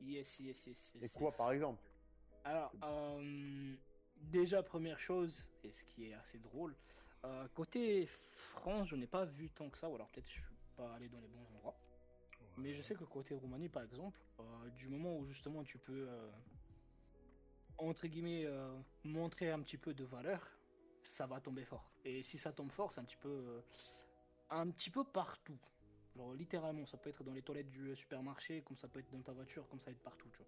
S8: Yes, yes, yes, yes.
S3: Et quoi,
S8: yes.
S3: par exemple
S8: Alors, euh, déjà, première chose, et ce qui est assez drôle, euh, côté France, je n'ai pas vu tant que ça, ou alors peut-être je suis pas allé dans les bons endroits. Mais je sais que côté Roumanie, par exemple, euh, du moment où justement tu peux, euh, entre guillemets, euh, montrer un petit peu de valeur, ça va tomber fort. Et si ça tombe fort, c'est un petit peu, euh, un petit peu partout. Genre littéralement, ça peut être dans les toilettes du euh, supermarché, comme ça peut être dans ta voiture, comme ça peut être partout, tu vois.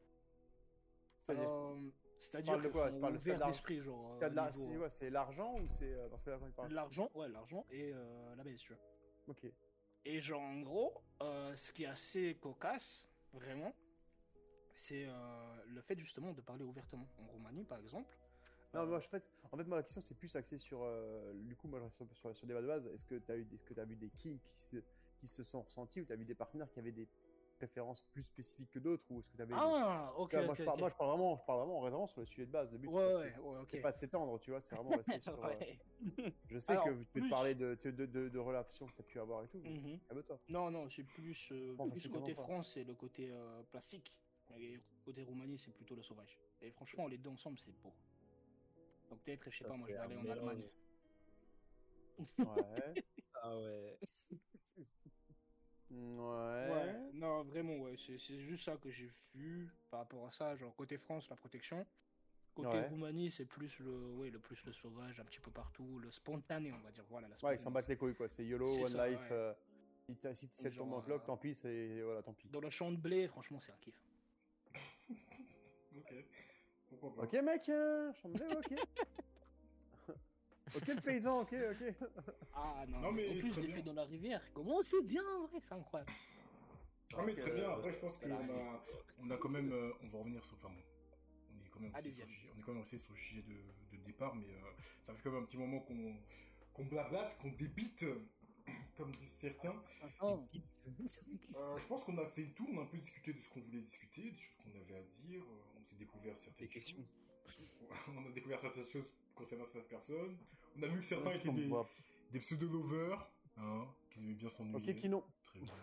S3: C'est-à-dire-
S8: Euh, C'est-à-dire
S3: Tu parles de
S8: qu'ils
S3: quoi Tu
S8: sont
S3: parles de
S8: ouverts
S3: l'argent-
S8: d'esprit, genre.
S3: T'as
S8: euh,
S3: de la-
S8: niveau,
S3: c'est
S8: euh,
S3: ouais, c'est l'argent ou c'est. euh, parce que là, quand il parle-
S8: L'argent, ouais, l'argent et euh, la baisse, tu vois.
S3: Ok.
S8: Et genre, en gros, euh, ce qui est assez cocasse, vraiment, c'est euh, le fait justement de parler ouvertement. En Roumanie, par exemple.
S3: Non,
S8: euh,
S3: moi, je- en fait, en fait, moi, la question, c'est plus axé sur. euh, du coup, moi, je reste sur, sur, sur le débat de base. Est-ce que tu as, est as vu des kinks qui se, qui se sont ressentis ou tu as vu des partenaires qui avaient des préférences plus spécifiques que d'autres Ou est-ce que tu avais.
S8: Ah,
S3: Tu
S8: ok,
S3: vois, moi,
S8: ok,
S3: je parle,
S8: ok.
S3: moi, je parle vraiment, je parle vraiment en raisonnant sur le sujet de base. Le but,
S8: ouais,
S3: c'est pas de
S8: ouais,
S3: s'é-
S8: ouais,
S3: c'est
S8: ok.
S3: pas de s'étendre, tu vois, c'est vraiment rester sur. euh,
S8: Ouais.
S3: Je sais
S8: Alors,
S3: que tu peux te
S8: plus-
S3: parler de, de, de, de, de relations que tu as pu avoir et tout. mais
S8: Mhm.
S3: Calme-toi.
S8: Non, non, c'est plus, euh,
S3: Bon, ça,
S8: plus
S3: c'est
S8: côté
S3: comment pas.
S8: France et le côté euh, plastique. Et côté Roumanie, c'est plutôt le sauvage. Et franchement, les deux ensemble, c'est beau. Donc peut-être, je sais
S6: Ça,
S8: pas, moi je
S6: c'est un
S8: vais aller en
S6: mélange.
S8: Allemagne.
S3: Ouais.
S6: Ah ouais.
S3: ouais.
S8: Ouais, non, vraiment, ouais, c'est c'est juste ça que j'ai vu par rapport à ça. Genre, côté France, la protection. Côté
S3: Ouais.
S8: Roumanie, c'est plus le, ouais, le plus le sauvage, un petit peu partout, le spontané, on va dire. Voilà, la
S3: Ouais, ils s'en
S8: spontané.
S3: battent les couilles, quoi. C'est YOLO,
S8: C'est
S3: One
S8: ça,
S3: Life.
S8: ouais.
S3: euh, si t'as- si si elle tombe en
S8: Genre,
S3: cloque,
S8: euh,
S3: tant pis, c'est. Voilà, tant pis.
S8: Dans le champ de blé, franchement, c'est un kiff.
S2: Ok. Pourquoi pas
S3: Ok mec, euh, je t'en mets, ok. ok le paysan, ok, ok.
S8: Ah non,
S2: Non, mais
S8: en plus,
S2: très
S8: je l'ai
S2: bien.
S8: fait dans la rivière. Comment c'est bien, en vrai, c'est incroyable.
S2: Ah, mais
S6: Donc,
S2: très
S6: euh,
S2: bien. Après, je pense bah, qu'on
S8: voilà, vas-y.
S2: a, on a quand même. euh, on va revenir sur. Enfin, bon, on est quand même resté
S8: Allez-y,
S2: sur, le
S8: allez-y.
S2: sujet- on est quand même resté sur le sujet de, de départ, mais euh, ça fait quand même un petit moment qu'on qu'on blablate, qu'on débite, euh, comme disent certains.
S8: Franchement,
S2: Euh, je pense qu'on a fait le tour, on a un peu discuté de ce qu'on voulait discuter, des choses qu'on avait à dire, euh, on s'est découvert certaines
S6: Des questions.
S2: choses. on a découvert certaines choses concernant certaines personnes. On a vu que certains étaient
S3: On
S2: des,
S3: voit.
S2: des pseudo-lovers, hein, qu'ils aimaient bien s'ennuyer.
S3: Ok Kinon,
S2: Très bien.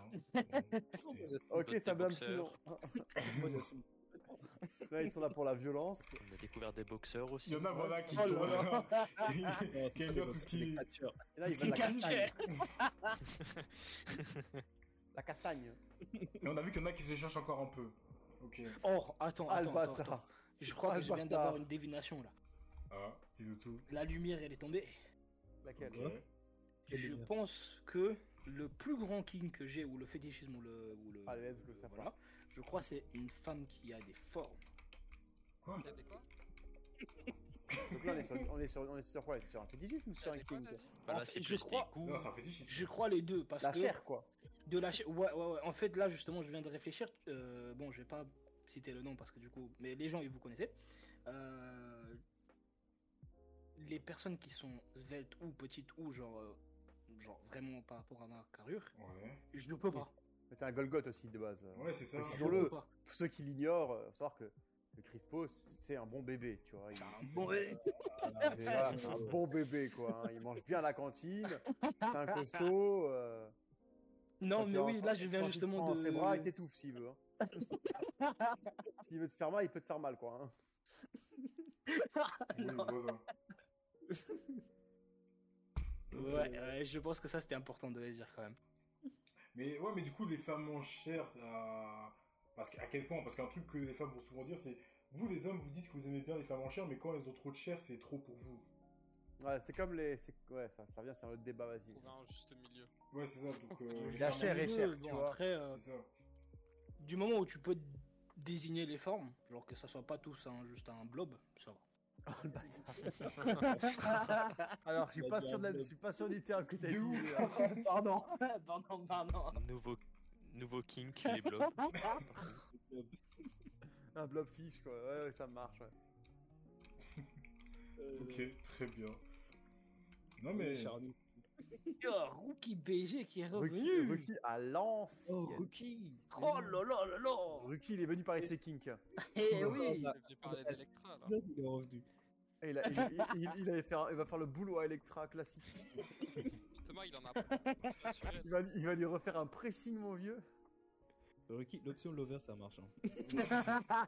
S2: Bon, c'était-
S3: ok
S5: Des
S3: ça blâme Kinon.
S5: boxeurs.
S6: Moi j'assume.
S3: Là ils sont là pour la violence.
S5: On a découvert des boxeurs aussi.
S2: Il y en a voilà qui
S3: Oh
S2: sont
S3: là
S2: là.
S6: Non,
S2: Qui aiment bien tout ce qui
S3: Et là
S2: Tout
S3: ils
S2: ce
S3: veulent la
S2: qui est
S3: castagne. la castagne.
S2: Et on a vu qu'il y en a qui se cherchent encore un peu. Ok.
S8: Or, attends,
S3: Ah le
S8: attends, attends, attends.
S3: bâtard.
S8: Je crois
S3: Ah,
S8: que
S3: le
S8: je viens
S3: bâtard.
S8: d'avoir une dévination là.
S2: Ah, dis-nous tout.
S8: La lumière, elle est tombée.
S3: Laquelle
S2: Ok.
S6: Quelle
S8: je
S6: lumière.
S8: pense que le plus grand king que j'ai, ou le fétichisme, ou le. Ou le
S3: Allez, let's go, ça
S8: voilà,
S3: part.
S8: Je crois que c'est une femme qui a des formes.
S2: Quoi
S4: T'as des quoi
S3: Donc là on est sur, on est sur, on est sur quoi Sur un fétichisme ou sur
S4: T'as
S3: un
S4: des quoi,
S3: king
S4: t'as dit
S5: Bah
S8: En
S5: là,
S8: fait,
S5: c'est
S8: je
S5: plus
S8: crois-
S5: des coups.
S2: Non, c'est un fétichisme.
S8: Je crois les deux, parce
S3: La
S8: que.
S3: chair quoi.
S8: De la chair. Ouais, ouais, ouais. En fait, là, justement, je viens de réfléchir. euh, bon, je vais pas citer le nom parce que du coup. Mais les gens, ils vous connaissez. Euh, les personnes qui sont sveltes ou petites ou genre. euh, genre vraiment par rapport à ma carrure,
S2: Ouais.
S8: je ne peux pas.
S3: Mais t'as un Golgoth aussi de base.
S2: Ouais, c'est ça.
S3: Mais
S8: Je
S3: Sur le-
S8: peux pas.
S3: Pour ceux qui l'ignorent, euh, faut savoir que le Crispo c'est un bon bébé, tu vois. il-
S8: C'est
S2: Ah,
S8: un bon- ouais.
S2: bah,
S3: C'est voilà, c'est un bon bébé quoi. hein. Il mange bien à la cantine. C'est un costaud. euh,
S8: Non,
S3: Quand
S8: mais
S3: tu
S8: oui,
S3: rentres-
S8: là, je viens
S3: quand tu te
S8: justement
S3: prends
S8: de.
S3: dans ses bras, il t'étouffe s'il veut. hein. S'il veut te faire mal, il peut te faire mal, quoi. hein.
S2: Oui, je vois ça.
S8: Ouais, ouais, je pense que ça c'était important de le dire quand même.
S2: Mais ouais, mais du coup, les femmes mangent cher, ça. Parce qu'à quel point Parce qu'un truc que les femmes vont souvent dire, c'est vous les hommes, vous dites que vous aimez bien les femmes en chair, mais quand elles ont trop de chair, c'est trop pour vous.
S3: Ouais, c'est comme les. c'est- Ouais, ça, ça revient sur notre débat, vas-y.
S4: Trouver un juste milieu.
S2: Ouais, c'est ça. Donc, euh,
S3: La
S2: je-
S3: chair est
S8: Ouais,
S3: chère,
S8: bon,
S3: tu vois.
S8: Après, euh,
S2: C'est ça.
S8: du moment où tu peux désigner les formes, genre que ça soit pas tous un- juste un blob, ça va.
S3: Oh, le bâtard. Alors, je suis pas sûr de la- je suis pas sûr du terme que t'as hein.
S2: De
S3: dit.
S2: ouf.
S3: là.
S8: pardon, pardon,
S5: Oh.
S8: pardon.
S5: Nouveau, nouveau kink, les blocs.
S3: Un blobfish, quoi. Ouais, ouais, ça marche. Ouais.
S6: euh,
S2: Ok, très bien. Non, mais.
S8: Oh, Rookie BG qui est
S3: Ruki,
S8: revenu.
S3: Ruki à Lens.
S6: Rookie
S8: Oh là là là là
S3: Ruki, il est venu parler de ses kinks.
S8: Eh
S6: Comment
S8: oui
S6: ça
S4: Vous deviez parler
S6: bah,
S4: d'Electra là.
S6: Il est revenu.
S3: Et il, a- il- il- il- il allait faire- il va faire le boulot à Electra classique.
S4: Thomas, il en a pas. je t'assure.
S3: Il va, lui- il va lui refaire un pressing, mon vieux.
S6: Rookie, l'option lover, ça marche. hein.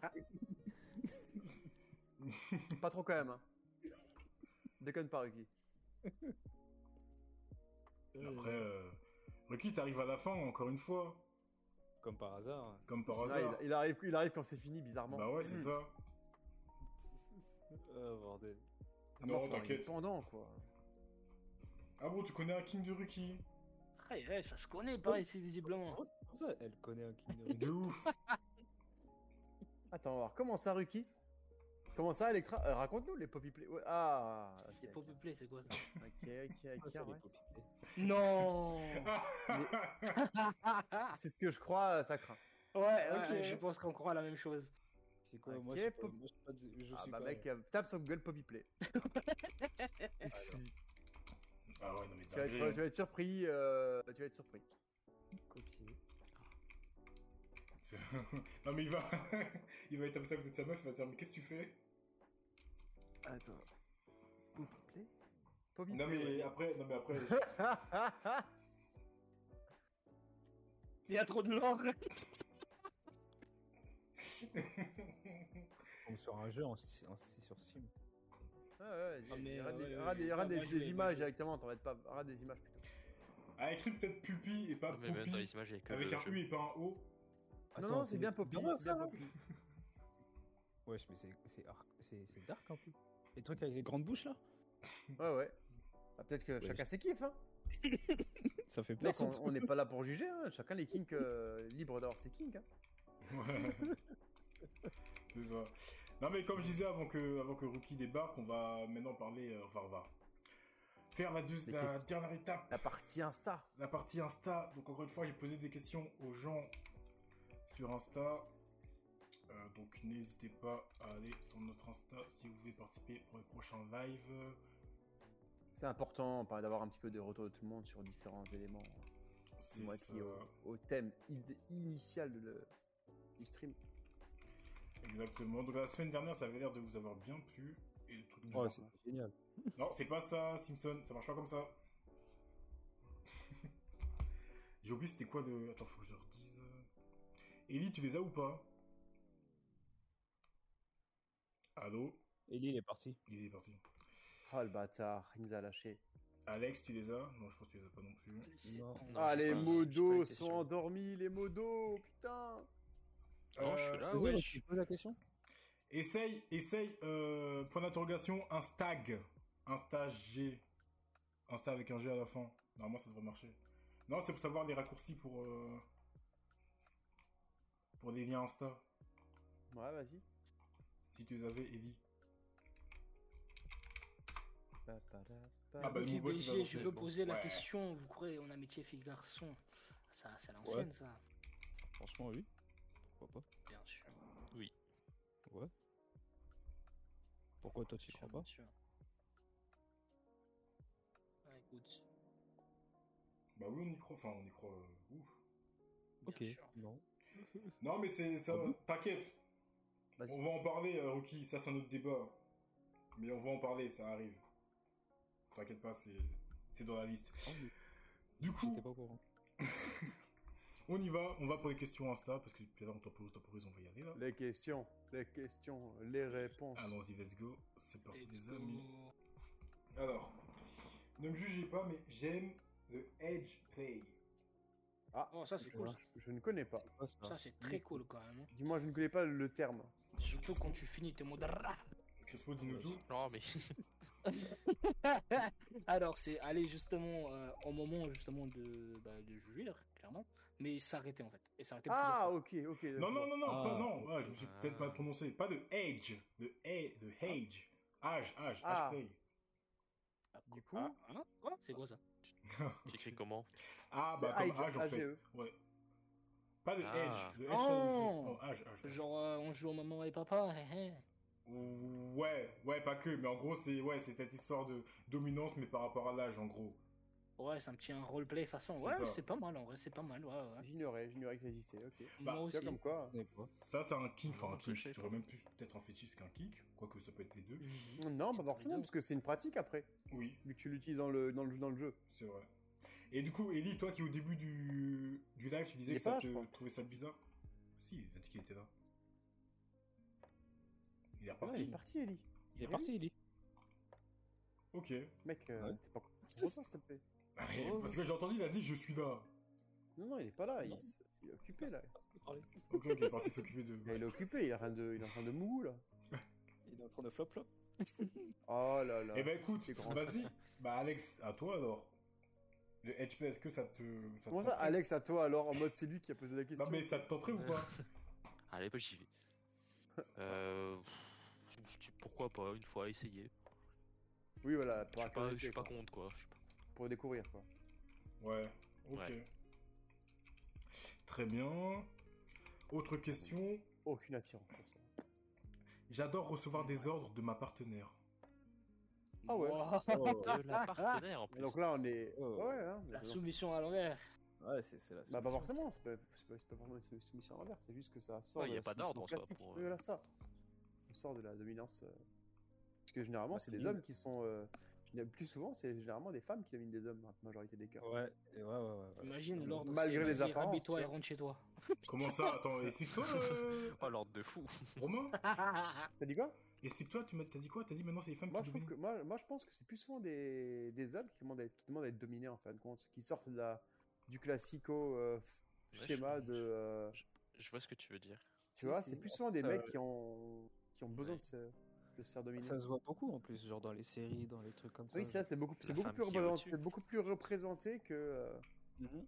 S3: Pas trop quand même. Hein. Déconne pas, Ruki.
S2: Après, euh... Rocky, t'arrives à la fin, encore une fois.
S6: Comme par hasard. hein.
S2: Comme par
S3: Ouais,
S2: hasard.
S3: il, il arrive, il arrive quand c'est fini, bizarrement.
S2: Bah ouais, c'est ça.
S6: Oh, bordel.
S3: Ah,
S2: Non,
S3: enfin,
S2: t'inquiète.
S3: Pendant, quoi.
S2: Ah bon, tu connais un king de Ruki
S8: Ah, ouais, ça se connaît pas ici visiblement.
S6: Oh, c'est pour ça, elle connaît un King de
S2: De ouf
S3: Attends, alors, comment ça, Ruki Comment ça, Electra Euh, Raconte-nous les poppy play. ouais, Ah, ok,
S8: C'est pas
S3: ok,
S8: peuplé, c'est quoi ça
S3: ok, ok,
S6: Ah, ça,
S3: ok,
S6: les
S3: ouais.
S6: poppy.
S8: Non
S3: C'est ce que je crois, euh, ça craint.
S8: Ouais, ouais,
S3: Ok.
S8: je pense qu'on croit la même chose.
S6: C'est quoi
S3: Ok,
S6: Moi, je suis pas,
S3: Ah, pop-
S6: moi, je suis pas du- je
S3: Ah
S6: suis
S3: bah
S6: pas-
S3: mec, euh, tape sur Google Poppy Play.
S2: Ah ouais, non, mais
S3: tu, vas être,
S2: dinguerie, hein.
S3: tu vas être surpris, euh, tu vas être surpris.
S6: copier.
S2: non mais il va, il va être comme ça à côté de sa meuf, il va dire mais qu'est-ce que tu fais
S6: Attends. Poppy Play
S3: Poppy
S2: Non
S3: Play,
S2: mais
S3: ouais.
S2: après, non mais après,
S8: Il y a trop de l'or
S6: Comme sur un jeu en 6 sur 6.
S3: Ouais, ouais,
S8: Ah,
S3: il
S8: mais,
S3: y aura
S8: euh,
S3: des- il
S8: ouais,
S3: y aura
S8: ouais,
S3: des- il y aura
S8: ouais,
S3: des
S8: moi, je vais-
S3: des images
S8: moi, je-
S3: directement, t'en vas être pas, il y aura des images plutôt.
S2: a écrit peut-être pupille et pas
S5: Ah, mais même dans
S2: poupie,
S5: les images, il y a que
S2: avec
S5: le
S2: un
S5: jeu.
S2: U et pas un O.
S3: non, non, c'est bien Poppy, c'est bien Poppy.
S6: Wesh, mais c'est c'est arc- c'est- c'est dark un peu. Les trucs avec les grandes bouches là
S3: Ouais, ouais. Ah, Peut-être que chacun ses kiffs, hein.
S6: Ça fait peur.
S3: Mec, on-
S6: surtout.
S3: on n'est pas là pour juger, hein. chacun les kinks euh, libres d'avoir ses kinks. hein.
S2: Ouais. C'est ça. Non mais comme je disais avant que, avant que Rookie débarque, on va maintenant parler, euh, enfin on va faire la, deux-
S3: Mais
S2: la
S3: qu'est-ce-
S2: dernière étape
S3: La partie Insta.
S2: la partie Insta. Donc encore une fois, j'ai posé des questions aux gens sur Insta. Euh, donc n'hésitez pas à aller sur notre Insta si vous voulez participer pour les prochains lives.
S3: C'est important par- d'avoir un petit peu de retour de tout le monde sur différents éléments.
S2: C'est
S3: Du moins
S2: ça.
S3: qui au, au thème id- initial de le- du stream.
S2: Exactement. Donc la semaine dernière, ça avait l'air de vous avoir bien plu. Et le truc
S6: Ouais,
S2: bizarre.
S6: Oh, c'est génial.
S2: Non, c'est pas ça, Simpson. Ça marche pas comme ça. j'ai oublié c'était quoi le... Attends, faut que je leur dise. Ellie, tu les as ou pas Allô
S6: Ellie, il est parti.
S2: Il est parti.
S3: Oh le bâtard, il nous a lâché.
S2: Alex, tu les as Non, je pense que tu les as pas non plus.
S6: Non.
S5: Non,
S3: Ah
S5: j'ai
S3: les
S5: pas- j'ai pas
S3: modos
S5: une
S3: sont
S5: question.
S3: endormis, les modos, putain.
S5: Non, Oh, je
S2: Euh,
S5: suis là,
S6: Vas-y,
S5: wesh.
S6: tu poses la question
S2: Essaye, essaye, euh, point d'interrogation, un stag. Un stage G. Un stag avec un G à la fin. Normalement, ça devrait marcher. Non, c'est pour savoir les raccourcis pour. euh, pour les liens Insta.
S3: Ouais vas-y.
S2: Si tu les avais, Ellie.
S3: Pa- pa- da- pa-
S2: Ah bah,
S8: Rookie
S2: nous, ouais, tu vas
S8: BG, je
S2: lancer,
S8: peux
S2: bon.
S8: poser la
S2: Ouais.
S8: question, vous croyez en amitié fille-garçon Ça, c'est à l'ancienne
S6: Ouais.
S8: ça,
S6: Franchement, oui. Pourquoi pas
S8: bien sûr.
S6: Ouais. Pourquoi toi, tu y
S8: bien sûr,
S6: crois pas
S8: bien sûr. Ouais, écoute,
S2: Bah oui, on y croit. Enfin, on y croit. euh, ouf.
S8: bien
S6: Ok.
S8: sûr.
S6: Non.
S2: Non, mais c'est ça.
S6: Ah bon
S2: T'inquiète.
S3: Vas-y.
S2: On va en parler, euh, Rookie. Ça, c'est un autre débat. Mais on va en parler, ça arrive.
S5: Ah
S2: T'inquiète pas, c'est c'est dans la liste. Du coup.
S6: J'étais pas au courant.
S2: On y va, on va pour les questions Insta, parce que depuis là, on temporise, temporise, on va y aller là.
S3: Les questions, les questions, les réponses.
S2: Allons-y, let's go. C'est parti, les amis. Alors, ne me jugez pas, mais j'aime le Edge Play.
S3: Ah,
S8: Oh, ça c'est cool. ça.
S3: je ne connais pas.
S8: Ça c'est très cool quand même. hein.
S3: Dis-moi, je ne connais pas le terme.
S2: Bah,
S8: Surtout quand tu finis tes mots de rah.
S2: Crespo, dis-nous tout.
S5: Non, mais.
S8: Alors, c'est aller justement euh, au moment justement de, bah, de jouir, clairement, mais s'arrêter en fait. Et s'arrêter plusieurs
S3: Ah,
S8: fois.
S3: ok, ok.
S2: Non, non, non, non,
S6: Ah.
S2: pas- non, ouais, je me suis peut-être
S5: Ah.
S2: pas prononcé. Pas de Edge, E, de Edge, de Edge. Age, âge,
S3: Ah.
S2: âge play.
S8: Ah,
S3: Du
S8: quoi
S3: coup-
S8: Hein Quoi C'est quoi ça
S5: J'écris comment
S2: Ah, bah,
S3: Ah,
S2: comme âge, en
S3: AGE.
S2: fait. Ouais. Pas de
S5: Ah.
S2: Edge, de Edge
S8: Oh.
S2: sans le jeu. Oh, âge, âge.
S8: Genre, euh, on joue au maman et papa. hein, hé, hé.
S2: Ouais, ouais, pas que, mais en gros, c'est ouais, c'est cette histoire de dominance, mais par rapport à l'âge, en gros.
S8: Ouais, c'est un petit un roleplay façon.
S2: C'est
S8: Ouais,
S2: ça.
S8: c'est pas mal en vrai, c'est pas mal. Ouais, ouais.
S3: J'ignorais, j'ignorais que ça existait, ok.
S2: Bah,
S8: Moi
S3: Tu vois,
S8: aussi.
S3: comme quoi.
S2: Ça, c'est un kick, enfin,
S5: Un
S2: un kick,
S5: crochet,
S2: tu aurais même plus peut-être un fétiche qu'un kick, quoique ça peut être les deux.
S3: hein. Non, pas forcément, parce que c'est une pratique après,
S2: Oui,
S3: vu que tu l'utilises dans le, dans, le, dans le jeu.
S2: c'est vrai. Et du coup, Ellie, toi qui au début du, du live, tu disais
S3: Il est
S2: que ça
S3: pas là,
S2: te
S3: je crois.
S2: trouvais ça bizarre. Si, il a dit qu'il était là. Il est
S3: Ouais,
S2: reparti.
S3: il est parti, Ellie.
S6: Il est
S2: Ah,
S6: parti, il est.
S2: Ok.
S3: Mec, euh,
S6: Ouais.
S3: t'es pas content, s'il te plaît.
S2: Ah, mais-
S3: Oh.
S2: parce que j'ai entendu, il a dit je suis là.
S3: Non, non, il est pas là, il,
S6: Non.
S3: s- il est occupé là. Bah,
S2: Ok, ok, il est parti s'occuper de.
S3: Il est occupé, il est en train de, il est en train de mougou là.
S7: Il est en train de flop flop.
S3: Oh là là.
S2: Eh ben écoute,
S3: C'est grand.
S2: vas-y. Bah, Alex, à toi alors. Le HP, est-ce que ça te. ça te
S3: Comment ça,
S2: tenterait
S3: Alex, à toi alors, en mode c'est lui qui a posé la question
S2: Non, mais ça te tenterait ou pas
S5: Allez, bah, j'y vais. Euh. pff, Je dis pourquoi pas, une fois, essayer.
S3: Oui,
S2: Bah,
S3: voilà,
S5: Je
S3: pour
S5: suis
S3: la
S5: pas, je
S3: curiosité,
S5: suis pas
S3: quoi.
S5: contre, quoi. Je suis pas-
S3: Pour découvrir quoi.
S2: Ouais, ok.
S5: Ouais.
S2: Très bien. Autre question.
S3: Aucune attirance pour ça.
S2: J'adore recevoir des ordres de ma partenaire.
S3: Ah ouais.
S8: Wow.
S5: De la partenaire, en
S3: Et
S5: plus.
S3: donc là, on est.
S6: Oh.
S3: Ouais, hein, mais
S8: La
S3: bon.
S8: soumission à l'envers.
S6: Ouais, c'est c'est la
S3: Bah, pas
S6: solution.
S3: forcément, c'est pas, c'est pas, c'est pas forcément une sou- soumission à l'envers, c'est juste que ça sort
S5: Ouais,
S3: de
S5: y
S3: la
S5: a pas
S3: soumission
S5: d'ordre en soi
S3: classique.
S5: pour,
S3: Oui,
S5: euh,
S3: voilà, ça. On sort de la dominance. euh, Parce que généralement,
S6: Bah,
S3: c'est
S6: c'est
S3: des
S6: bien.
S3: hommes qui sont. euh, général- Plus souvent, c'est généralement des femmes qui dominent des hommes, dans la majorité des cas.
S6: Ouais, et ouais, ouais, ouais. ouais.
S8: Imagine l'ordre.
S3: Malgré
S8: c'est,
S3: les
S8: vas-y,
S3: apparences,
S8: rhabille-toi
S3: tu
S8: et
S3: vois.
S8: rentre chez toi.
S2: Comment ça Attends, explique-toi, euh,
S5: Oh, l'ordre de fou.
S2: Romain.
S8: Ah,
S3: T'as dit quoi
S2: Explique-toi, tu m'as t'as dit quoi T'as dit maintenant c'est les femmes
S3: moi
S2: qui
S3: je, trouve que,
S2: dominent.
S3: moi, moi, je pense que c'est plus souvent des, des hommes qui demandent, à être, qui demandent à être dominés en fin de compte, qui sortent de la, du classico euh, f-
S5: Ouais,
S3: schéma
S5: je-
S3: de. euh,
S5: Je vois ce que tu veux dire.
S3: tu vois,
S6: si,
S3: c'est
S6: si.
S3: plus souvent des
S6: Ça, euh,
S3: mecs qui ont, qui ont besoin
S5: Ouais.
S3: de, se, de se faire dominer.
S6: Ça se voit beaucoup en plus, genre dans les séries, dans les trucs comme ça.
S3: Oui, ça, c'est beaucoup, c'est
S5: La
S3: beaucoup,
S5: femme
S3: plus
S5: qui est
S3: représenté-
S5: au-dessus.
S3: c'est beaucoup plus représenté que, euh,
S6: Mhm.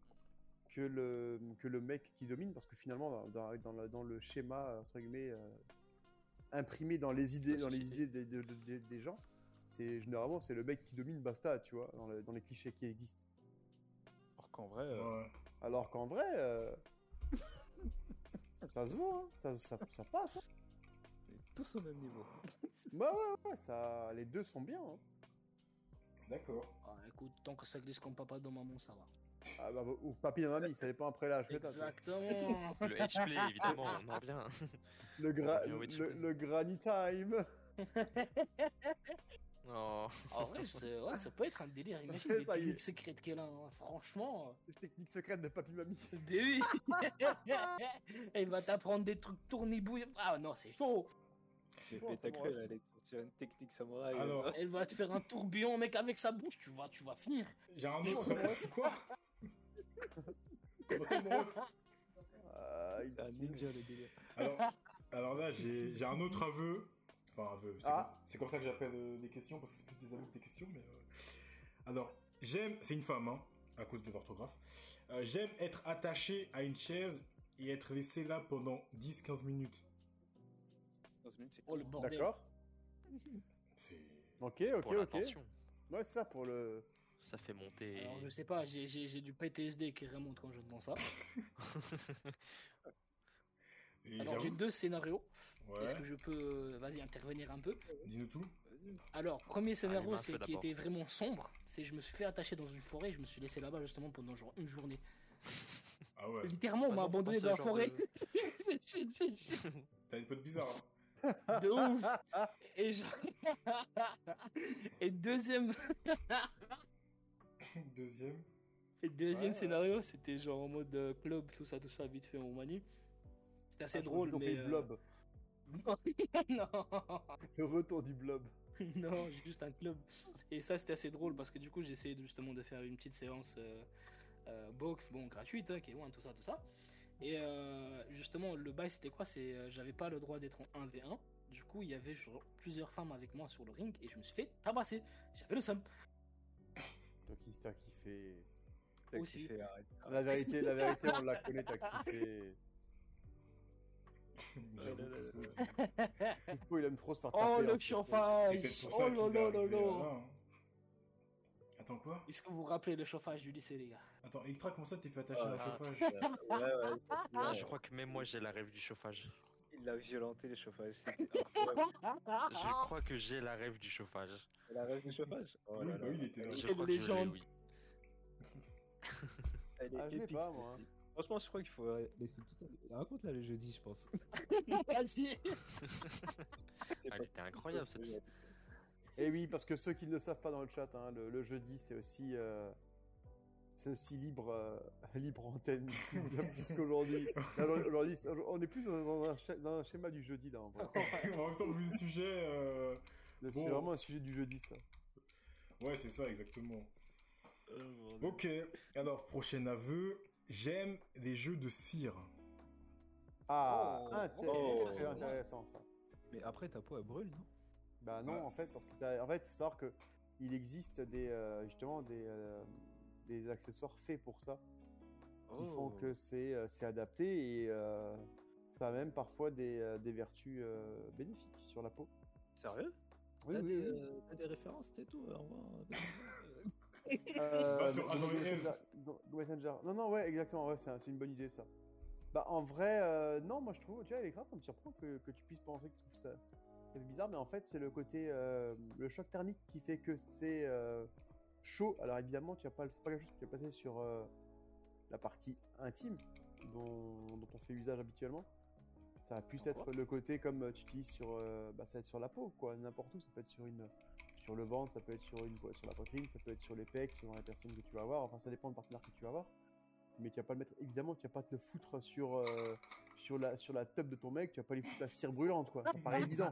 S3: que, le, que le mec qui domine, parce que finalement, dans, dans, dans le, dans le schéma, euh, entre guillemets, euh, imprimé dans les idées, dans les
S5: société.
S3: idées des, de- de- des- des gens, c'est généralement c'est le mec qui domine, basta, tu vois, dans, le- dans les clichés qui existent.
S6: Alors qu'en vrai, euh,
S2: Ouais.
S3: Alors qu'en vrai, euh, ça se voit, hein, ça, ça, ça passe. hein.
S6: c'est tous au même niveau.
S3: Bah ouais, ouais, ça, les deux sont bien. hein.
S2: D'accord.
S8: Ah, écoute, tant que ça glisse comme papa dans maman, ça va.
S3: Ah bah, ou papy et mamie, ça dépend après l'âge que t'as, tu vois.
S8: Exactement.
S5: Le edge play, évidemment, on en revient.
S3: Le, gra-
S5: Bien, ouais, tu
S3: le,
S5: peux.
S3: le granny time.
S5: Non.
S8: En vrai, c'est- ouais, ça peut être un délire. Imagine
S3: Ça y est.
S8: les techniques secrètes qu'elle a. hein. Franchement.
S3: Technique secrète de papy mamie.
S8: Mais oui Elle va t'apprendre des trucs tournibouilles. Ah non, c'est chaud
S6: Mais
S3: bon,
S6: t'as
S3: ça
S6: cru,
S3: m'aurait-
S6: elle allait te sortir une technique samouraï.
S2: Alors,
S6: euh,
S8: Elle va te faire un tourbillon, mec, avec sa bouche, tu vas, tu vas finir.
S2: J'ai un autre. Quoi Comment ça, une ref
S3: Ah, il
S6: c'est un
S3: dit-
S6: ninja le délire.
S2: Alors, alors là, j'ai j'ai un autre aveu. Enfin, aveu. C'est
S3: Ah.
S2: comme- c'est comme ça que j'appelle euh, les questions, parce que c'est plus des aveux que des questions. Mais euh, Alors, j'aime. C'est une femme, hein, à cause de l'orthographe. Euh, j'aime être attaché à une chaise et être laissé là pendant 10-15 minutes.
S7: Dans ce minute, c'est
S8: Oh le bordel.
S3: D'accord.
S2: C'est.
S3: Ok, ok,
S5: Pour
S3: ok.
S5: l'attention.
S3: Ouais, c'est ça pour le.
S5: Ça fait monter. Ah
S8: Alors, je sais pas, j'ai- j'ai j'ai du PTSD qui remonte quand j'entends ça.
S2: Et
S8: Alors, j'ai
S2: j'avoue-
S8: deux scénarios. Est-ce
S2: Ouais,
S8: que je peux, euh, vas-y, intervenir un peu
S2: dis-nous tout.
S8: Alors, premier
S5: Allume
S8: scénario,
S5: un
S8: c'est
S5: feu
S8: qui
S5: d'abord.
S8: était vraiment sombre. C'est je me suis fait attacher dans une forêt, je me suis laissé là-bas justement pendant genre une journée.
S2: Ah ouais.
S8: Littéralement, on
S5: Bah
S8: m'a
S5: non, faut
S8: abandonné
S5: penser
S8: dans la
S5: au genre euh,
S8: forêt.
S5: de-
S8: de
S2: T'as une pote bizarre. hein.
S8: ouf. Et, genre- Et deuxième
S2: Deuxième.
S8: Et le deuxième
S3: Ouais.
S8: scénario, c'était genre en mode euh, club, tout ça, tout ça, vite fait en Roumanie. C'était assez
S3: Ah, je
S8: drôle,
S3: me suis
S8: mais.
S3: compris,
S8: euh,
S3: Blob.
S8: non
S3: Le retour du blob.
S8: Non, juste un club. Et ça, c'était assez drôle parce que du coup, j'ai essayé de- justement de faire une petite séance euh, euh, boxe, bon, gratuite, hein, qui est loin, tout ça, tout ça. Et euh, justement, le bail, c'était quoi C'est euh, j'avais pas le droit d'être en 1v1. Du coup, il y avait genre, plusieurs femmes avec moi sur le ring et je me suis fait tabasser. J'avais le seum.
S3: Toi qui t'as kiffé.
S7: T'as
S8: Aussi.
S7: kiffé, arrête.
S3: La vérité, la vérité, on la connaît, t'as kiffé.
S5: Euh,
S2: J'avoue, parce que-
S3: Crispo, il aime trop se faire taper.
S8: Oh,
S3: hein,
S8: le chien
S3: Crispo.
S2: C'est
S8: fâche
S2: peut-être pour
S8: Oh
S2: ça qu'il est
S8: là là là
S2: arrivé
S8: là
S2: là, hein. Attends quoi
S8: Est-ce que vous vous rappelez le chauffage du lycée, les gars
S2: Attends, Electra, comment ça t'es fait attacher à un
S5: Ah.
S2: chauffage
S7: Ouais, ouais, ça, c'est bien.
S5: Ah, je crois que même moi j'ai la rêve du chauffage.
S7: Il a violenté les chauffages, c'était incroyable.
S5: Je crois que j'ai la rêve du chauffage.
S7: Elle a rêvé du chauffage Oh
S2: Oui,
S7: là
S2: bah
S7: là.
S2: oui, il était là.
S5: Je
S8: Quelle
S5: crois que je l'ai,
S8: légende.
S5: oui.
S7: Elle est
S3: Ah, je l'ai
S7: épique.
S3: pas,
S7: cette
S3: moi.
S7: série. Franchement, je crois qu'il faut. euh,
S9: Laissez tout à- Raconte-la le jeudi, je pense.
S8: Vas-y
S7: C'est
S5: Ah,
S7: pas-
S5: c'était incroyable
S7: c'est
S5: cette
S7: pas-
S3: Et Eh oui, parce que ceux qui ne le savent pas dans le chat, hein, le, le jeudi, c'est aussi. euh, C'est aussi libre, euh, libre antenne, bien plus qu'aujourd'hui. Là, Aujourd'hui, c'est- on est plus dans dans un, scha- dans un schéma du jeudi, là. en vrai.
S2: En même temps, vu le sujet, euh,
S3: C'est
S2: Bon.
S3: vraiment un sujet du jeudi, ça.
S2: ouais, c'est ça, exactement.
S9: euh,
S3: Oh.
S2: Ok, alors, prochain aveu. J'aime les jeux de cire.
S3: Ah,
S7: Oh.
S3: intéressant,
S7: Oh.
S3: c'est intéressant, ça.
S9: Mais après, ta peau, elle brûle, non
S3: Bah non,
S2: Bah,
S3: en fait, parce que t'as- en fait, faut savoir que il existe des euh, justement des, euh, des accessoires faits pour ça, qui
S9: Oh.
S3: font que c'est euh, c'est adapté et euh, ça a même parfois des, euh, des vertus euh, bénéfiques sur la peau.
S9: Sérieux
S3: Oui,
S9: T'as
S3: oui,
S9: des,
S3: oui.
S9: euh, t'as des références et tout au revoir.
S3: Euh,
S2: Bah, sur
S3: dans- dans
S2: Android
S3: Messenger- dans- dans Messenger. Non, non, ouais, exactement, ouais, c'est un- c'est une bonne idée ça. Bah en vrai, euh, non, moi je trouve, tu vois, Electra, ça me surprend que, que tu puisses penser que tu trouves ça, ça fait bizarre, mais en fait c'est le côté, euh, le choc thermique qui fait que c'est euh, chaud. Alors évidemment, tu vas pas, c'est pas quelque chose qui va passer sur euh, la partie intime dont, dont on fait usage habituellement. Ça va plus être le côté comme euh, tu utilises sur, euh, bah, ça va être sur la peau, quoi, n'importe où, ça peut être sur une, sur le ventre, ça peut être sur, une, po- sur la poitrine, ça peut être sur les pecs, selon la personne que tu vas avoir. Enfin, ça dépend du partenaire que tu vas avoir. Mais tu vas pas le mettre, évidemment, tu vas pas te le foutre sur, euh, sur, la, sur la teub de ton mec, tu vas pas lui foutre la cire brûlante, quoi. Ça paraît évident.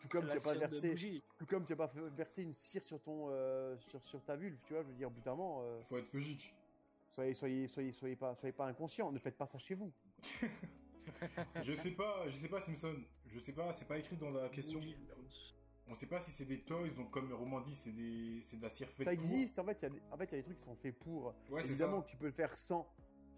S3: Tout comme tu
S8: La
S3: vas pas
S8: cire de
S3: verser,
S8: bougie.
S3: tout comme tu vas pas f- verser une cire sur ton, euh, sur, sur ta vulve, tu vois. Je veux dire, au bout d'un moment, euh,
S2: Faut être logique.
S3: soyez, soyez, soyez, soyez pas, soyez pas inconscient. Ne faites pas ça chez vous.
S2: Je sais pas, je sais pas, Simpson. Je sais pas, c'est pas écrit dans la question.
S8: Bougie.
S2: On sait pas si c'est des toys, donc comme Roman dit, c'est des, c'est de la cire faite
S3: Ça
S2: pour.
S3: existe. En fait, il y a des- en fait, il y a des trucs qui sont faits pour.
S2: Ouais, c'est
S3: Évidemment,
S2: ça.
S3: tu peux le faire sans.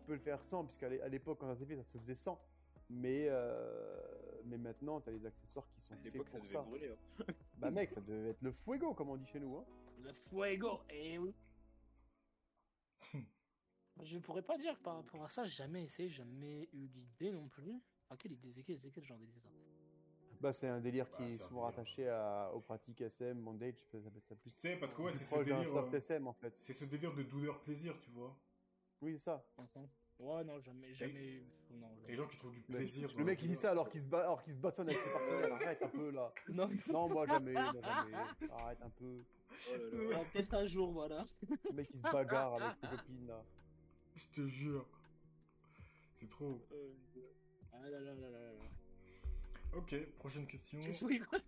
S3: Tu peux le faire sans, puisqu'à l'é- à l'époque, quand ça s'est fait, ça se faisait sans. Mais, euh, mais maintenant, tu as les accessoires qui sont
S7: À
S3: faits
S7: l'époque, ça
S3: pour
S7: devait
S3: ça.
S7: brûler. hein.
S3: Bah, mec, ça devait être le fuego, comme on dit chez nous. Hein.
S8: Le fuego, et oui. Je pourrais pas dire par rapport à ça, j'ai jamais essayé, jamais eu l'idée non plus. Ah, quelle idée, c'est quel, c'est quel genre d'idée ça
S3: Bah, c'est un délire
S2: Bah,
S3: qui est
S2: c'est un
S3: souvent
S2: délire.
S3: rattaché à, aux pratiques SM, bondage, tu peux appeler ça plus.
S2: C'est parce que ouais,
S3: plus
S2: c'est ce
S3: proche d'un
S2: délire.
S3: soft
S2: euh,
S3: SM, en fait.
S2: C'est ce délire de douleur-plaisir, tu vois.
S3: Oui, c'est ça.
S8: Mhm. Ouais, non, jamais, jamais eu. Non,
S2: Les gens qui trouvent du
S3: Le-
S2: plaisir. dans
S3: le mec,
S2: la
S3: il dit
S2: douleur.
S3: ça alors qu'il se, bat, alors qu'il se bastonne avec ses partenaires. Arrête un peu, là.
S8: non.
S3: Non, moi, jamais, moi, jamais. Arrête un peu.
S7: Oh là là.
S8: Ah, Peut-être un jour, voilà.
S3: Le mec, il se bagarre avec ses copines, là.
S2: Je te jure. C'est trop.
S8: Ah là là là là là là.
S2: Ok, prochaine question.
S8: Je souris, quoi.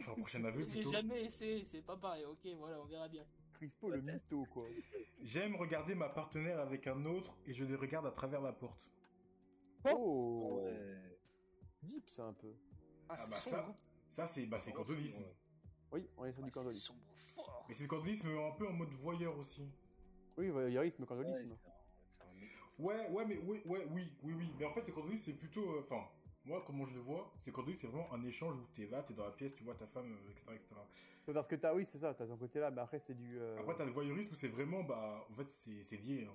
S2: Enfin, prochain aveu
S8: J'ai
S2: plutôt.
S8: jamais essayé, c'est pas pareil. Ok, voilà, on verra bien.
S3: Crispo, le mytho, quoi.
S2: J'aime regarder ma partenaire avec un autre et je les regarde à travers la porte.
S3: Oh!
S7: Ouais.
S3: Deep, ça, un peu.
S8: Ah,
S2: Ah
S8: c'est
S2: bah
S8: sombre.
S2: ça,
S8: hein.
S2: ça c'est bah, c'est
S7: Ouais,
S2: cantonisme.
S7: c'est- ouais.
S3: Oui, on est sur
S8: Ouais,
S3: du
S8: c'est
S3: candolisme.
S8: sombre fort.
S2: Mais c'est le cantonisme un peu en mode voyeur aussi.
S3: Oui, voyeurisme,
S7: Ouais,
S3: candolisme.
S7: c'est un- c'est un mix.
S2: Ouais, ouais, mais oui, ouais, oui, oui, oui. Mais en fait, le cantonisme c'est plutôt. euh, Enfin, moi, comment je le vois, c'est le cantonisme c'est vraiment un échange où t'es là, t'es dans la pièce, tu vois ta femme, euh, etc. etc.
S3: Parce que t'as, oui, c'est ça, t'as son côté là, mais après, c'est du. euh,
S2: Après, t'as le voyeurisme où c'est vraiment, bah, en fait, c'est c'est lié. hein.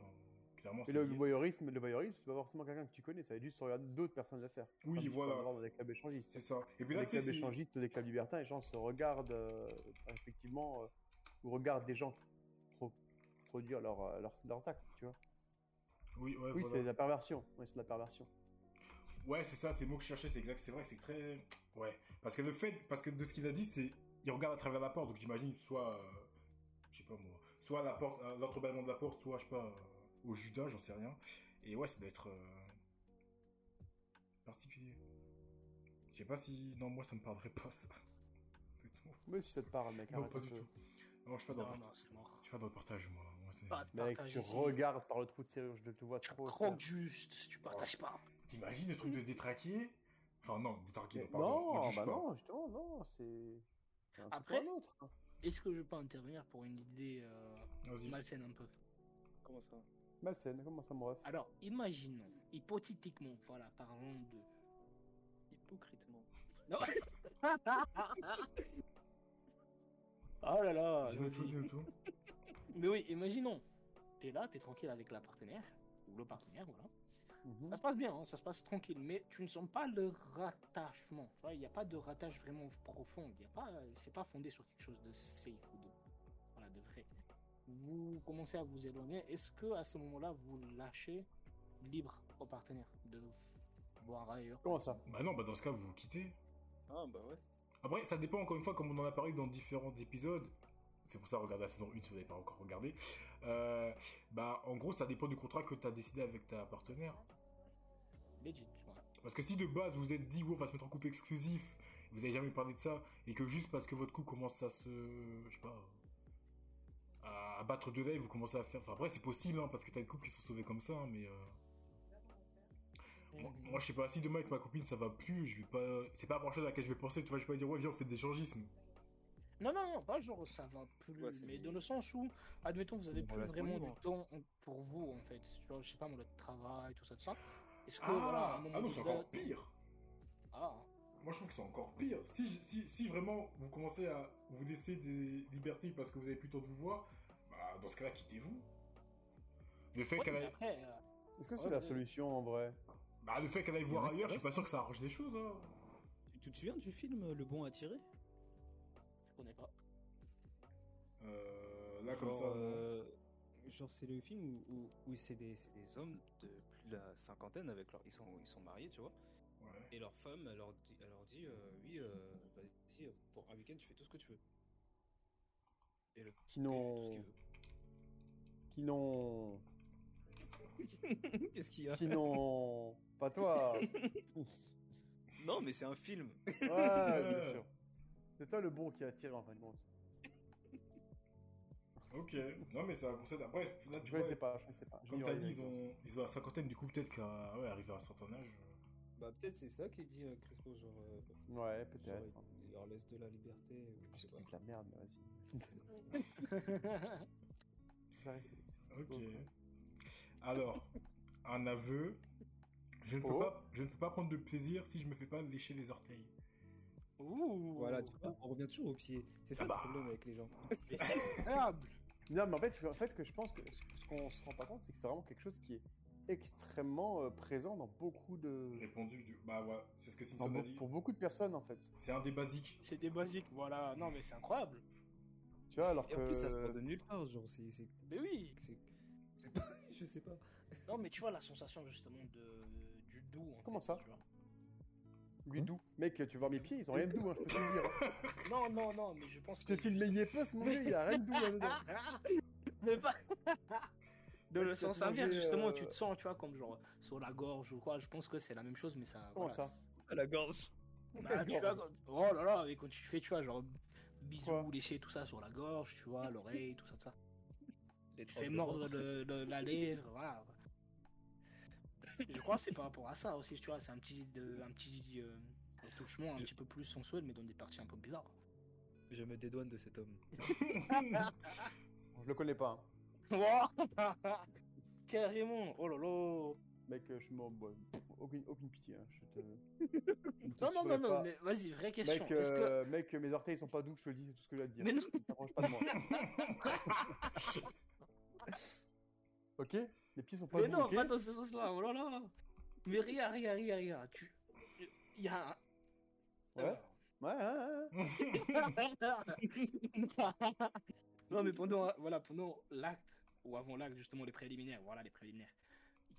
S2: Clairement,
S3: et
S2: c'est
S3: le
S2: lié.
S3: voyeurisme, le voyeurisme, c'est pas forcément quelqu'un que tu connais, ça va être juste regarder d'autres personnes à faire.
S2: Oui, voilà.
S3: Dans les clubs échangistes.
S2: C'est ça. Et puis là,
S3: Dans les
S2: tu sais,
S3: clubs
S2: c'est-
S3: échangistes, des clubs libertins, les gens se regardent, euh, respectivement, euh, ou regardent des gens pro- produire leur, euh, leurs- leurs actes, tu vois.
S2: Oui, ouais,
S3: oui,
S2: voilà.
S3: c'est de la perversion. Oui, c'est de la perversion.
S2: Ouais, c'est ça, c'est le mot que je cherchais, c'est exact, c'est vrai, que c'est très. Ouais. Parce que le fait, parce que de ce qu'il a dit, c'est. Il regarde à travers la porte, donc j'imagine soit. euh, Je sais pas moi. soit à la porte, à l'autre bâillement de la porte, soit je sais pas, euh, au Judas, j'en sais rien. Et ouais, ça doit être euh, particulier. Je sais pas si, non, moi ça me parlerait pas ça. Du tout.
S3: Mais si ça te parle, mec.
S2: Non,
S3: arrête
S2: pas
S3: un
S2: du
S3: peu.
S2: tout. Non, je suis pas dans le
S8: Non, non,
S2: portage.
S8: c'est mort.
S2: Je suis pas dans le portage, moi. Moi, c'est-
S8: Pas de
S3: Mec,
S8: partage
S3: tu
S8: ici.
S3: regardes par le trou de serrure, je te vois
S8: Tu
S3: trop. Oh.
S8: croques juste, si tu partages pas.
S2: T'imagines le truc de détraqué Enfin non, détraqué,
S3: Mais
S2: non, pardon, on
S3: Non,
S2: juge
S3: bah
S2: pas.
S3: non, justement, non, c'est. c'est un truc
S8: Après-
S3: ou un autre. hein.
S8: Est-ce que je peux intervenir pour une idée euh,
S2: Vas-y.
S8: malsaine un peu
S7: Comment ça
S3: Malsaine, comment ça me ref
S8: Alors, imaginons, hypothétiquement, voilà, parlons de.
S7: Hypocritement.
S8: Non Oh là là
S2: Dis-nous
S8: vas-y.
S2: tout, dis-nous tout.
S8: Mais oui, imaginons, t'es là, t'es tranquille avec la partenaire, ou le partenaire, voilà.
S3: Mhm.
S2: Mmh.
S8: Ça se passe bien, hein, ça se passe tranquille, mais tu ne sens pas le rattachement. tu vois, Il n'y a pas de rattache vraiment profond. Il y a pas, c'est pas fondé sur quelque chose de safe ou de, voilà, de vrai. Vous commencez à vous éloigner. Est-ce que à ce moment-là, vous lâchez libre au partenaire de voir ailleurs
S3: Comment ça
S2: Bah non, bah dans ce cas, vous vous quittez.
S7: Ah bah ouais.
S2: Après, ça dépend encore une fois, comme on en a parlé dans différents épisodes. C'est pour ça, regardez la saison 1 si vous n'avez pas encore regardé. Euh, bah, en gros, ça dépend du contrat que tu as décidé avec ta partenaire.
S8: Legit, ouais.
S2: Parce que si de base vous êtes dit, ouais, on va se mettre en couple exclusif, vous avez jamais parlé de ça, et que juste parce que votre couple commence à se. Je sais pas. à, à battre de l'aile, vous commencez à faire. Enfin, après, c'est possible, hein, parce que t'as des couples qui sont sauvés comme ça, hein, mais. euh, Moi, moi, je sais pas, si demain avec ma copine ça va plus, je vais pas. C'est pas grand chose à laquelle je vais penser, tu vois, je vais pas dire, ouais, viens, on fait de l'échangisme.
S8: Non, non, non, pas genre ça va plus,
S7: Ouais, c'est-
S8: mais dans le sens où, admettons, vous avez
S9: Une
S8: plus
S9: relation
S8: vraiment du
S9: libre.
S8: temps pour vous, en fait. Tu vois, je sais pas, moi, le travail, tout ça, tout ça. Est-ce que,
S2: Ah,
S8: voilà, à
S2: ah
S8: un moment
S2: non, c'est
S8: donné-
S2: encore pire.
S8: Ah,
S2: Moi, je trouve que c'est encore pire. Si, je- si, si vraiment vous commencez à vous laisser des libertés parce que vous avez plus le temps de vous voir, bah, dans ce cas-là, quittez-vous. Le fait
S8: ouais,
S2: qu'elle
S8: mais
S2: aille,
S8: après, euh,
S3: Est-ce que c'est
S8: Ouais,
S3: la
S8: ouais.
S3: solution en vrai
S2: bah, le fait qu'elle aille
S9: Il y
S2: voir
S9: en a qui
S2: ailleurs, je suis pas
S9: restent,
S2: sûr que ça arrange des choses. hein.
S9: Tu, tu te souviens du film euh, Le Bon à tirer
S8: je connais pas.
S2: Euh, là, comme ça.
S9: euh, genre c'est le film où, où, où c'est des, c'est des hommes de plus de la cinquantaine avec leur, ils sont ils sont mariés tu vois
S2: ouais.
S9: et leur femme elle leur dit, elle leur dit euh, oui euh, vas-y euh, pour un week-end tu fais tout ce que tu veux et le gars, il
S3: Qui
S9: fait tout ce
S3: n'ont.
S9: qu'il veut.
S3: Qui n'ont.
S9: qu'est-ce qu'il y a
S3: Qui n'ont. Pas toi
S9: non mais c'est un film
S3: Ouais, bien sûr. C'est toi le bon qui a tiré en fin de compte.
S2: Ok, non, mais c'est un concept. Après, là, tu
S3: Je
S2: vois,
S3: connaissais pas, je connaissais pas.
S2: comme
S3: J'ignorais
S2: t'as dit,
S3: les
S2: ils ont, ils ont la cinquantaine, du coup, peut-être qu'à ouais, arriver à un certain âge. euh,
S9: bah peut-être c'est ça qui dit euh, Crespo genre, euh,
S3: Ouais,
S9: genre,
S3: peut-être.
S9: il- il leur laisse de la liberté ou je
S3: Je
S9: sais pas.
S3: dis de la merde, mais vas-y. Ça reste-
S2: Ok. Alors, un aveu. Je ne, peux
S3: Oh.
S2: pas, je ne peux pas prendre de plaisir si je me fais pas lécher les orteils.
S8: Ouh
S9: voilà tu vois, on revient toujours au pied c'est ça
S2: Ah bah.
S9: le problème avec les gens
S8: Merde
S3: Non, mais en fait, en fait, que je pense que ce qu'on se rend pas compte, c'est que c'est vraiment quelque chose qui est extrêmement euh, présent dans beaucoup de.
S2: Répondu, du- bah ouais, c'est ce que
S3: dans
S2: Simpson a
S3: be-
S2: dit.
S3: Ah pour beaucoup de personnes, en fait.
S2: C'est un des basiques.
S8: C'est des basiques, voilà. Non, mais c'est incroyable.
S3: Tu vois, alors
S9: et en plus ça se
S3: que.
S9: de nulle part genre c'est c'est
S8: Mais oui
S9: c'est- c'est pas- je sais pas
S8: Non, mais tu vois la sensation justement de du doux. en
S3: Comment
S8: fait,
S3: ça
S8: tu vois.
S3: Oui, doux. Mec, tu vois mes pieds, ils ont rien de doux, hein, je peux te le dire.
S8: Non, non, non, mais je pense
S3: Je t'ai
S8: que-
S3: filmé Yepos, mon dieu, il y a rien de doux là-dedans.
S8: Ah, ah, mais pas. Dans le
S3: Peut-être
S8: sens
S3: qu'il avait,
S8: inverse, justement,
S3: euh,
S8: tu te sens, tu vois, comme genre sur la gorge ou quoi. Je pense que c'est la même chose, mais ça.
S3: Comment
S8: voilà,
S3: ça
S8: c'est-
S9: à la gorge
S8: Bah, tu vois, quand- oh là là, mais quand tu fais, tu vois, genre bisous,
S3: Quoi
S8: lécher tout ça sur la gorge, tu vois, l'oreille, tout ça, tout ça.
S9: les
S3: Oh,
S8: Tu fais mordre le- le- la lèvre, voilà. Je crois que c'est par rapport à ça aussi, tu vois, c'est un petit, de- un petit euh, touchement un
S9: Je-
S8: petit peu plus sensuel, mais dans des parties un peu bizarres.
S9: Je me dédouane de cet homme.
S3: Je le connais pas. hein.
S8: Wouah Carrément, oh là là
S3: Mec, euh, je m'en. bon, pff, aucune, aucune pitié, hein, je te. je ne te
S8: Non, non, non,
S3: souhaite
S8: non,
S3: pas.
S8: mais vas-y, vraie question.
S3: Mec,
S8: Est-ce que-
S3: euh, mec, mes orteils ils sont pas doux, je te le dis, c'est tout ce que j'ai à te dire.
S8: Mais non.
S3: Ne t'approche pas de moi. ok Les pieds sont pas
S8: Mais
S3: doux,
S8: non,
S3: ok
S8: pas dans ce sens-là, oh là là Mais regarde, regarde, regarde, regarde, tu... Il y a un...
S3: Ouais, ouais, ouais, ouais.
S8: non, mais pendant, voilà, pendant l'acte, ou avant l'acte, justement, les préliminaires, voilà, les préliminaires,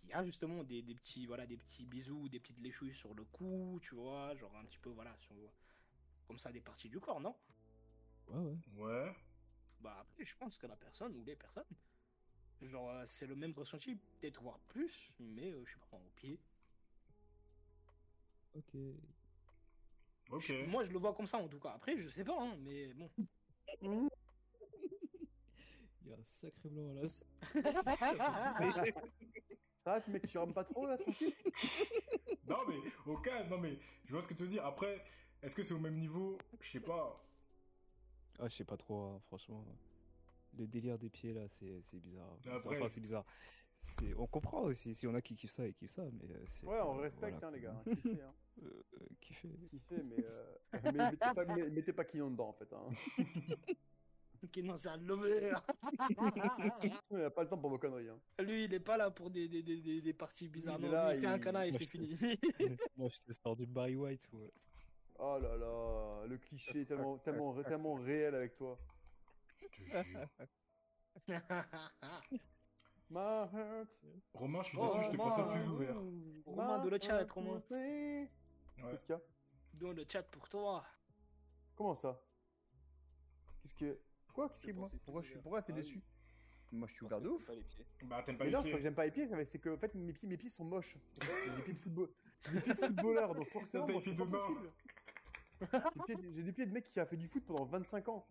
S8: il y a justement des, des petits, voilà, des petits bisous, des petites léchouilles sur le cou, tu vois, genre un petit peu, voilà, sur, comme ça, des parties du corps, non
S9: Ouais, ouais.
S2: ouais.
S8: Bah après, je pense que la personne ou les personnes, genre, euh, c'est le même ressenti, peut-être voire plus, mais euh, je sais pas, au pied.
S10: Ok.
S2: Ok.
S8: Je- Moi, je le vois comme ça en tout cas. Après, je sais pas, hein, mais bon.
S10: Il y a un sacré blanc là.
S3: Ça va, ce mec, tu rames pas trop là, tranquille
S2: Non mais au calme, non mais je vois ce que tu veux dire. Après, est-ce que c'est au même niveau Je sais pas.
S10: Ah, je sais pas trop, hein, franchement. Le délire des pieds là, c'est c'est bizarre.
S2: Mais
S10: C'est-
S2: après-
S10: Enfin, c'est bizarre. C'est- On comprend aussi si on a qui kiffent ça et kiffent ça, mais euh, c'est.
S3: Ouais, on
S10: euh,
S3: respecte,
S10: voilà,
S3: hein, les
S10: quoi.
S3: gars. hein, kiffez, hein.
S10: Euh, euh, kiffer.
S3: Kiffez, mais, euh, mais mettez pas, mais- mettez pas Quignon dedans, en fait. Hein.
S8: Ok, non, c'est un lover.
S3: On n'a pas le temps pour vos conneries. Hein.
S8: Lui, il est pas là pour des, des, des, des, des parties bizarres.
S3: Il est
S8: Non,
S3: là,
S8: lui, il fait un
S3: il-
S8: canard et
S10: Moi,
S8: c'est
S10: je te-
S8: fini.
S10: Moi, je te sors du Barry White. ouais.
S3: Oh là là, le cliché est tellement, tellement, ré- tellement réel avec toi.
S2: Je te jure.
S3: My heart.
S2: Romain, je suis
S8: Oh,
S2: déçu, je te
S3: Romain.
S2: pensais plus ouvert.
S8: Romain de le chat,
S3: heart
S8: Romain.
S3: will
S2: Ouais.
S3: be- Qu'est-ce qu'il y a
S8: Dans le chat pour toi.
S3: Comment ça Qu'est-ce que. Quoi Qu'est-ce que moi
S7: pensais plus
S3: Pourquoi, je suis...
S7: ouvert.
S3: Pourquoi t'es
S7: Ah oui.
S3: déçu Moi, je suis
S7: Parce
S3: ouvert
S7: que
S3: de
S7: t'aimes
S3: ouf.
S7: pas les pieds.
S2: Bah t'aimes pas
S3: Mais
S2: les
S3: non, c'est pas que
S2: pieds.
S3: j'aime pas les pieds, ça va- c'est que en fait mes pieds, mes pieds sont moches. J'ai des pieds de football, j'ai des pieds de footballeur, donc forcément
S2: T'as
S3: moi,
S2: des
S3: c'est
S2: pieds
S3: pas
S2: de nain.
S3: possible. J'ai des pieds de- J'ai des pieds de mec qui a fait du foot pendant 25 ans.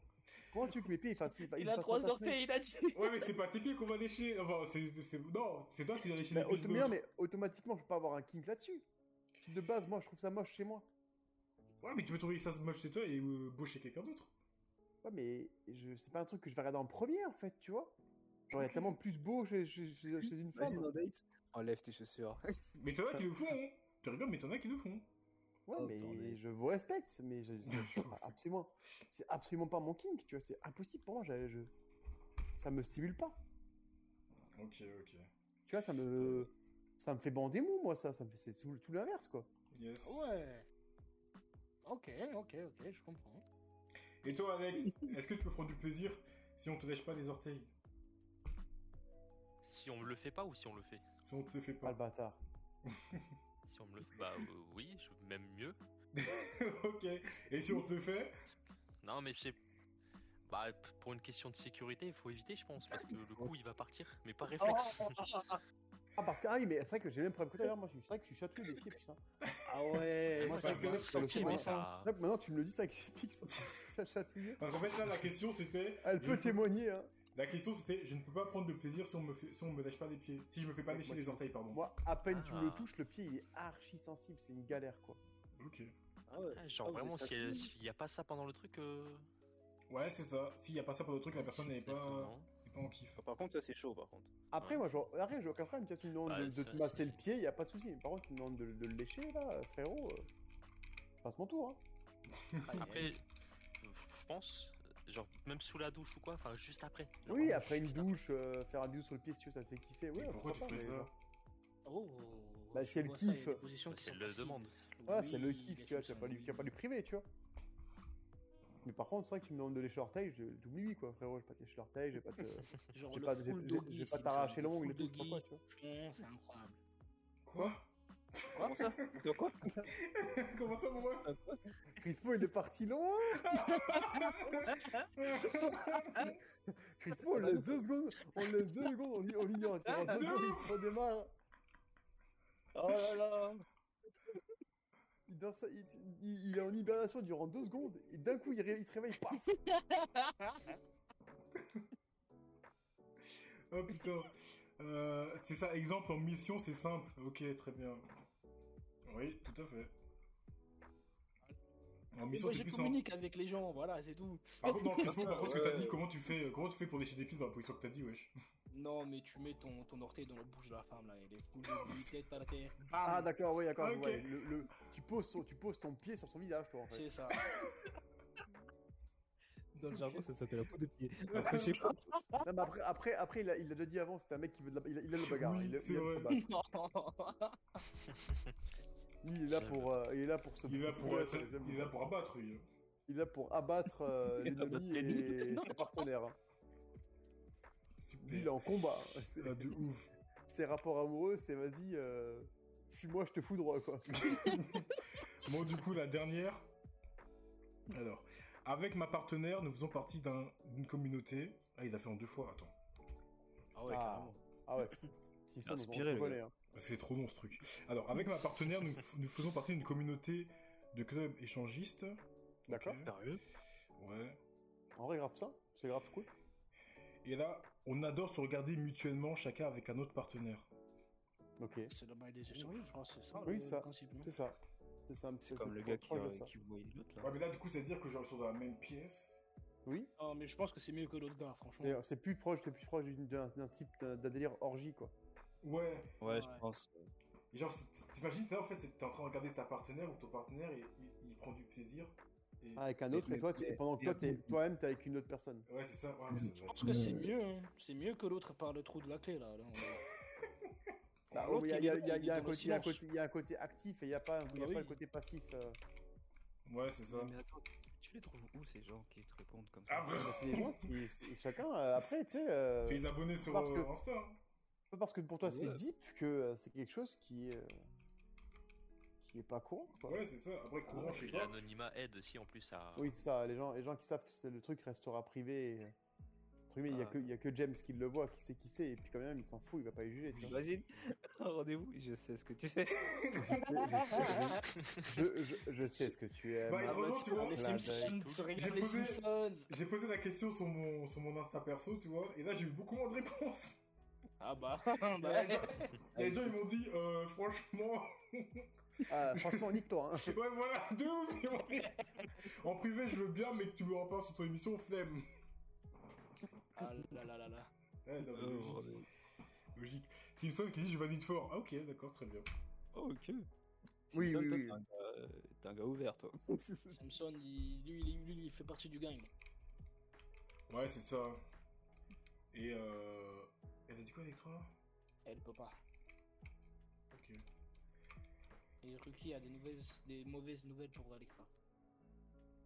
S3: Comment tu veux que mes pieds ils fassent ils
S8: Il a
S3: fassent
S8: trois
S3: pas tenir
S8: orteils, il a dit.
S2: Ouais mais c'est pas tes pieds qu'on va lécher. Enfin, c'est, c'est- non, c'est toi qui vas lécher
S3: Bah,
S2: les pieds.
S3: auto-
S2: de
S3: mais, non,
S2: l'autre.
S3: mais automatiquement je peux pas avoir un kink là-dessus. C'est De base, moi je trouve ça moche chez moi.
S2: Ouais mais tu peux trouver ça moche chez toi et euh, beau chez quelqu'un d'autre.
S3: Ouais, mais je... c'est pas un truc que je vais regarder en premier en fait, tu vois. Genre il y a tellement plus beau chez, chez- chez- chez une
S10: Imagine
S3: femme.
S10: en date, Enlève tes chaussures.
S2: Mais t'en as qui le font. hein. Tu rigoles mais t'en as qui le font.
S3: Ouais,
S10: Oh,
S3: mais
S10: bordel.
S3: je vous respecte, mais je, c'est- je- absolument, c'est absolument pas mon kink, tu vois, c'est impossible pour moi, je, je- ça me stimule pas.
S2: Ok ok.
S3: Tu vois, ça me, ça me fait bander mou, moi, ça, ça me fait c'est tout, tout l'inverse, quoi.
S2: Yes.
S8: Ouais. Ok, ok, ok, je comprends.
S2: Et toi Alex, est-ce que tu peux prendre du plaisir si on te lèche pas les orteils
S5: Si on me le fait pas ou si on le fait
S2: Si on te le fait
S3: Ah,
S2: pas.
S3: le bâtard.
S5: Si on me le fait. Bah euh, oui, je- même mieux.
S2: ok. Et si on te le fait
S5: Non, mais c'est. Bah, p- pour une question de sécurité, il faut éviter, je pense, parce que le coup il va partir, mais pas réflexe.
S3: Ah, parce que, ah oui, mais c'est vrai que j'ai même problème que tout à l'heure, moi, je- c'est vrai que je suis chatouillé des pieds, putain.
S8: Ah ouais,
S3: Moi,
S8: ça
S2: parce que-
S8: peut
S3: sur le
S8: sortir,
S3: chemin,
S8: mais
S5: mais
S8: ça.
S5: ça.
S3: Hop, maintenant, tu me le dis, ça explique ça, ça chatouille.
S2: Parce qu'en fait là la question c'était.
S3: Elle
S2: je
S3: peut
S2: ne-
S3: témoigner, hein.
S2: La question c'était je ne peux pas prendre de plaisir si on me fait, si on me lèche pas les pieds. Si je me fais pas
S3: Ouais,
S2: lécher
S3: moi,
S2: les
S3: tu-
S2: orteils pardon.
S3: Moi, à peine tu le
S5: Ah.
S3: touches, le pied, il est archi sensible, c'est une galère, quoi.
S2: Ok.
S7: Ah ouais.
S5: Ah, Genre
S7: Ah, vous
S5: vraiment,
S7: êtes
S5: s'il y, a-
S7: sadique.
S5: s'il y a pas ça pendant le truc. euh,
S2: Ouais, c'est ça. S'il n'y a pas ça pour le truc, la personne n'est pas,
S5: exactement.
S2: n'est pas en kiff.
S7: Par contre, ça c'est chaud par contre.
S3: Après, moi, genre, après, j'ai aucun problème. Tu vois, tu me demandes
S5: Bah,
S3: de, de
S5: c'est
S3: te
S5: vrai,
S3: masser
S5: c'est-
S3: le pied, y a pas de souci. Par contre, tu me demandes de, de le lécher, là, euh, frérot, euh, je passe mon tour. Hein.
S5: Après, euh, je pense, euh, genre même sous la douche ou quoi, enfin juste après. Genre
S3: Oui,
S5: vraiment
S3: après une
S5: juste
S3: douche, euh, faire un bisou sur le pied, si tu veux, ça te fait kiffer.
S2: Mais
S3: Ouais,
S2: pourquoi tu
S3: pourquoi
S2: ferais
S3: pas, mais
S2: ça
S3: genre-
S8: Oh,
S3: Bah,
S8: je
S3: si elle
S8: vois ça, il y a
S3: kiffe.
S8: des positions qui
S5: C'est
S8: sont
S5: le
S8: faciles.
S5: demande.
S3: Ouais,
S8: Oui,
S3: Ah, c'est le
S8: il y
S3: kiff, tu
S8: a
S3: vois,
S8: Simpson,
S3: tu vas pas, lui-
S8: oui.
S3: tu vas pas lui priver, tu vois. Mais par contre, c'est vrai que tu me demandes de lécher l'orteil, je t'oublie, quoi, frérot, je vais pas te lécher l'orteil, je vais pas te. je
S8: Genre
S3: vais
S8: le
S3: pas, je vais-
S8: full
S3: je vais- je
S8: doggy,
S3: vais pas
S8: Simpson,
S3: t'arracher
S8: le
S3: l'ongle et
S8: full
S3: tout, je sais pas quoi, tu vois.
S8: doggy. Franchement, c'est incroyable.
S2: Quoi
S7: Comment ça De quoi
S2: Comment ça, mon ref
S3: Crispo, il est parti loin Crispo, on le laisse deux secondes, on le laisse deux secondes, on l'i- on l'ignore, tu vois,
S2: Ah,
S3: deux secondes, il se redémarre.
S7: Oh là là
S3: Il, dort ça- il, il- il est en hibernation durant deux secondes et d'un coup il, ré- il se réveille. Paf
S2: Oh putain. Euh, c'est ça, exemple en mission, c'est simple. Ok, très bien. Oui, tout à fait. En
S8: Mais
S2: mission,
S8: moi,
S2: c'est
S8: je
S2: plus simple.
S8: communique avec les gens, voilà, c'est tout.
S2: Par contre, dans le classement, par contre, ce que t'as
S7: Ouais.
S2: dit, comment tu fais, comment tu fais pour lécher des pieds dans la position que t'as dit, wesh
S8: Non, mais tu mets ton, ton orteil dans la bouche de la femme, là, elle est full doggy, tête par terre. Bam
S3: Ah d'accord, oui, d'accord.
S2: Ok.
S3: ouais, le- le- tu, poses son- tu poses ton pied sur son visage, toi en fait.
S8: C'est ça.
S10: Dans le jargon, ça s'appelle la peau de pied. Après, je sais pas.
S3: Non, mais après, après, après, il a il l'a déjà dit avant, c'était un mec qui veut de la, il, a- il a le bagarre,
S2: Oui,
S3: il, a-
S2: c'est
S3: il aime
S2: vrai.
S3: se battre.
S8: Non.
S3: Lui, il est là pour, euh, il est là pour se
S2: Il est là
S3: se
S2: pour,
S3: battre,
S2: être-
S3: j'aime
S2: il est
S3: bien.
S2: là pour abattre, lui. hein.
S3: Il est là pour abattre euh, l'ennemi et ses partenaires. hein. Lui, il est
S2: Super.
S3: en combat. hein.
S2: Ah,
S3: C'est-
S2: de ouf.
S3: Ses rapports amoureux, c'est vas-y, euh, fuis-moi, je te fous droit quoi.
S2: Bon, du coup, la dernière. Alors, Avec ma partenaire, nous faisons partie d'un- d'une communauté. Ah, il a fait en deux fois, attends.
S7: Ah ouais, carrément.
S3: Ah ouais, c'est- c'est Simpson, on va recoller, hein.
S2: Parce que c'est trop long ce truc. Alors, avec ma partenaire, nous, f- nous faisons partie d'une communauté de clubs échangistes.
S3: D'accord.
S2: Sérieux Ouais.
S3: En vrai, grave ça, c'est grave cool.
S2: Et là, on adore se regarder mutuellement, chacun avec un autre partenaire.
S3: Ok.
S8: C'est le bail des échanges, je crois, c'est ça.
S3: Oui,
S8: le
S3: ça.
S8: principe, non
S3: C'est ça. C'est ça. C'est
S6: comme
S3: c'est
S6: le gars qui,
S3: proche de
S6: euh,
S3: ça.
S6: qui voit une autre là.
S2: Ouais, mais là, du coup, ça veut dire que genre, ils sont dans la même pièce.
S3: Oui.
S8: Ah, mais je pense que c'est mieux que l'autre gars, franchement.
S3: C'est- C'est plus proche, c'est plus proche d'une- d'un d'un type d'un d'un délire orgie quoi.
S2: Ouais.
S6: Ouais, je
S8: Ouais.
S6: pense.
S2: Et genre, c'est- t'imagines, là, en fait, c'est- t'es en train de regarder ta partenaire ou ton partenaire et il, il prend du plaisir. Et...
S3: Ah, avec un autre et toi, tu- pendant que toi, t'es- toi-même t'es avec une autre personne.
S2: Ouais, c'est ça. Ouais, mais
S8: Je pense que c'est mieux, hein. c'est mieux que l'autre par le trou de la clé là. là,
S2: Ah,
S8: on-
S3: Bah,
S8: L'autre,
S3: il y a-
S8: il
S3: il y a-
S8: est-
S3: il y a-
S8: il est
S3: il y a un
S8: dans le
S3: côté- il y a un
S8: silence.
S3: côté- il y a un côté actif et il n'y a pas, il y a
S8: oui.
S3: pas le côté passif. euh.
S2: Ouais, c'est ça.
S6: Mais attends, tu les trouves où ces gens qui te répondent comme ça
S2: Ah, vraiment
S3: Bah, c'est des gens qui, c'est- chacun. euh, après, tu sais, euh,
S2: Tu les abonnés sur
S3: parce que-
S2: euh, Insta. hein.
S3: pas parce que pour toi c'est
S6: Ouais.
S3: deep que euh, c'est quelque chose qui euh, qui est pas courant. Quoi.
S2: Ouais, c'est ça. Après,
S3: Ah,
S2: courant, je sais
S5: Et
S2: pas.
S5: L'anonymat aide aussi en plus à.
S3: Oui, c'est ça. Les gens, les gens qui savent que c'est- le truc restera privé. et, euh, entre guillemets, Il n'y a,
S5: Ah.
S3: que- il y a que James qui le voit, qui sait qui c'est, et puis quand même il s'en fout, il va pas les juger. Tu vois.
S6: Vas-y, rendez-vous, je sais ce que tu fais.
S3: je, je, je sais ce que tu aimes.
S8: Ah,
S2: Bah, et drôlement, tu vois,
S8: Les
S3: Clin
S8: Simpsons, se regarde
S2: J'ai
S8: les
S2: posé-
S8: Simpsons.
S2: J'ai posé la question sur mon, sur mon Insta perso, tu vois, et là j'ai eu beaucoup moins de réponses.
S8: Ah bah, bah,
S2: Il y a des gens- il y a des gens, ils m'ont dit, euh, franchement,
S3: Ah, franchement, nique-toi. hein.
S2: ouais, voilà, de ouf, ils m'ont dit, En privé, je veux bien, mais que tu me rends pas sur ton émission, flemme.
S8: ah là là là là.
S2: Ouais, non, mais
S6: Oh,
S2: logique. logique. Simpson qui dit, je valide fort. Ah, ok, d'accord, très bien.
S6: Oh, ok.
S3: Oui,
S6: Simpson,
S3: oui,
S6: toi,
S3: oui.
S6: t'es un gars- T'es un gars ouvert, toi.
S8: Simpson, il- lui, il- lui, il fait partie du gang.
S2: Ouais, c'est ça. Et euh. Elle a dit quoi avec toi
S8: Elle peut pas.
S2: Ok.
S8: Et Ruki a des nouvelles, des mauvaises nouvelles pour Alexa.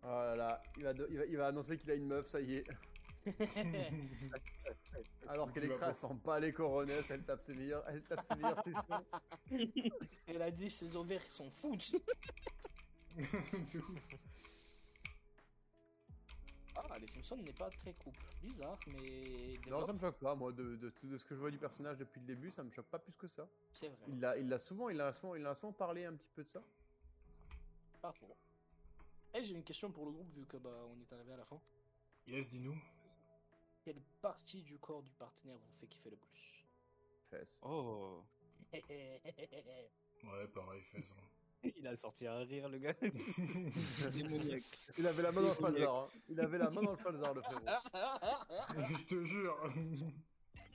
S3: Oh là là, il va, do- il va, il va annoncer qu'il a une meuf, ça y est. Alors
S2: Tu vas
S3: qu'Electra
S2: pas-
S3: s'en bat les coronets, elle tape ses meilleurs, elle tape ses meilleurs sessions.
S8: Elle a dit ses ovaires sont foutus.
S2: De ouf.
S8: Ah, les Simpsons n'est pas très couple. Bizarre, mais.
S3: Non,
S8: développe,
S3: ça me choque pas, moi, de, de, de ce que je vois du personnage depuis le début, ça me choque pas plus que ça.
S8: C'est vrai.
S3: Il a, il l'a souvent, il a souvent, il a souvent parlé un petit peu de ça.
S8: Pas faux. Et j'ai une question pour le groupe, vu que bah, on est arrivé à la fin.
S2: Yes, dis-nous.
S8: Quelle partie du corps du partenaire vous fait kiffer le plus Eh,
S3: Fesse.
S6: Oh,
S2: Ouais, pareil, fais ça.
S6: il a sorti un rire, le gars. Démoniaque.
S3: Il avait la main dans le falzar, hein. Il avait la main dans le falzar, le frérot.
S4: Ah,
S2: Je te jure.
S3: Il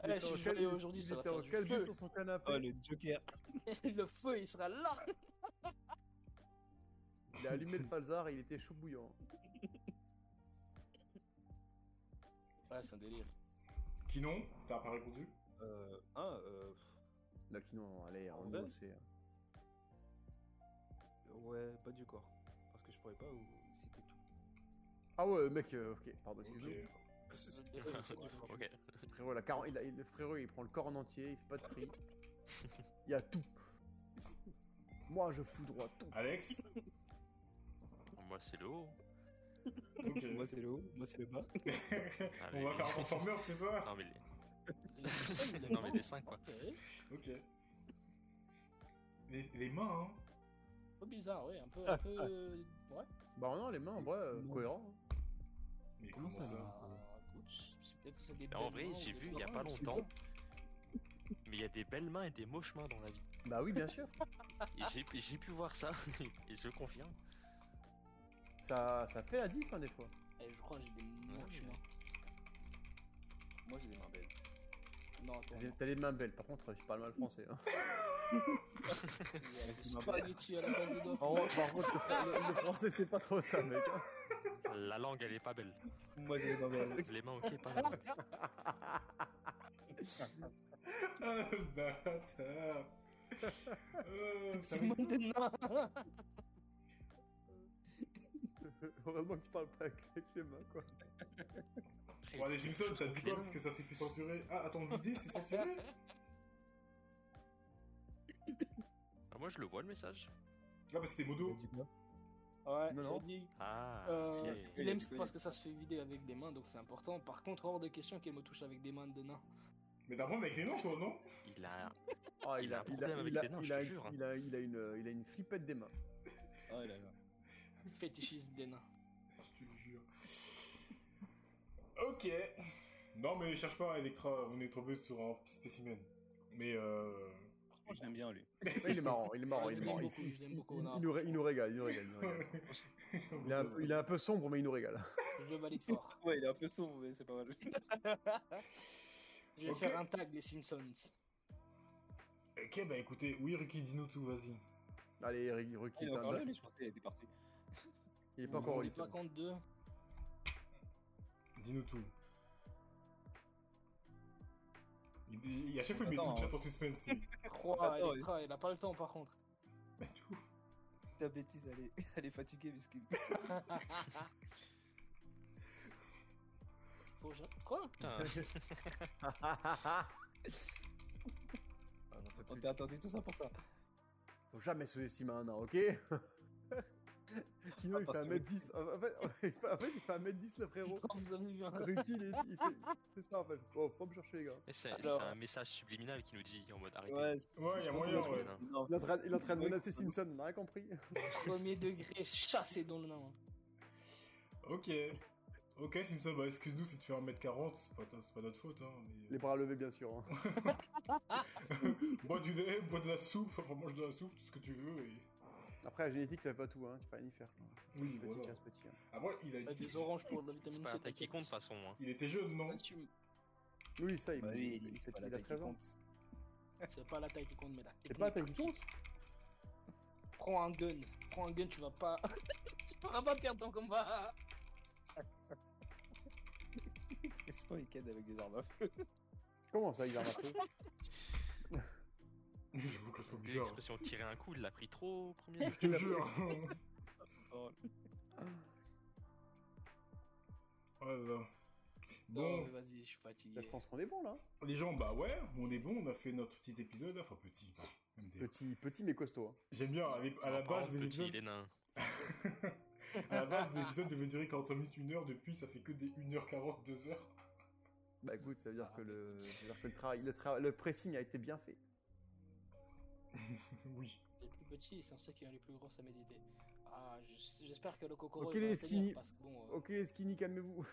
S8: Ah,
S3: était
S8: je
S3: en
S8: suis
S3: quel-
S8: désolé, aujourd'hui,
S3: il
S8: ça va
S3: était
S8: faire
S3: en
S8: du
S3: quel
S8: feu.
S3: but sur son canapé.
S6: Oh, le Joker.
S8: le feu, il sera là
S3: Il a allumé le falzar et il était chaud bouillant.
S8: Ouais, c'est un délire.
S2: Qui non T'as pas répondu
S6: Euh, ah, euh, pff,
S3: Là, qui non,
S8: Ah
S3: allez,
S6: En
S3: on
S6: vrai
S3: le sait. hein.
S6: ouais, pas du corps. Parce que je pourrais pas, ou c'était tout.
S3: Ah ouais, mec, euh, ok, pardon, excuse-moi.
S2: Ok.
S5: ok.
S3: Frérot, la quaran- il a- il- le frérot, il prend le corps en entier, il fait pas de tri. Il y a tout. Moi, je fous droit tout.
S2: Alex
S5: Moi c'est le haut.
S2: Ok.
S11: Euh,
S6: Moi, c'est le haut, moi, c'est le bas.
S2: On va
S5: Allez.
S2: faire un Transformers, c'est ça
S5: Non mais, les-
S8: Les
S5: non, mais les 5 quoi.
S8: Ok.
S2: Ok. Les, les mains, hein
S8: Un peu bizarre, ouais, un peu. Un peu... Ouais.
S3: Bah non, les mains, en vrai, euh,
S6: Non.
S3: cohérent.
S2: Mais
S6: Comment
S2: comment
S6: ça
S2: ça
S8: Ah, écoute, c'est peut-être que c'est des
S5: Mais en
S8: belles
S5: vrai,
S8: mains ou
S5: j'ai
S8: des
S5: vu
S8: belles
S5: il y a
S8: mains,
S5: pas
S8: je sais
S5: longtemps. Mais il y a des belles mains et des moches mains dans la vie.
S3: Bah oui, bien sûr.
S5: Et j'ai pu- j'ai pu voir ça et je confirme.
S3: Ça, ça fait la diff, hein, des fois.
S8: pas. Eh, je crois que j'ai des moches
S5: ouais.
S8: mains.
S9: Moi j'ai des mains belles.
S8: Non, attends.
S3: T'as des- T'as les mains belles, par contre, je parle mal français. hein.
S8: Il y a des spaghettis à la place de
S3: En- par contre, le, fr- le- le français, c'est pas trop ça, mec. hein.
S5: La langue elle est pas belle.
S6: Moi, c'est le bas.
S5: Les mains ok pas la langue.
S2: Ah, le bâtard Euh, ça risque-
S8: d'or.
S3: Heureusement que tu parles pas avec les mains, quoi.
S5: Après,
S2: Bon, les Simpsons, t'as dit quoi
S5: les
S2: Parce que ça s'est fait censurer. Ah, attends, l'idée, c'est censuré
S5: Ah, moi je le vois le message.
S2: bah, Ah, parce que c'était modo.
S3: Non,
S8: Ouais, il a
S3: non.
S8: dit,
S5: Ah,
S8: euh,
S5: ok.
S8: il aime parce que ça se fait vider avec des mains, donc c'est important. Par contre, hors de question qu'il me touche avec des mains de nain.
S2: Mais t'as un problème avec les noms, toi, non
S5: Il a.
S3: Ah,
S5: il a un
S3: il
S5: problème
S3: a-
S5: avec
S3: il a-
S5: les nains,
S3: il
S5: je te
S3: a-
S5: jure, hein.
S3: Il a, il a une, il a une flippette des mains.
S8: Ah, il a Fétichisme des nains.
S2: Ah, Je te jure. Ok. Non, mais cherche pas, Electra, on est tombé sur un petit spécimen. Mais euh.
S8: Je l'aime bien, lui.
S3: Ouais, il est marrant, il est marrant,
S8: Je
S3: il est
S8: l'aime
S3: marrant. Ah, Il,
S8: beaucoup, je l'aime
S3: il-
S8: beaucoup,
S3: il-
S8: on a-
S3: il nous, ré- il nous régale, il nous régale, il nous régale. Il est un peu, il est un peu sombre, mais il nous régale.
S8: Je le valide fort.
S11: Ouais, il est un peu sombre, mais c'est pas mal.
S8: Je vais
S2: Ok.
S8: faire un tag, les Simpsons.
S2: Ok, bah écoutez, oui, Ricky, dis-nous tout, vas-y.
S3: Allez, Ricky, Ricky,
S11: Il est
S3: t'as
S11: encore
S3: un-
S11: là, lui, je pensais qu'il était parti.
S3: il est pas encore
S8: On
S3: au
S8: est
S3: lycée.
S8: pas compte de.
S2: Dis-nous tout. Il, il- il- à chaque fois, il met tout
S11: Attends,
S2: le chat
S11: hein.
S2: en suspense. lui.
S8: Croix,
S6: Attends,
S8: Electra, il a pas le temps par contre.
S6: Ta bêtise, elle est, elle est fatiguée, Biscuit.
S8: Faut que je- Quoi
S5: Putain.
S3: Ah, j'en peux
S6: On
S3: plus.
S6: t'a attendu tout ça pour ça.
S3: Faut jamais sous-estimer un nain, ok Kino,
S6: Ah,
S3: il
S6: parce
S3: fait
S6: que-
S3: 1m10. En en fait, en fait, il fait 1m10, le frérot.
S8: Quand vous avez vu un.
S3: Ricky, Ah, il est- il fait... C'est ça, en fait. Oh, faut pas me chercher, les gars.
S5: Mais C'est
S6: Alors-
S5: c'est un message subliminal qui nous dit en mode arrêtez.
S6: Ouais, je-
S2: Ouais,
S6: je
S2: il y a
S6: pense
S2: moyen,
S6: que-
S2: ouais.
S6: Non,
S3: Il est en train, il est en train de menacer Simpson, on a rien compris.
S8: Premier degré chassé dans le nain. hein.
S2: Ok. Ok, Simpson, bah excuse-nous si tu fais 1m40, c'est pas, ta- c'est pas notre faute, hein. Mais... euh,
S3: Les bras levés, bien sûr. hein.
S2: bois du lait, bois de la soupe, enfin, mange de la soupe, tout ce que tu veux. Et...
S3: Après, la génétique, ça fait pas tout, hein. Tu peux rien y faire. quoi.
S2: Oui,
S3: Petit,
S2: voilà.
S3: qui reste petit. hein.
S2: Après, il, a...
S8: T'as des oranges pour de la vitamine
S5: C'est
S8: C.
S5: pas l'attaque qui
S8: t'inquiète.
S5: compte de toute façon. hein.
S2: il était jeune, non
S8: Ouais, tu-
S3: Oui, ça, il,
S6: Bah oui,
S3: il- il-
S6: c'est pas
S3: il
S6: la
S3: a
S6: taille qui
S3: 13 ans.
S6: compte.
S8: C'est pas la taille qui compte, mais la
S3: C'est pas ta
S8: technique.
S3: qui compte
S8: Prends un gun. Prends un gun, tu vas pas. tu pourras pas perdre ton combat.
S6: Est-ce pas il avec des armes à feu
S3: Comment ça, il a raté
S2: J'avoue que c'est pas bizarre.
S5: L'expression tirer un coup, il l'a pris trop au premier.
S2: Je te jure. Ah.
S6: Oh,
S2: Oh là là.
S8: Non,
S2: Bon,
S8: mais vas-y, je suis
S3: Là,
S8: fatigué.
S3: Je pense qu'on est bon, là.
S2: les gens, bah ouais, on est bon, on a fait notre petit épisode, là. enfin petit. MDR.
S3: Petit, petit mais costaud. hein.
S2: J'aime bien, à, l'é- à la
S5: En parlant
S2: base des
S5: de Ah, oh, petit,
S2: épisodes,
S5: il est nain.
S2: à la base des épisodes devaient durer 45 minutes, 1 heure, depuis ça fait que des 1h40, 2h.
S3: Bah écoute, ça veut dire que le, ça veut dire que le travail, le, tra- le pressing a été bien fait.
S2: oui.
S8: Les plus petits, c'est ceux qui ont les plus grosses à méditer. Ah, je- j'espère que le Kokoro
S3: Ok,
S8: il va
S3: les
S8: tenir,
S3: skinny.
S8: parce que bon, euh,
S3: Ok, Skinny, calmez-vous.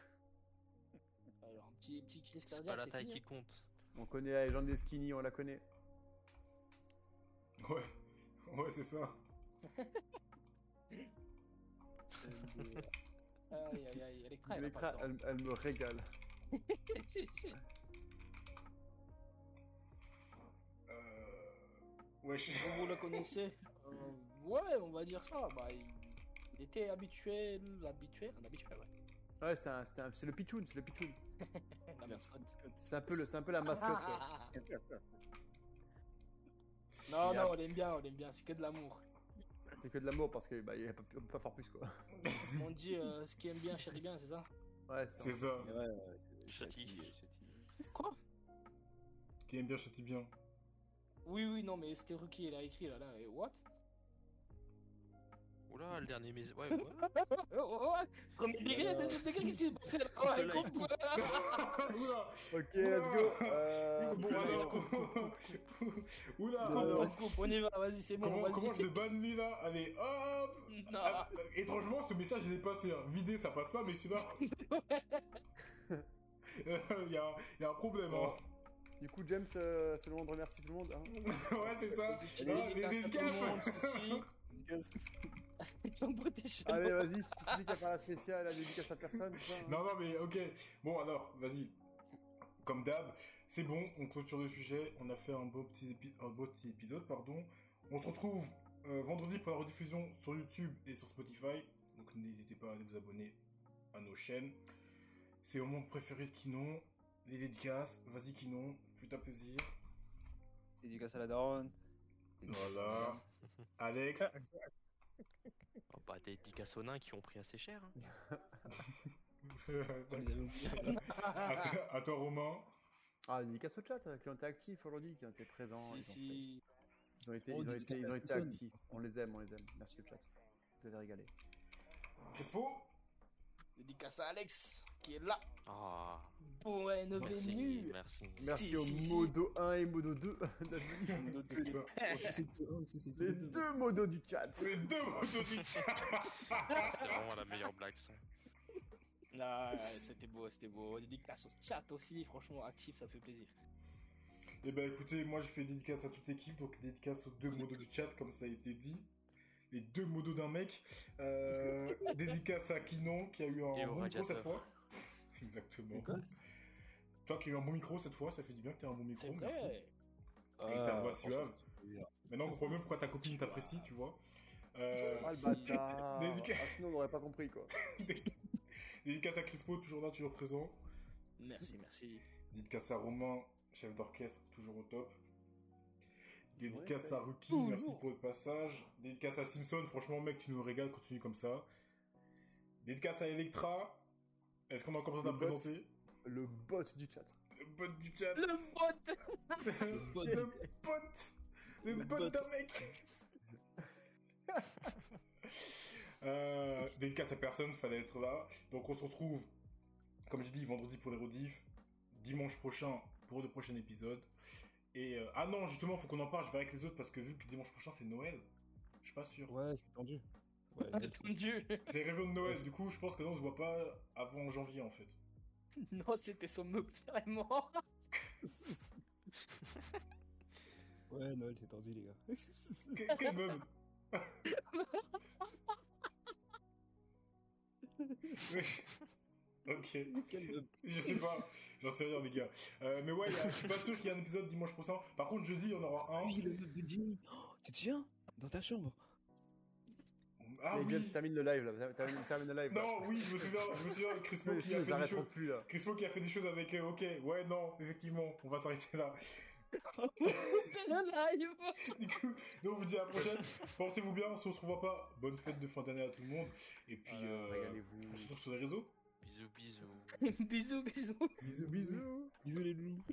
S8: alors, petit, petit crise
S5: C'est pas
S8: cardiaque,
S5: la
S8: c'est
S5: taille
S8: fini,
S5: qui compte.
S3: On connaît la légende des Skinny, on la connaît.
S2: Ouais, ouais, c'est ça.
S8: hein. Aïe, aïe, aïe, Electra, elle a
S3: Les
S8: pas
S3: cra-
S8: le
S3: elle, elle me régale.
S8: temps.
S2: Euh... Wesh.
S8: Vous le connaissez Euh, Ouais, on va dire ça. Bah, il, il était habitué, l'habitué, un habitué, ouais.
S3: Ouais, c'est un- c'est un- c'est le Pichoun, c'est le Pichoun.
S8: La mascotte.
S3: C'est un, peu le- c'est un peu la
S8: Ah,
S3: mascotte. quoi.
S8: non,
S3: Il a-
S8: non, on l'aime bien, on l'aime bien, c'est que de l'amour.
S3: C'est que de l'amour parce que bah, il y a pas, on peut pas faire plus quoi.
S8: On dit euh, ce qui aime bien, chérit bien, c'est ça
S3: Ouais, c'est
S2: C'est ça.
S6: Ouais, ouais,
S5: Chati.
S6: châtie, châtie.
S2: Qui aime bien, châtie bien.
S8: Oui, oui, non, mais ce que Ruki il a écrit là, là, et what
S5: Oula, le dernier message. Ouais, ouais.
S8: Oh, oh, oh, Premier
S2: Euh,
S8: degré, deuxième degré, qu'est-ce qui s'est passé là Oh, elle comprend.
S2: Oula
S3: Ok, let's go.
S2: C'est
S3: Euh,
S2: bon,
S3: bon,
S2: alors.
S3: alors.
S2: Oula
S8: Ah,
S2: alors.
S8: on se coupe, On y va, vas-y, c'est bon,
S2: Comment,
S8: vas-y.
S2: comment je le banne lui là Allez, hop Ah, euh, Étrangement, ce message il est passé. Hein. Vidé, ça passe pas, mais celui-là. Il y, a un- y a un problème. Hein.
S3: Du coup, James, euh, c'est le moment de remercier tout le monde. hein.
S2: ouais, c'est ça.
S8: Vas-y,
S2: Ah,
S8: tu les
S2: les
S8: dédicaces à tout le monde,
S2: dédicaces
S8: ceci. L'emboutissement.
S3: Allez, vas-y, qui c'est qui va faire la spéciale, la dédicace à personne ça, hein.
S2: Non, non, mais ok. Bon, alors, vas-y. Comme d'hab, c'est bon, on clôture le sujet. On a fait un beau petit, épi- un beau petit épisode, pardon. On se retrouve euh, vendredi pour la rediffusion sur YouTube et sur Spotify. Donc n'hésitez pas à aller vous abonner à nos chaînes. C'est au monde préféré de Kinon. Les dédicaces, vas-y Kinon, fais ta plaisir.
S6: Dédicace à la daronne.
S2: Voilà. Alex,
S5: Oh, bah, des dédicaces aux nains qui ont pris assez cher. hein.
S8: On les avait oubliés.
S2: Euh, à, toi- à toi Romain.
S3: Ah, dédicace au chat euh, qui ont été actifs aujourd'hui, qui ont été présents.
S8: Si,
S3: ils ont fait-
S8: si.
S3: Ils ont été,
S6: Oh,
S3: ils ont
S6: dédicace
S3: été, ils
S6: à
S3: ont
S6: la
S3: été
S6: personne.
S3: actifs. On les aime, on les aime. Merci le chat. Vous avez régalé.
S2: Crespo
S8: Dédicace à Alex, qui est là.
S5: Ah.
S8: Bienvenue.
S5: Merci.
S3: Merci
S8: Si,
S3: au
S8: si, si.
S3: Modo 1 et Modo 2.
S8: Modo 2, les- Oh, si, c'est-
S3: Les deux Modos du chat.
S2: Les deux Modos du
S8: chat.
S5: C'était vraiment la meilleure blague, ça.
S8: Ah, c'était beau, c'était beau. Dédicace au chat aussi, franchement, actif, ça fait plaisir.
S2: Eh ben écoutez, moi je fais dédicace à toute l'équipe, donc dédicace aux deux modos du chat, comme ça a été dit. Les deux modos d'un mec. Euh, dédicace à Kinon qui a eu
S5: Et
S2: un
S5: au
S2: bon micro cette
S5: radiateur.
S2: fois. Exactement. Toi qui as eu un bon micro cette fois, ça fait du bien que tu un bon micro,
S8: vrai.
S2: merci. Et
S8: Ah,
S2: ta voix
S8: franchement,
S2: suave. Maintenant on comprend même pourquoi ta copine t'apprécie, tu vois. Euh,
S3: Ah le bâtard
S2: dédicace-
S3: Ah, Sinon on n'aurait pas compris quoi.
S2: Dédicace à Crispo, toujours là, toujours présent.
S8: Merci, merci.
S2: Dédicace à Romain, chef d'orchestre, toujours au top. Dédicace
S8: c'est-
S2: à Ruki,
S8: Toujours.
S2: merci pour le passage. Dédicace à Simpson, franchement mec, tu nous régales, continue comme ça. Dédicace à Electra, est-ce qu'on a encore besoin de la
S3: Le bot-
S2: présenter
S3: Le bot du chat.
S2: Le bot du chat Le bot Le bot Le bot, d'un mec Euh, dédicace à personne, fallait être là. Donc on se retrouve, comme j'ai dit, vendredi pour les rodifs, dimanche prochain pour le prochain épisode. Et euh, ah non, justement, faut qu'on en parle. Je vais avec les autres parce que vu que dimanche prochain c'est Noël, je suis pas sûr.
S6: Ouais, c'est tendu.
S2: C'est les réveillons de Noël. Du coup, je pense que non, on se voit pas avant janvier en fait.
S8: Non, c'était son mot, carrément.
S6: Ouais, Noël, c'est tendu, les gars.
S2: Que- Quel meuble Ok. Je sais pas, j'en sais rien les gars. Euh, mais ouais, y a- je suis pas sûr qu'il y ait un épisode dimanche prochain. Par contre, jeudi, il y en aura un.
S6: Ah Oui, le note de Jimmy. Oh, tu te souviens Dans ta chambre.
S2: Ah
S3: Et
S2: oui.
S3: Eh, James, termine le live là. Termine, termine le live. là.
S2: Non, oui, je me souviens, je me souviens Crispo
S3: Les
S2: qui a fait
S3: choses
S2: des
S3: arrêteront
S2: choses.
S3: plus, là.
S2: Crispo qui a fait des choses avec. euh, ok, ouais, non, effectivement, on va s'arrêter là. Du coup, nous on vous dit à la prochaine. Portez-vous bien, si on se revoit pas, bonne fête de fin d'année à tout le monde. Et puis, euh, on se retrouve sur les réseaux.
S5: Bisous, bisous.
S8: bisous, bisous.
S2: Bisous, bisous.
S6: Bisous les loups.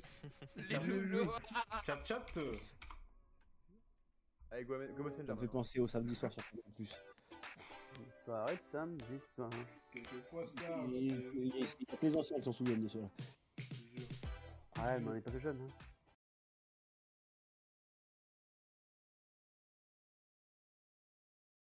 S2: Ciao.
S8: loulous.
S2: Chat, chat.
S3: Allez, go, go Messenger.
S12: Ça me fait penser au samedi soir sur Canal+. Plus.
S13: Soirée de samedi soir.
S2: Quelquefois ça.
S12: Et, et, et, les anciens qui s'en souviennent de cela.
S13: Ah ouais, mais on est pas jeunes. Hein.